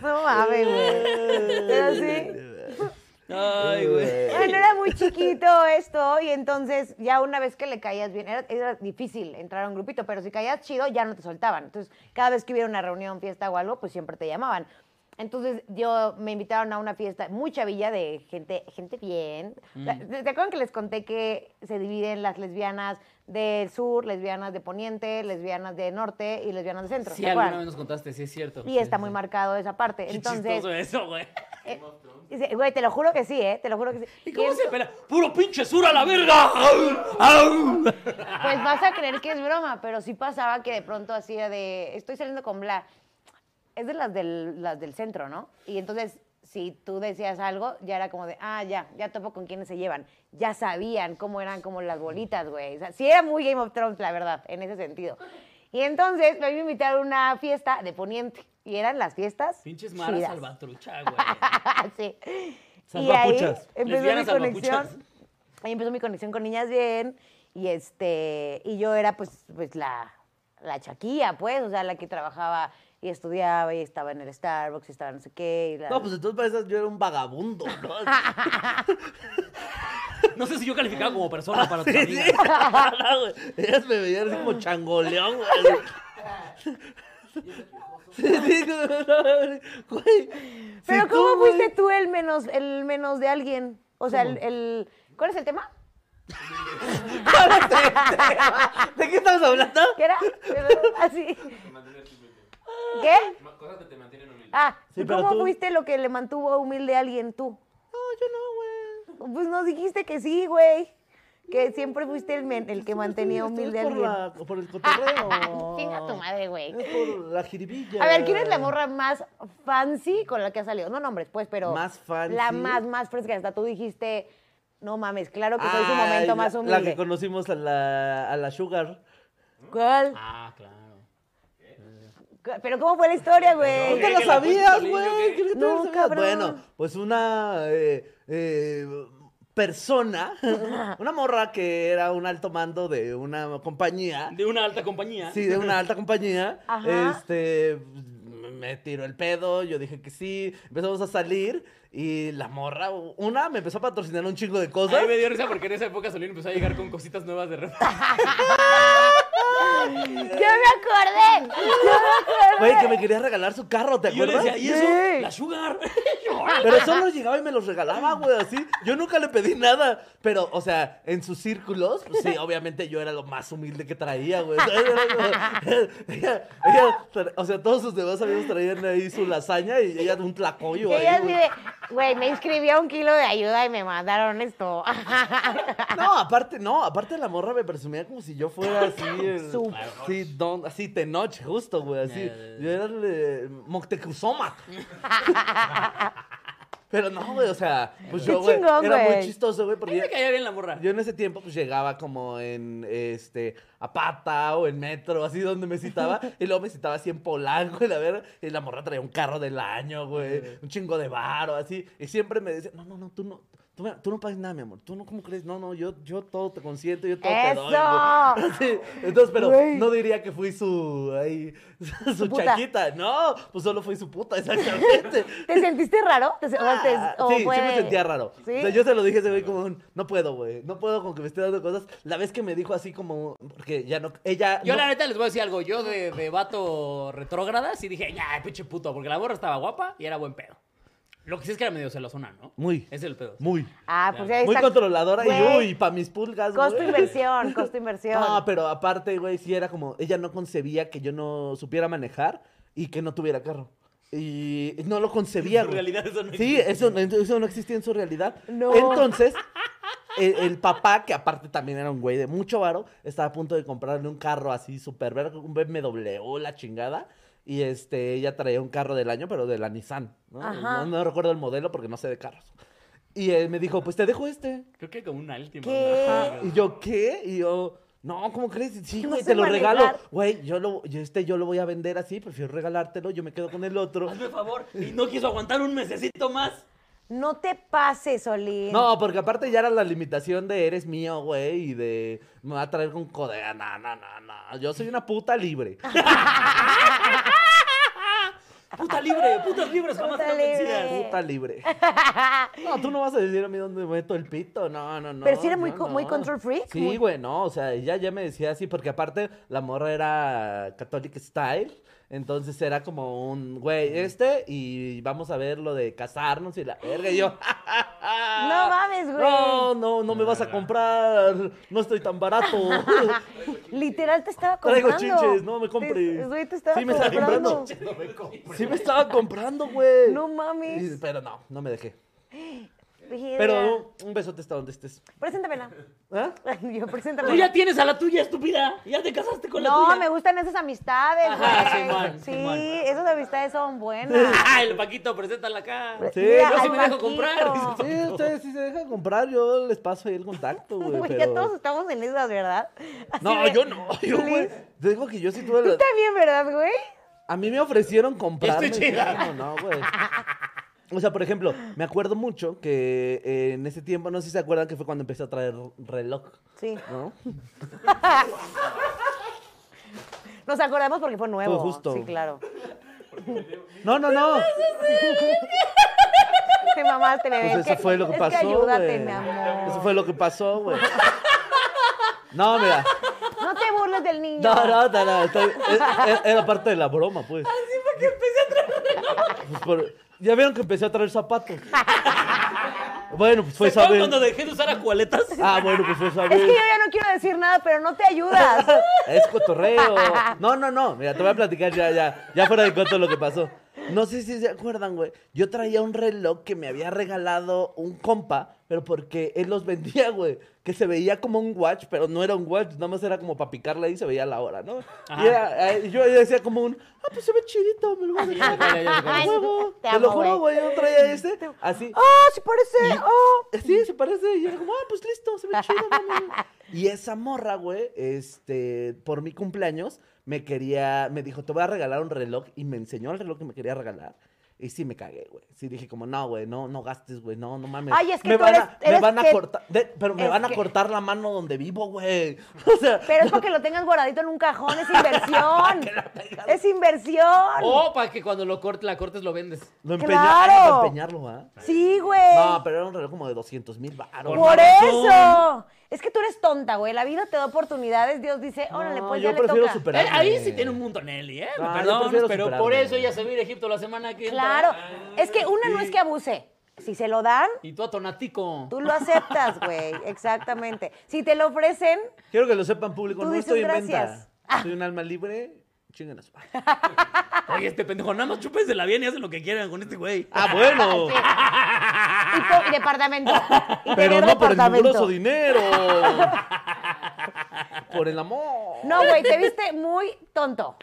B: No mames, güey. Pero sí.
A: Ay, güey.
B: Bueno, era muy chiquito esto y entonces ya una vez que le caías bien, era, era difícil entrar a un grupito, pero si caías chido ya no te soltaban. Entonces, cada vez que hubiera una reunión, fiesta o algo, pues siempre te llamaban. Entonces, yo me invitaron a una fiesta muy chavilla de gente, gente bien. La-
A: Mm.
B: ¿Te te acuerdan que les conté que se dividen las lesbianas del sur, lesbianas de poniente, lesbianas de norte y lesbianas de centro?
A: Sí,
B: ¿se
A: alguna
B: acuerdan?
A: vez nos contaste, sí es cierto.
B: Y está muy marcado esa parte.
A: Qué
B: Entonces,
A: chistoso eso, güey.
B: eh, dice, güey, te lo juro que sí, ¿eh? Te lo juro que sí.
A: ¿Y
B: Y
A: cómo se
B: ento-
A: pelea? ¡Puro pinche sur a la verga! ¡Au! ¡Au!
B: Pues vas a creer que es broma, pero sí pasaba que de pronto hacía de, estoy saliendo con bla. Es de las del, las del centro, ¿no? Y entonces, si tú decías algo, ya era como de, ah, ya, ya topo con quiénes se llevan. Ya sabían cómo eran como las bolitas, güey. O sea, sí era muy Game of Thrones, la verdad, en ese sentido. Y entonces me invitaron a una fiesta de Poniente. Y eran las fiestas
A: Pinches maras
B: chidas.
A: salvatrucha, güey.
B: [laughs] sí. Y ahí
C: Salvapuchas.
B: empezó mi
A: Lesbianas
B: conexión.
A: salvapuchas.
B: Ahí empezó mi conexión con niñas bien. Y este, y yo era pues, pues la, la chaquilla, pues, o sea, la que trabajaba y estudiaba y estaba en el Starbucks y estaba no sé
C: pues,
B: qué. y la- [laughs]
C: No, pues entonces para esas yo era un vagabundo, ¿no?
A: No sé si yo calificaba como persona
C: [laughs]
A: para tus amigas.
B: [laughs]
C: Ellas me veían así como changoleón, güey. Sí, sí, no, no, no, güey.
B: Pero
C: Si tú,
B: ¿cómo
C: güey, [laughs]
B: fuiste tú el menos, el menos de alguien? O sea, el, el- ¿Cuál es el tema? [laughs]
C: ¿De qué estamos hablando?
B: ¿Qué era?
C: [laughs]
B: Así.
F: Te mantener humilde.
B: ¿Qué?
F: Ma- Cosas que te mantienen humilde.
B: Ah,
C: Sí,
B: ¿y
C: pero
B: ¿cómo
C: tú-
B: fuiste lo que le mantuvo humilde a alguien tú?
C: No, yo no, güey.
B: Pues nos dijiste que sí, güey. Que siempre fuiste el, men- el que mantenía
C: Esto es
B: humilde a
C: por
B: alguien.
C: la- por el cotorreo.
B: [laughs] Chinga tu madre, güey.
C: Es por la jiribilla.
B: A ver, ¿quién es la morra más fancy con la que ha salido? No nombres, pues, pero.
C: ¿Más fancy?
B: La más, más fresca. Hasta tú dijiste, no mames, claro que soy su
C: Ay,
B: momento más
C: Ah, la-
B: humilde.
C: La que conocimos a la, a la Sugar.
B: ¿Cuál?
A: Ah, claro.
B: ¿Cuál? ¿Pero cómo fue la historia, güey?
C: ¿Nunca lo
A: que la
C: sabías,
A: puso el niño,
C: güey?
A: ¿qué?
C: ¿Crees que
B: No,
C: lo sabías?
B: cabrón.
C: Bueno, pues una eh, eh, persona, [laughs] una morra que era un alto mando de una compañía.
A: De una alta compañía.
C: Sí, de una alta compañía.
B: Ajá.
C: Este m- me tiró el pedo, yo dije que sí, empezamos a salir y la morra, una me empezó a patrocinar un chingo de
A: A
C: cosas.
A: mí me dio risa porque en esa época Solín empezó a llegar con cositas nuevas de ropa.
B: ¡Yo me acordé! ¡Yo me acordé!
C: Güey, que me quería regalar su carro, ¿te
A: Y yo le
C: acuerdas?
A: decía, ¿y eso?
B: Sí.
A: La Sugar. [laughs]
C: Pero solo llegaba y me los regalaba, güey, así. Yo nunca le pedí nada. Pero, o sea, en sus círculos, pues sí, obviamente yo era lo más humilde que traía, güey. ¿sabes? Era como- ella- ella tra- o sea, todos sus demás amigos traían ahí su lasaña y ella un tlacoyo
B: Y
C: ahí,
B: ella así
C: güey.
B: de, güey, me inscribí a un kilo de ayuda y me mandaron esto. [laughs]
C: No, aparte, no, aparte la morra me presumía como si yo fuera así. el-
B: Su-
C: sí, don, así, Tenoch, justo, güey, así.
A: Ya, ya, ya.
C: Yo era el eh, Moctezuma. Pero no, güey, o sea, pues
B: Qué
C: yo, güey,
B: chingón,
C: era muy
B: güey.
C: chistoso, güey, porque
A: Me caía bien la morra.
C: yo en ese tiempo pues llegaba como en este a pata o en metro, así donde me
B: [laughs]
C: citaba, y luego me citaba así en Polanco, y la verdad, y la morra traía un carro del año, güey, un chingo de varo, así, y siempre me decía, "No, no, no, tú no Tú, me- tú no pagas nada, mi amor. Tú no, ¿cómo crees? No, no, yo, yo todo te consiento, yo todo te doy. güey".
B: ¡Eso!
C: [laughs] Sí, Entonces, pero
B: Güey.
C: no diría que fui su, ahí, [laughs] su,
B: puta.
C: chaquita. No, pues solo fui su
B: [laughs]
C: puta, exactamente.
B: ¿Te sentiste raro? ¿Te se- o sea, te-
C: Ah,
B: o
C: sí, sí
B: fue-
C: me sentía raro.
B: ¿Sí?
C: O sea, yo se lo dije a ese güey como, un, no puedo, güey, no puedo con que me esté dando cosas. La vez que me dijo así como, porque ya no, ella...
A: Yo
C: no-
A: la neta les voy a decir algo. Yo de, de vato retrógrada sí dije, ya, pinche puto, porque la morra estaba guapa y era buen pedo. Lo que sí es que era medio celosona, ¿no?
C: Muy.
A: Es el pedo.
C: Muy,
B: Ah, pues ahí
C: muy
B: está.
C: controladora
B: Güey,
C: y uy, pa' mis pulgas,
B: Costo
C: güey. Ah, [laughs]
B: inversión, costo inversión.
C: No, pero aparte, güey, sí era como, ella no concebía que yo no supiera manejar y que no tuviera carro. Y no lo concebía,
A: En
C: güey.
A: realidad eso no
C: Sí, eso, no- eso no existía en su realidad.
B: No. [laughs]
C: Entonces, el, el papá, que aparte también era un güey de mucho varo, estaba a punto de comprarle un carro así súper verga, un BMW, la chingada. Y este, ella traía un carro del año, pero de la Nissan. ¿no?
B: Ajá.
C: No, no recuerdo el modelo porque no sé de carros. Y él me dijo, pues te dejo este.
A: Creo que como una última.
B: ¿Qué?
A: Ajá.
C: Ah, Y yo, ¿qué? Y yo, no, ¿cómo crees? Sí,
B: No
C: güey,
B: sé
C: te lo
B: manejar.
C: regalo. Güey, yo lo, yo este yo lo voy a vender así, prefiero regalártelo, yo me quedo con el otro.
A: Hazme favor. Y no quiso aguantar un mesecito más.
B: No te pases, Solín.
C: No, porque aparte ya era la limitación de eres mío, güey, y de me va a traer con codea. No, no, no, no. Yo soy una puta libre.
A: Puta libre, putas libres jamás
B: Puta
A: serán
B: libre.
A: vencidas.
C: puta
B: [laughs]
C: libre. No, tú no vas a decir a mí dónde meto el pito. No, no, no.
B: Pero sí era
C: yo
B: muy co- muy control freak, muy-
C: Sí, güey, no. O sea, ella ya me decía así, porque aparte la morra era Catholic style. Entonces era como un, güey, este, y vamos a ver lo de casarnos y la verga. Y yo,
B: [gasps] No mames, güey.
C: No, no, no me vas a comprar. No estoy tan barato.
B: [laughs]
C: [laughs]
B: Literal te estaba
C: Traigo
B: comprando.
C: chinches, no me compres.
B: Te- Güey, te estaba
C: Sí, me estaba
B: comprando.
C: comprando. Sí me estaba comprando, güey.
B: No mames.
C: Y- Pero no, no me dejé.
B: Verga.
C: Pero un besote hasta donde estés.
B: Preséntamela. [laughs]
C: ¿Ah?
B: Yo,
A: Tú ya
B: preséntamela.
A: tienes a la tuya, estúpida. Ya te casaste con la tuya.
B: No, me gustan esas amistades,
A: Ajá,
B: güey.
A: Simón,
B: sí,
A: Simón.
B: esas amistades son buenas.
A: Ah, el Paquito, preséntala acá.
C: Sí,
B: Mira,
C: yo sí
B: al
A: me dejo
B: Paquito.
A: comprar, dice
B: [laughs]
C: Sí, ustedes sí se dejan comprar, yo les paso ahí el contacto, güey.
B: Güey, ya
C: pero-
B: todos estamos en esas, ¿verdad? [laughs] Así
C: No,
B: de-
C: yo no, [laughs] yo, güey.
B: Please.
C: Te digo que yo sí tuve
B: Tú
C: la...
B: también, ¿verdad, güey?
C: A mí me ofrecieron comprarme.
A: Estoy chida.
C: No, no, güey. O sea, por ejemplo, me acuerdo mucho que eh, en ese tiempo, no sé si se acuerdan que fue cuando empecé a traer reloj,
B: Sí.
C: ¿no?
B: Nos acordamos porque fue nuevo.
C: justo.
B: Sí, claro.
C: No, no, no.
B: Te mamaste, bebé.
C: Pues
B: ¿Qué-
C: eso fue lo que
B: es
C: pasó,
B: ayúdate,
C: güey.
B: mi amor.
C: Eso fue lo que pasó, güey. No, mira.
B: No te burles del niño.
C: No, no, no, no, está bien. E- e- Era parte de la broma, pues. Así porque empecé a traer Ya vieron que empecé a traer zapatos. Bueno, pues fue
D: ¿Se acuerdan
C: saber.
D: cuando dejé de usar acualetas?
C: Ah, bueno, pues fue saber.
B: Es que yo ya no quiero decir nada, pero no te
C: [laughs]
B: ayudas.
C: Es cotorreo. No, no, no. Mira, te voy a platicar ya, ya, ya fuera de cuento lo que pasó. No sé si se acuerdan, güey. Yo traía un reloj que me había regalado un compa, pero porque él los vendía, güey. Que se veía como un watch, pero no era un watch. Nada más era como para picarle ahí y se veía la hora, ¿no? Y era- eh, yo decía como un, ah, pues se ve chidito, me lo voy a dejar.
A: ya, ya, ya,
B: ya.
C: Huevo.
B: Te
C: Te lo
B: amo,
C: juro,
B: güey.
C: güey. Yo traía este, así.
B: ¡Ah, sí parece! ¡Oh!
C: Sí, se parece. Y era como, ah, pues listo, se ve chido. no, no, no. Y esa morra, güey, este, por mi cumpleaños, me quería, me dijo, te voy a regalar un reloj. Y me enseñó el reloj que me quería regalar. Y sí me cagué, güey. Sí dije como, no, güey, no, no gastes, güey, no, no mames.
B: Ay, es que
C: me
B: tú
C: van
B: eres-
C: a, me
B: eres
C: van a
B: que-
C: cortar, de- pero me
B: es
C: van a
B: que-
C: cortar la mano donde vivo, güey. [laughs] O sea,
B: Pero es porque lo tengas guardadito en un cajón, es
C: [laughs]
B: inversión. es
C: Oh.
B: inversión.
A: O Oh, para que cuando lo cortes, la cortes, lo vendes.
C: lo empeñé,
B: ¡Claro!
C: hay que empeñarlo, ¿ah?
B: Sí, güey.
C: No, pero era un reloj como de 200 mil baros.
B: Por eso. Es que tú eres tonta, güey. La vida te da oportunidades. Dios dice, órale, pues
C: yo
B: ya le
C: prefiero
B: toca.
A: Eh,
C: superarme.
A: ahí sí tiene un mundo Nelly, ¿eh? Me
C: Ah, yo
A: perdonas,
C: prefiero
A: pero
C: superarme,
A: por eso
C: güey.
A: ella se va a ir a Egipto la semana que entra. Ah,
B: Claro.
C: Ah,
B: Es que una no es que abuse. Si se lo dan,
A: Y tú a Tonatico.
B: tú lo aceptas, güey. Exactamente. Si te lo ofrecen,
C: Quiero que lo sepan público,
B: Tú
C: no
B: dices
C: estoy en
B: gracias. Ah.
C: venta. Soy un alma libre, chinguen a su madre.
D: Oye, este pendejo, nada más chúpense la bien y hacen lo que quieran con este güey.
C: Ah,
B: [laughs]
C: bueno.
B: y po- y departamento.
C: [laughs] Pero
B: Y tener
C: no por el
B: departamento.
C: mugroso
B: [laughs]
C: dinero. por el amor.
B: No, güey, te viste muy tonto.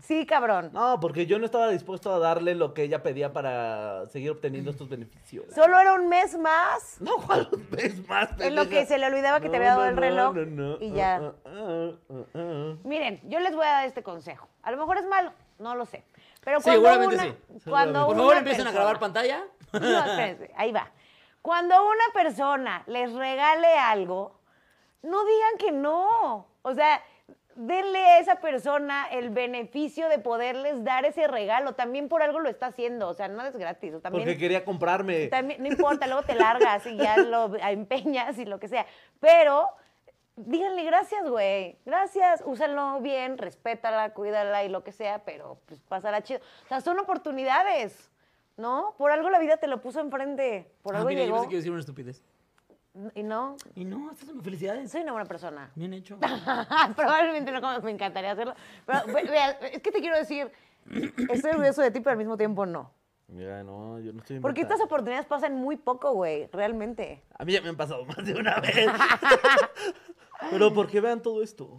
B: Sí, cabrón.
C: No, porque yo no estaba dispuesto a darle lo que ella pedía para seguir obteniendo estos beneficios.
B: Solo era un mes más.
C: No, Juan, ves más.
B: Es lo que se le olvidaba que te había dado el reloj y ya.
C: ah,
B: Miren, yo les voy a dar este consejo. A lo mejor es malo, no lo sé. Pero cuando
A: Seguramente
B: una,
A: sí.
B: Cuando
A: Por
B: una
A: favor, empiecen a
B: persona-
A: grabar pantalla.
B: [laughs] No, espérense, ahí va. Cuando una persona les regale algo, no digan que no. O sea, denle a esa persona el beneficio de poderles dar ese regalo. También por algo lo está haciendo. O sea, no es gratis. o También
C: Porque quería comprarme.
B: también, no importa, luego te largas y ya lo [laughs] empeñas y lo que sea. Pero díganle gracias, güey. Gracias, úsalo bien, respétala, cuídala y lo que sea, pero pues pasará chido. O sea, son oportunidades, ¿no? Por algo la vida te lo puso enfrente, por
A: Ah,
B: algo
A: mira, yo
B: llegó.
A: pensé que iba a decir una estupidez.
B: Y no,
D: Y no, estas son mis felicidades.
B: soy una buena persona. [laughs]
D: Bien hecho.
B: Probablemente no como me encantaría hacerlo. Pero ve- vea, es que te quiero decir, estoy orgulloso de ti, pero al mismo tiempo no.
C: Mira, no, yo no estoy en
B: Porque
C: venta.
B: estas oportunidades pasan muy poco, güey, realmente.
C: A mí ya me han pasado [laughs] más de una vez. Pero porque vean todo [laughs] esto.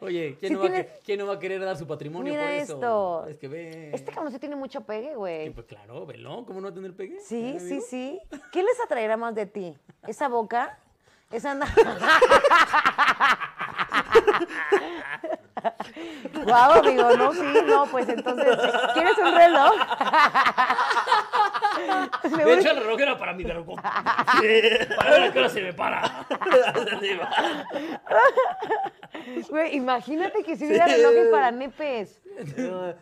A: Oye, ¿quién,
B: Sí
A: no va a
B: tienes-
A: que- quién no va a querer dar su patrimonio
B: Mira
A: por eso?
B: esto.
A: Es que ve.
B: Este cabrón sí tiene mucho pegue,
A: Sí,
B: güey.
A: pues claro, velón, ¿cómo no va a tener pegue?
B: Sí,
A: ¿Eh,
B: sí,
A: amigo? [laughs]
B: sí. ¿Qué les atraerá más de ti? ¿Esa boca? ¿Esa nada? [laughs] Guau, amigo, no, sí, no, pues entonces, ¿quieres un reloj? Me
D: De
B: voy-
D: hecho, el reloj era para mi vergüenza. Para ver a qué hora se
C: [laughs]
D: me para.
B: güey, imagínate que si hubiera relojes para nepes.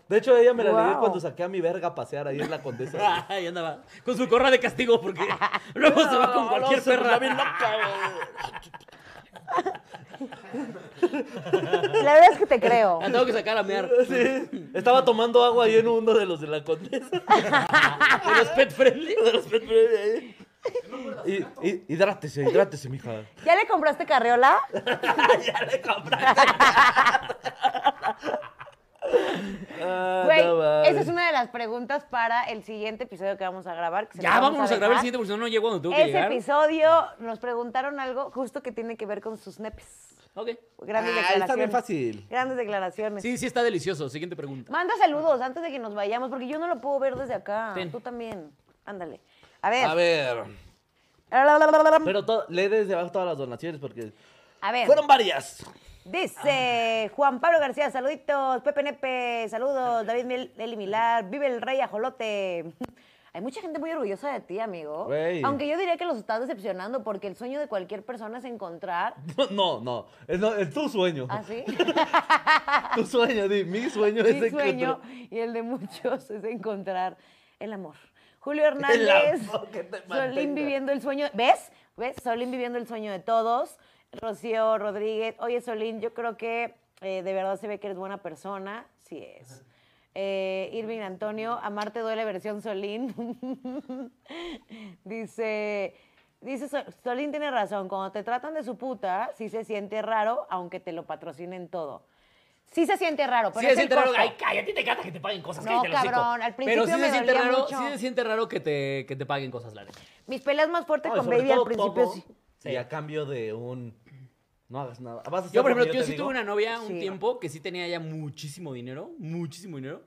C: De hecho, ella me la leí
B: Wow.
C: cuando saqué a mi verga a pasear ahí en la [laughs] condesa.
D: Ahí andaba. Con su corra de
B: [laughs]
D: castigo, porque luego se va con cualquier
C: se
D: perra.
C: ponía bien loca, güey.
B: La verdad es que te creo.
A: La tengo que sacar
B: [laughs]
A: a mear.
C: Sí. Estaba tomando agua ahí en uno de los de la condesa.
A: ¿Pero es pet friendly?
C: Y, y- hidrátese, hidrátese, mija.
B: ¿Ya le compraste carriola?
C: Ah,
B: Güey,
C: no mames.
B: esa es una de las preguntas para el siguiente episodio que vamos a grabar. que se
A: Ya,
B: las
A: vámonos a grabar el
B: dejar.
A: siguiente porque si no, no llego cuando tengo que
B: Ese
A: llegar.
B: episodio nos preguntaron algo justo que tiene que ver con sus nepes.
A: Ok.
B: Grandes
C: Ah,
B: declaraciones.
C: está bien fácil.
B: Grandes declaraciones.
A: Sí, sí, está delicioso. Siguiente pregunta.
B: Manda saludos antes de que nos vayamos, porque yo no lo puedo ver desde acá.
A: Ten.
B: Tú también. Ándale. A ver.
C: A ver. Pero to- lee desde abajo todas las donaciones porque [laughs]
B: A ver.
C: fueron varias.
B: Dice Ah. Juan Pablo García, saluditos. Pepe Nepe, saludos. David Mil- Eli Milar, vive el rey ajolote. Hay mucha gente muy orgullosa de ti, amigo.
C: Güey.
B: Aunque yo diría que los estás decepcionando porque el sueño de cualquier persona es encontrar.
C: No, no, es, no, es tu sueño.
B: Así.
C: Tu sueño, di, mi sueño es
B: ¿Ah, Mi
C: encontrar-
B: sueño y el de muchos [laughs] es encontrar el amor. Julio Hernández,
C: amor que te
B: Solín
C: mantenga.
B: viviendo el sueño, ¿ves? ¿Ves? Solín viviendo el sueño de todos. Rocío Rodríguez, oye Solín, yo creo que eh, de verdad se ve que eres buena persona, sí es. Eh, Irving Antonio, amarte duele versión Solín. [laughs] dice, dice Sol- Solín tiene razón, cuando te tratan de su puta, sí se siente raro, aunque te lo patrocinen todo. Sí se siente raro, pero
A: Sí,
B: es
A: se
B: el
A: siente raro.
B: costo.
A: Ay, cállate, te encanta que te paguen cosas.
B: No,
A: cállate el hocico.
B: cabrón, al principio
A: Pero sí
B: me
A: se siente
B: dolía
A: raro,
B: mucho.
A: sí se siente raro que te, que te paguen cosas, la neta.
B: Mis pelas más fuertes
C: No, y
B: con
C: sobre
B: Baby al
C: todo
B: principio
C: todo,
B: sí.
C: Y a cambio de un. No hagas nada. Vas a hacer
A: Yo, por
C: lo que
A: ejemplo, yo
C: te
A: sí
C: digo.
A: tuve una novia
B: Sí.
A: un tiempo que sí tenía ya muchísimo dinero, muchísimo dinero.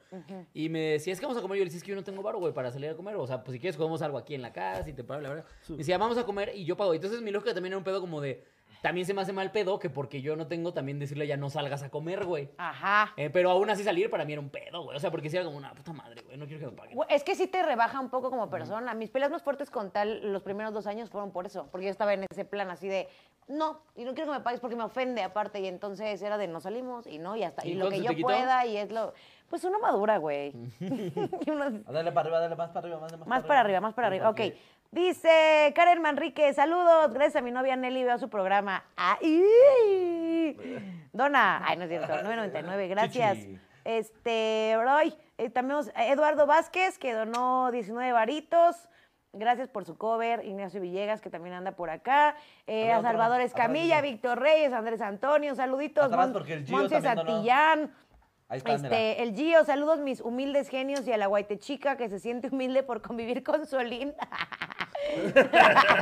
A: Y me decía, es que vamos a comer. Yo le decía, es que yo no tengo varo, güey, para salir a comer. O sea, pues si quieres, comemos algo aquí en la casa y te pago, la verdad. Me decía, vamos a comer y yo pago. Entonces, mi lógica también era un pedo como de, también se me hace mal pedo que porque yo no tengo, también decirle ya no salgas a comer, güey.
B: Ajá.
A: Eh, pero aún así salir para mí era un pedo, güey. O sea, porque si era como una puta madre, güey. No quiero que me paguen.
B: Güey, Es que sí te rebaja un poco como persona. Mis pelas más fuertes con tal, los primeros dos años fueron por eso. Porque yo estaba en ese plan así de, no, y no quiero que me pagues porque me ofende aparte. Y entonces era de, no salimos y no, y hasta.
A: ¿Y
B: Y, lo que
A: entonces
B: yo
A: te quitó?
B: pueda y es lo... Pues uno madura, güey. [laughs] Y uno-
C: Ah, Dale para arriba, dale más para arriba, más,
B: Más para arriba, más para arriba. Ok. Dice Karen Manrique, saludos. Gracias a mi novia Nelly, veo su programa. ¡Ay! Dona. Ay, no
C: [laughs]
B: es cierto. 9.99, gracias.
C: Chichi.
B: Este, Roy, eh, también os- Eduardo Vázquez, que donó 19 varitos. Gracias por su cover. Ignacio Villegas, que también anda por acá. Eh,
C: Había
B: a
C: otro,
B: Salvador
C: atrás,
B: Escamilla,
C: Gio.
B: Víctor Reyes, Andrés Antonio, saluditos.
C: Atrás,
B: Mon-
C: porque el Gio
B: Montse
C: también donó.
B: Santillán.
C: Ahí está, mira.
B: Este, [laughs] el Gio, saludos mis humildes genios y a la guaitechica que se siente humilde por convivir con Solín. [laughs]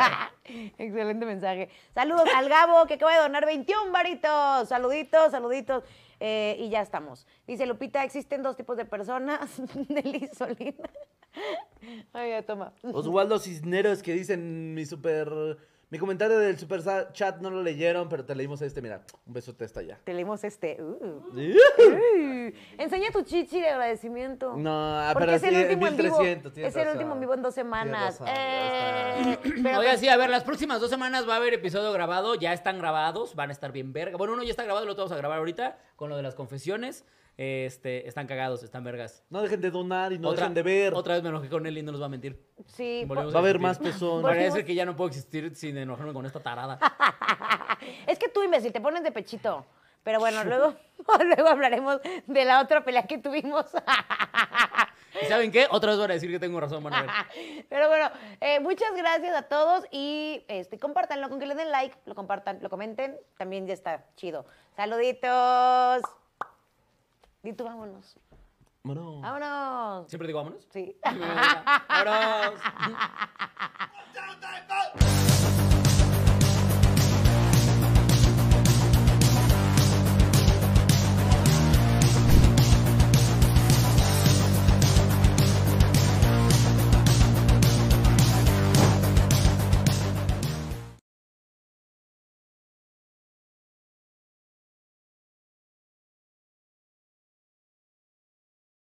B: Excelente mensaje. Saludos al Gabo que acaba de donar 21 varitos. Saluditos, saluditos. Eh, y ya estamos. Dice Lupita, existen dos tipos de personas, [laughs] Nelly y Solín. [laughs] Ay, ya toma.
C: Oswaldo Cisneros que dicen mi super. Mi comentario del super sa- chat no lo leyeron, pero te leímos este. Mira, un besote hasta
B: [laughs]
C: allá.
B: Te leímos este. uh. Uy, Enseña tu chichi de agradecimiento.
C: No, ah,
B: Porque
C: pero
B: es el
C: sí,
B: último en vivo.
C: 1300, tienes
B: Es el
C: razón.
B: último en vivo en dos semanas.
C: Tienes razón, ya
B: Eh, pero
A: Oiga, sí, a ver, las próximas dos semanas va a haber episodio grabado, ya están grabados, van a estar bien verga. Bueno, uno ya está grabado, el otro vamos a grabar ahorita con lo de las confesiones. Este, están cagados, están vergas.
C: No dejen de donar y no
A: Otra-
C: dejen de ver.
A: Otra vez me enojé con él y no nos va a mentir.
B: sí, po-
A: Volvemos
C: Va a haber
A: existir.
C: más pezón.
A: Parece
B: Volvimos-
A: que ya no puedo existir sin enojarme con esta tarada.
B: es que tú, imbécil, te pones de pechito. Pero
A: [laughs]
B: bueno, luego, [laughs] luego hablaremos de la otra pelea que tuvimos. [laughs]
A: ¿Y saben qué? Otra vez van a decir que tengo razón,
B: [laughs]
A: van a ver.
B: Pero bueno, eh, muchas gracias a todos y este, compártanlo, con que le den like, lo compartan, lo comenten, también ya está chido. Saluditos. Y tú, vámonos.
C: Bueno.
B: Vámonos.
A: Siempre digo, vámonos.
B: Sí.
A: Vámonos.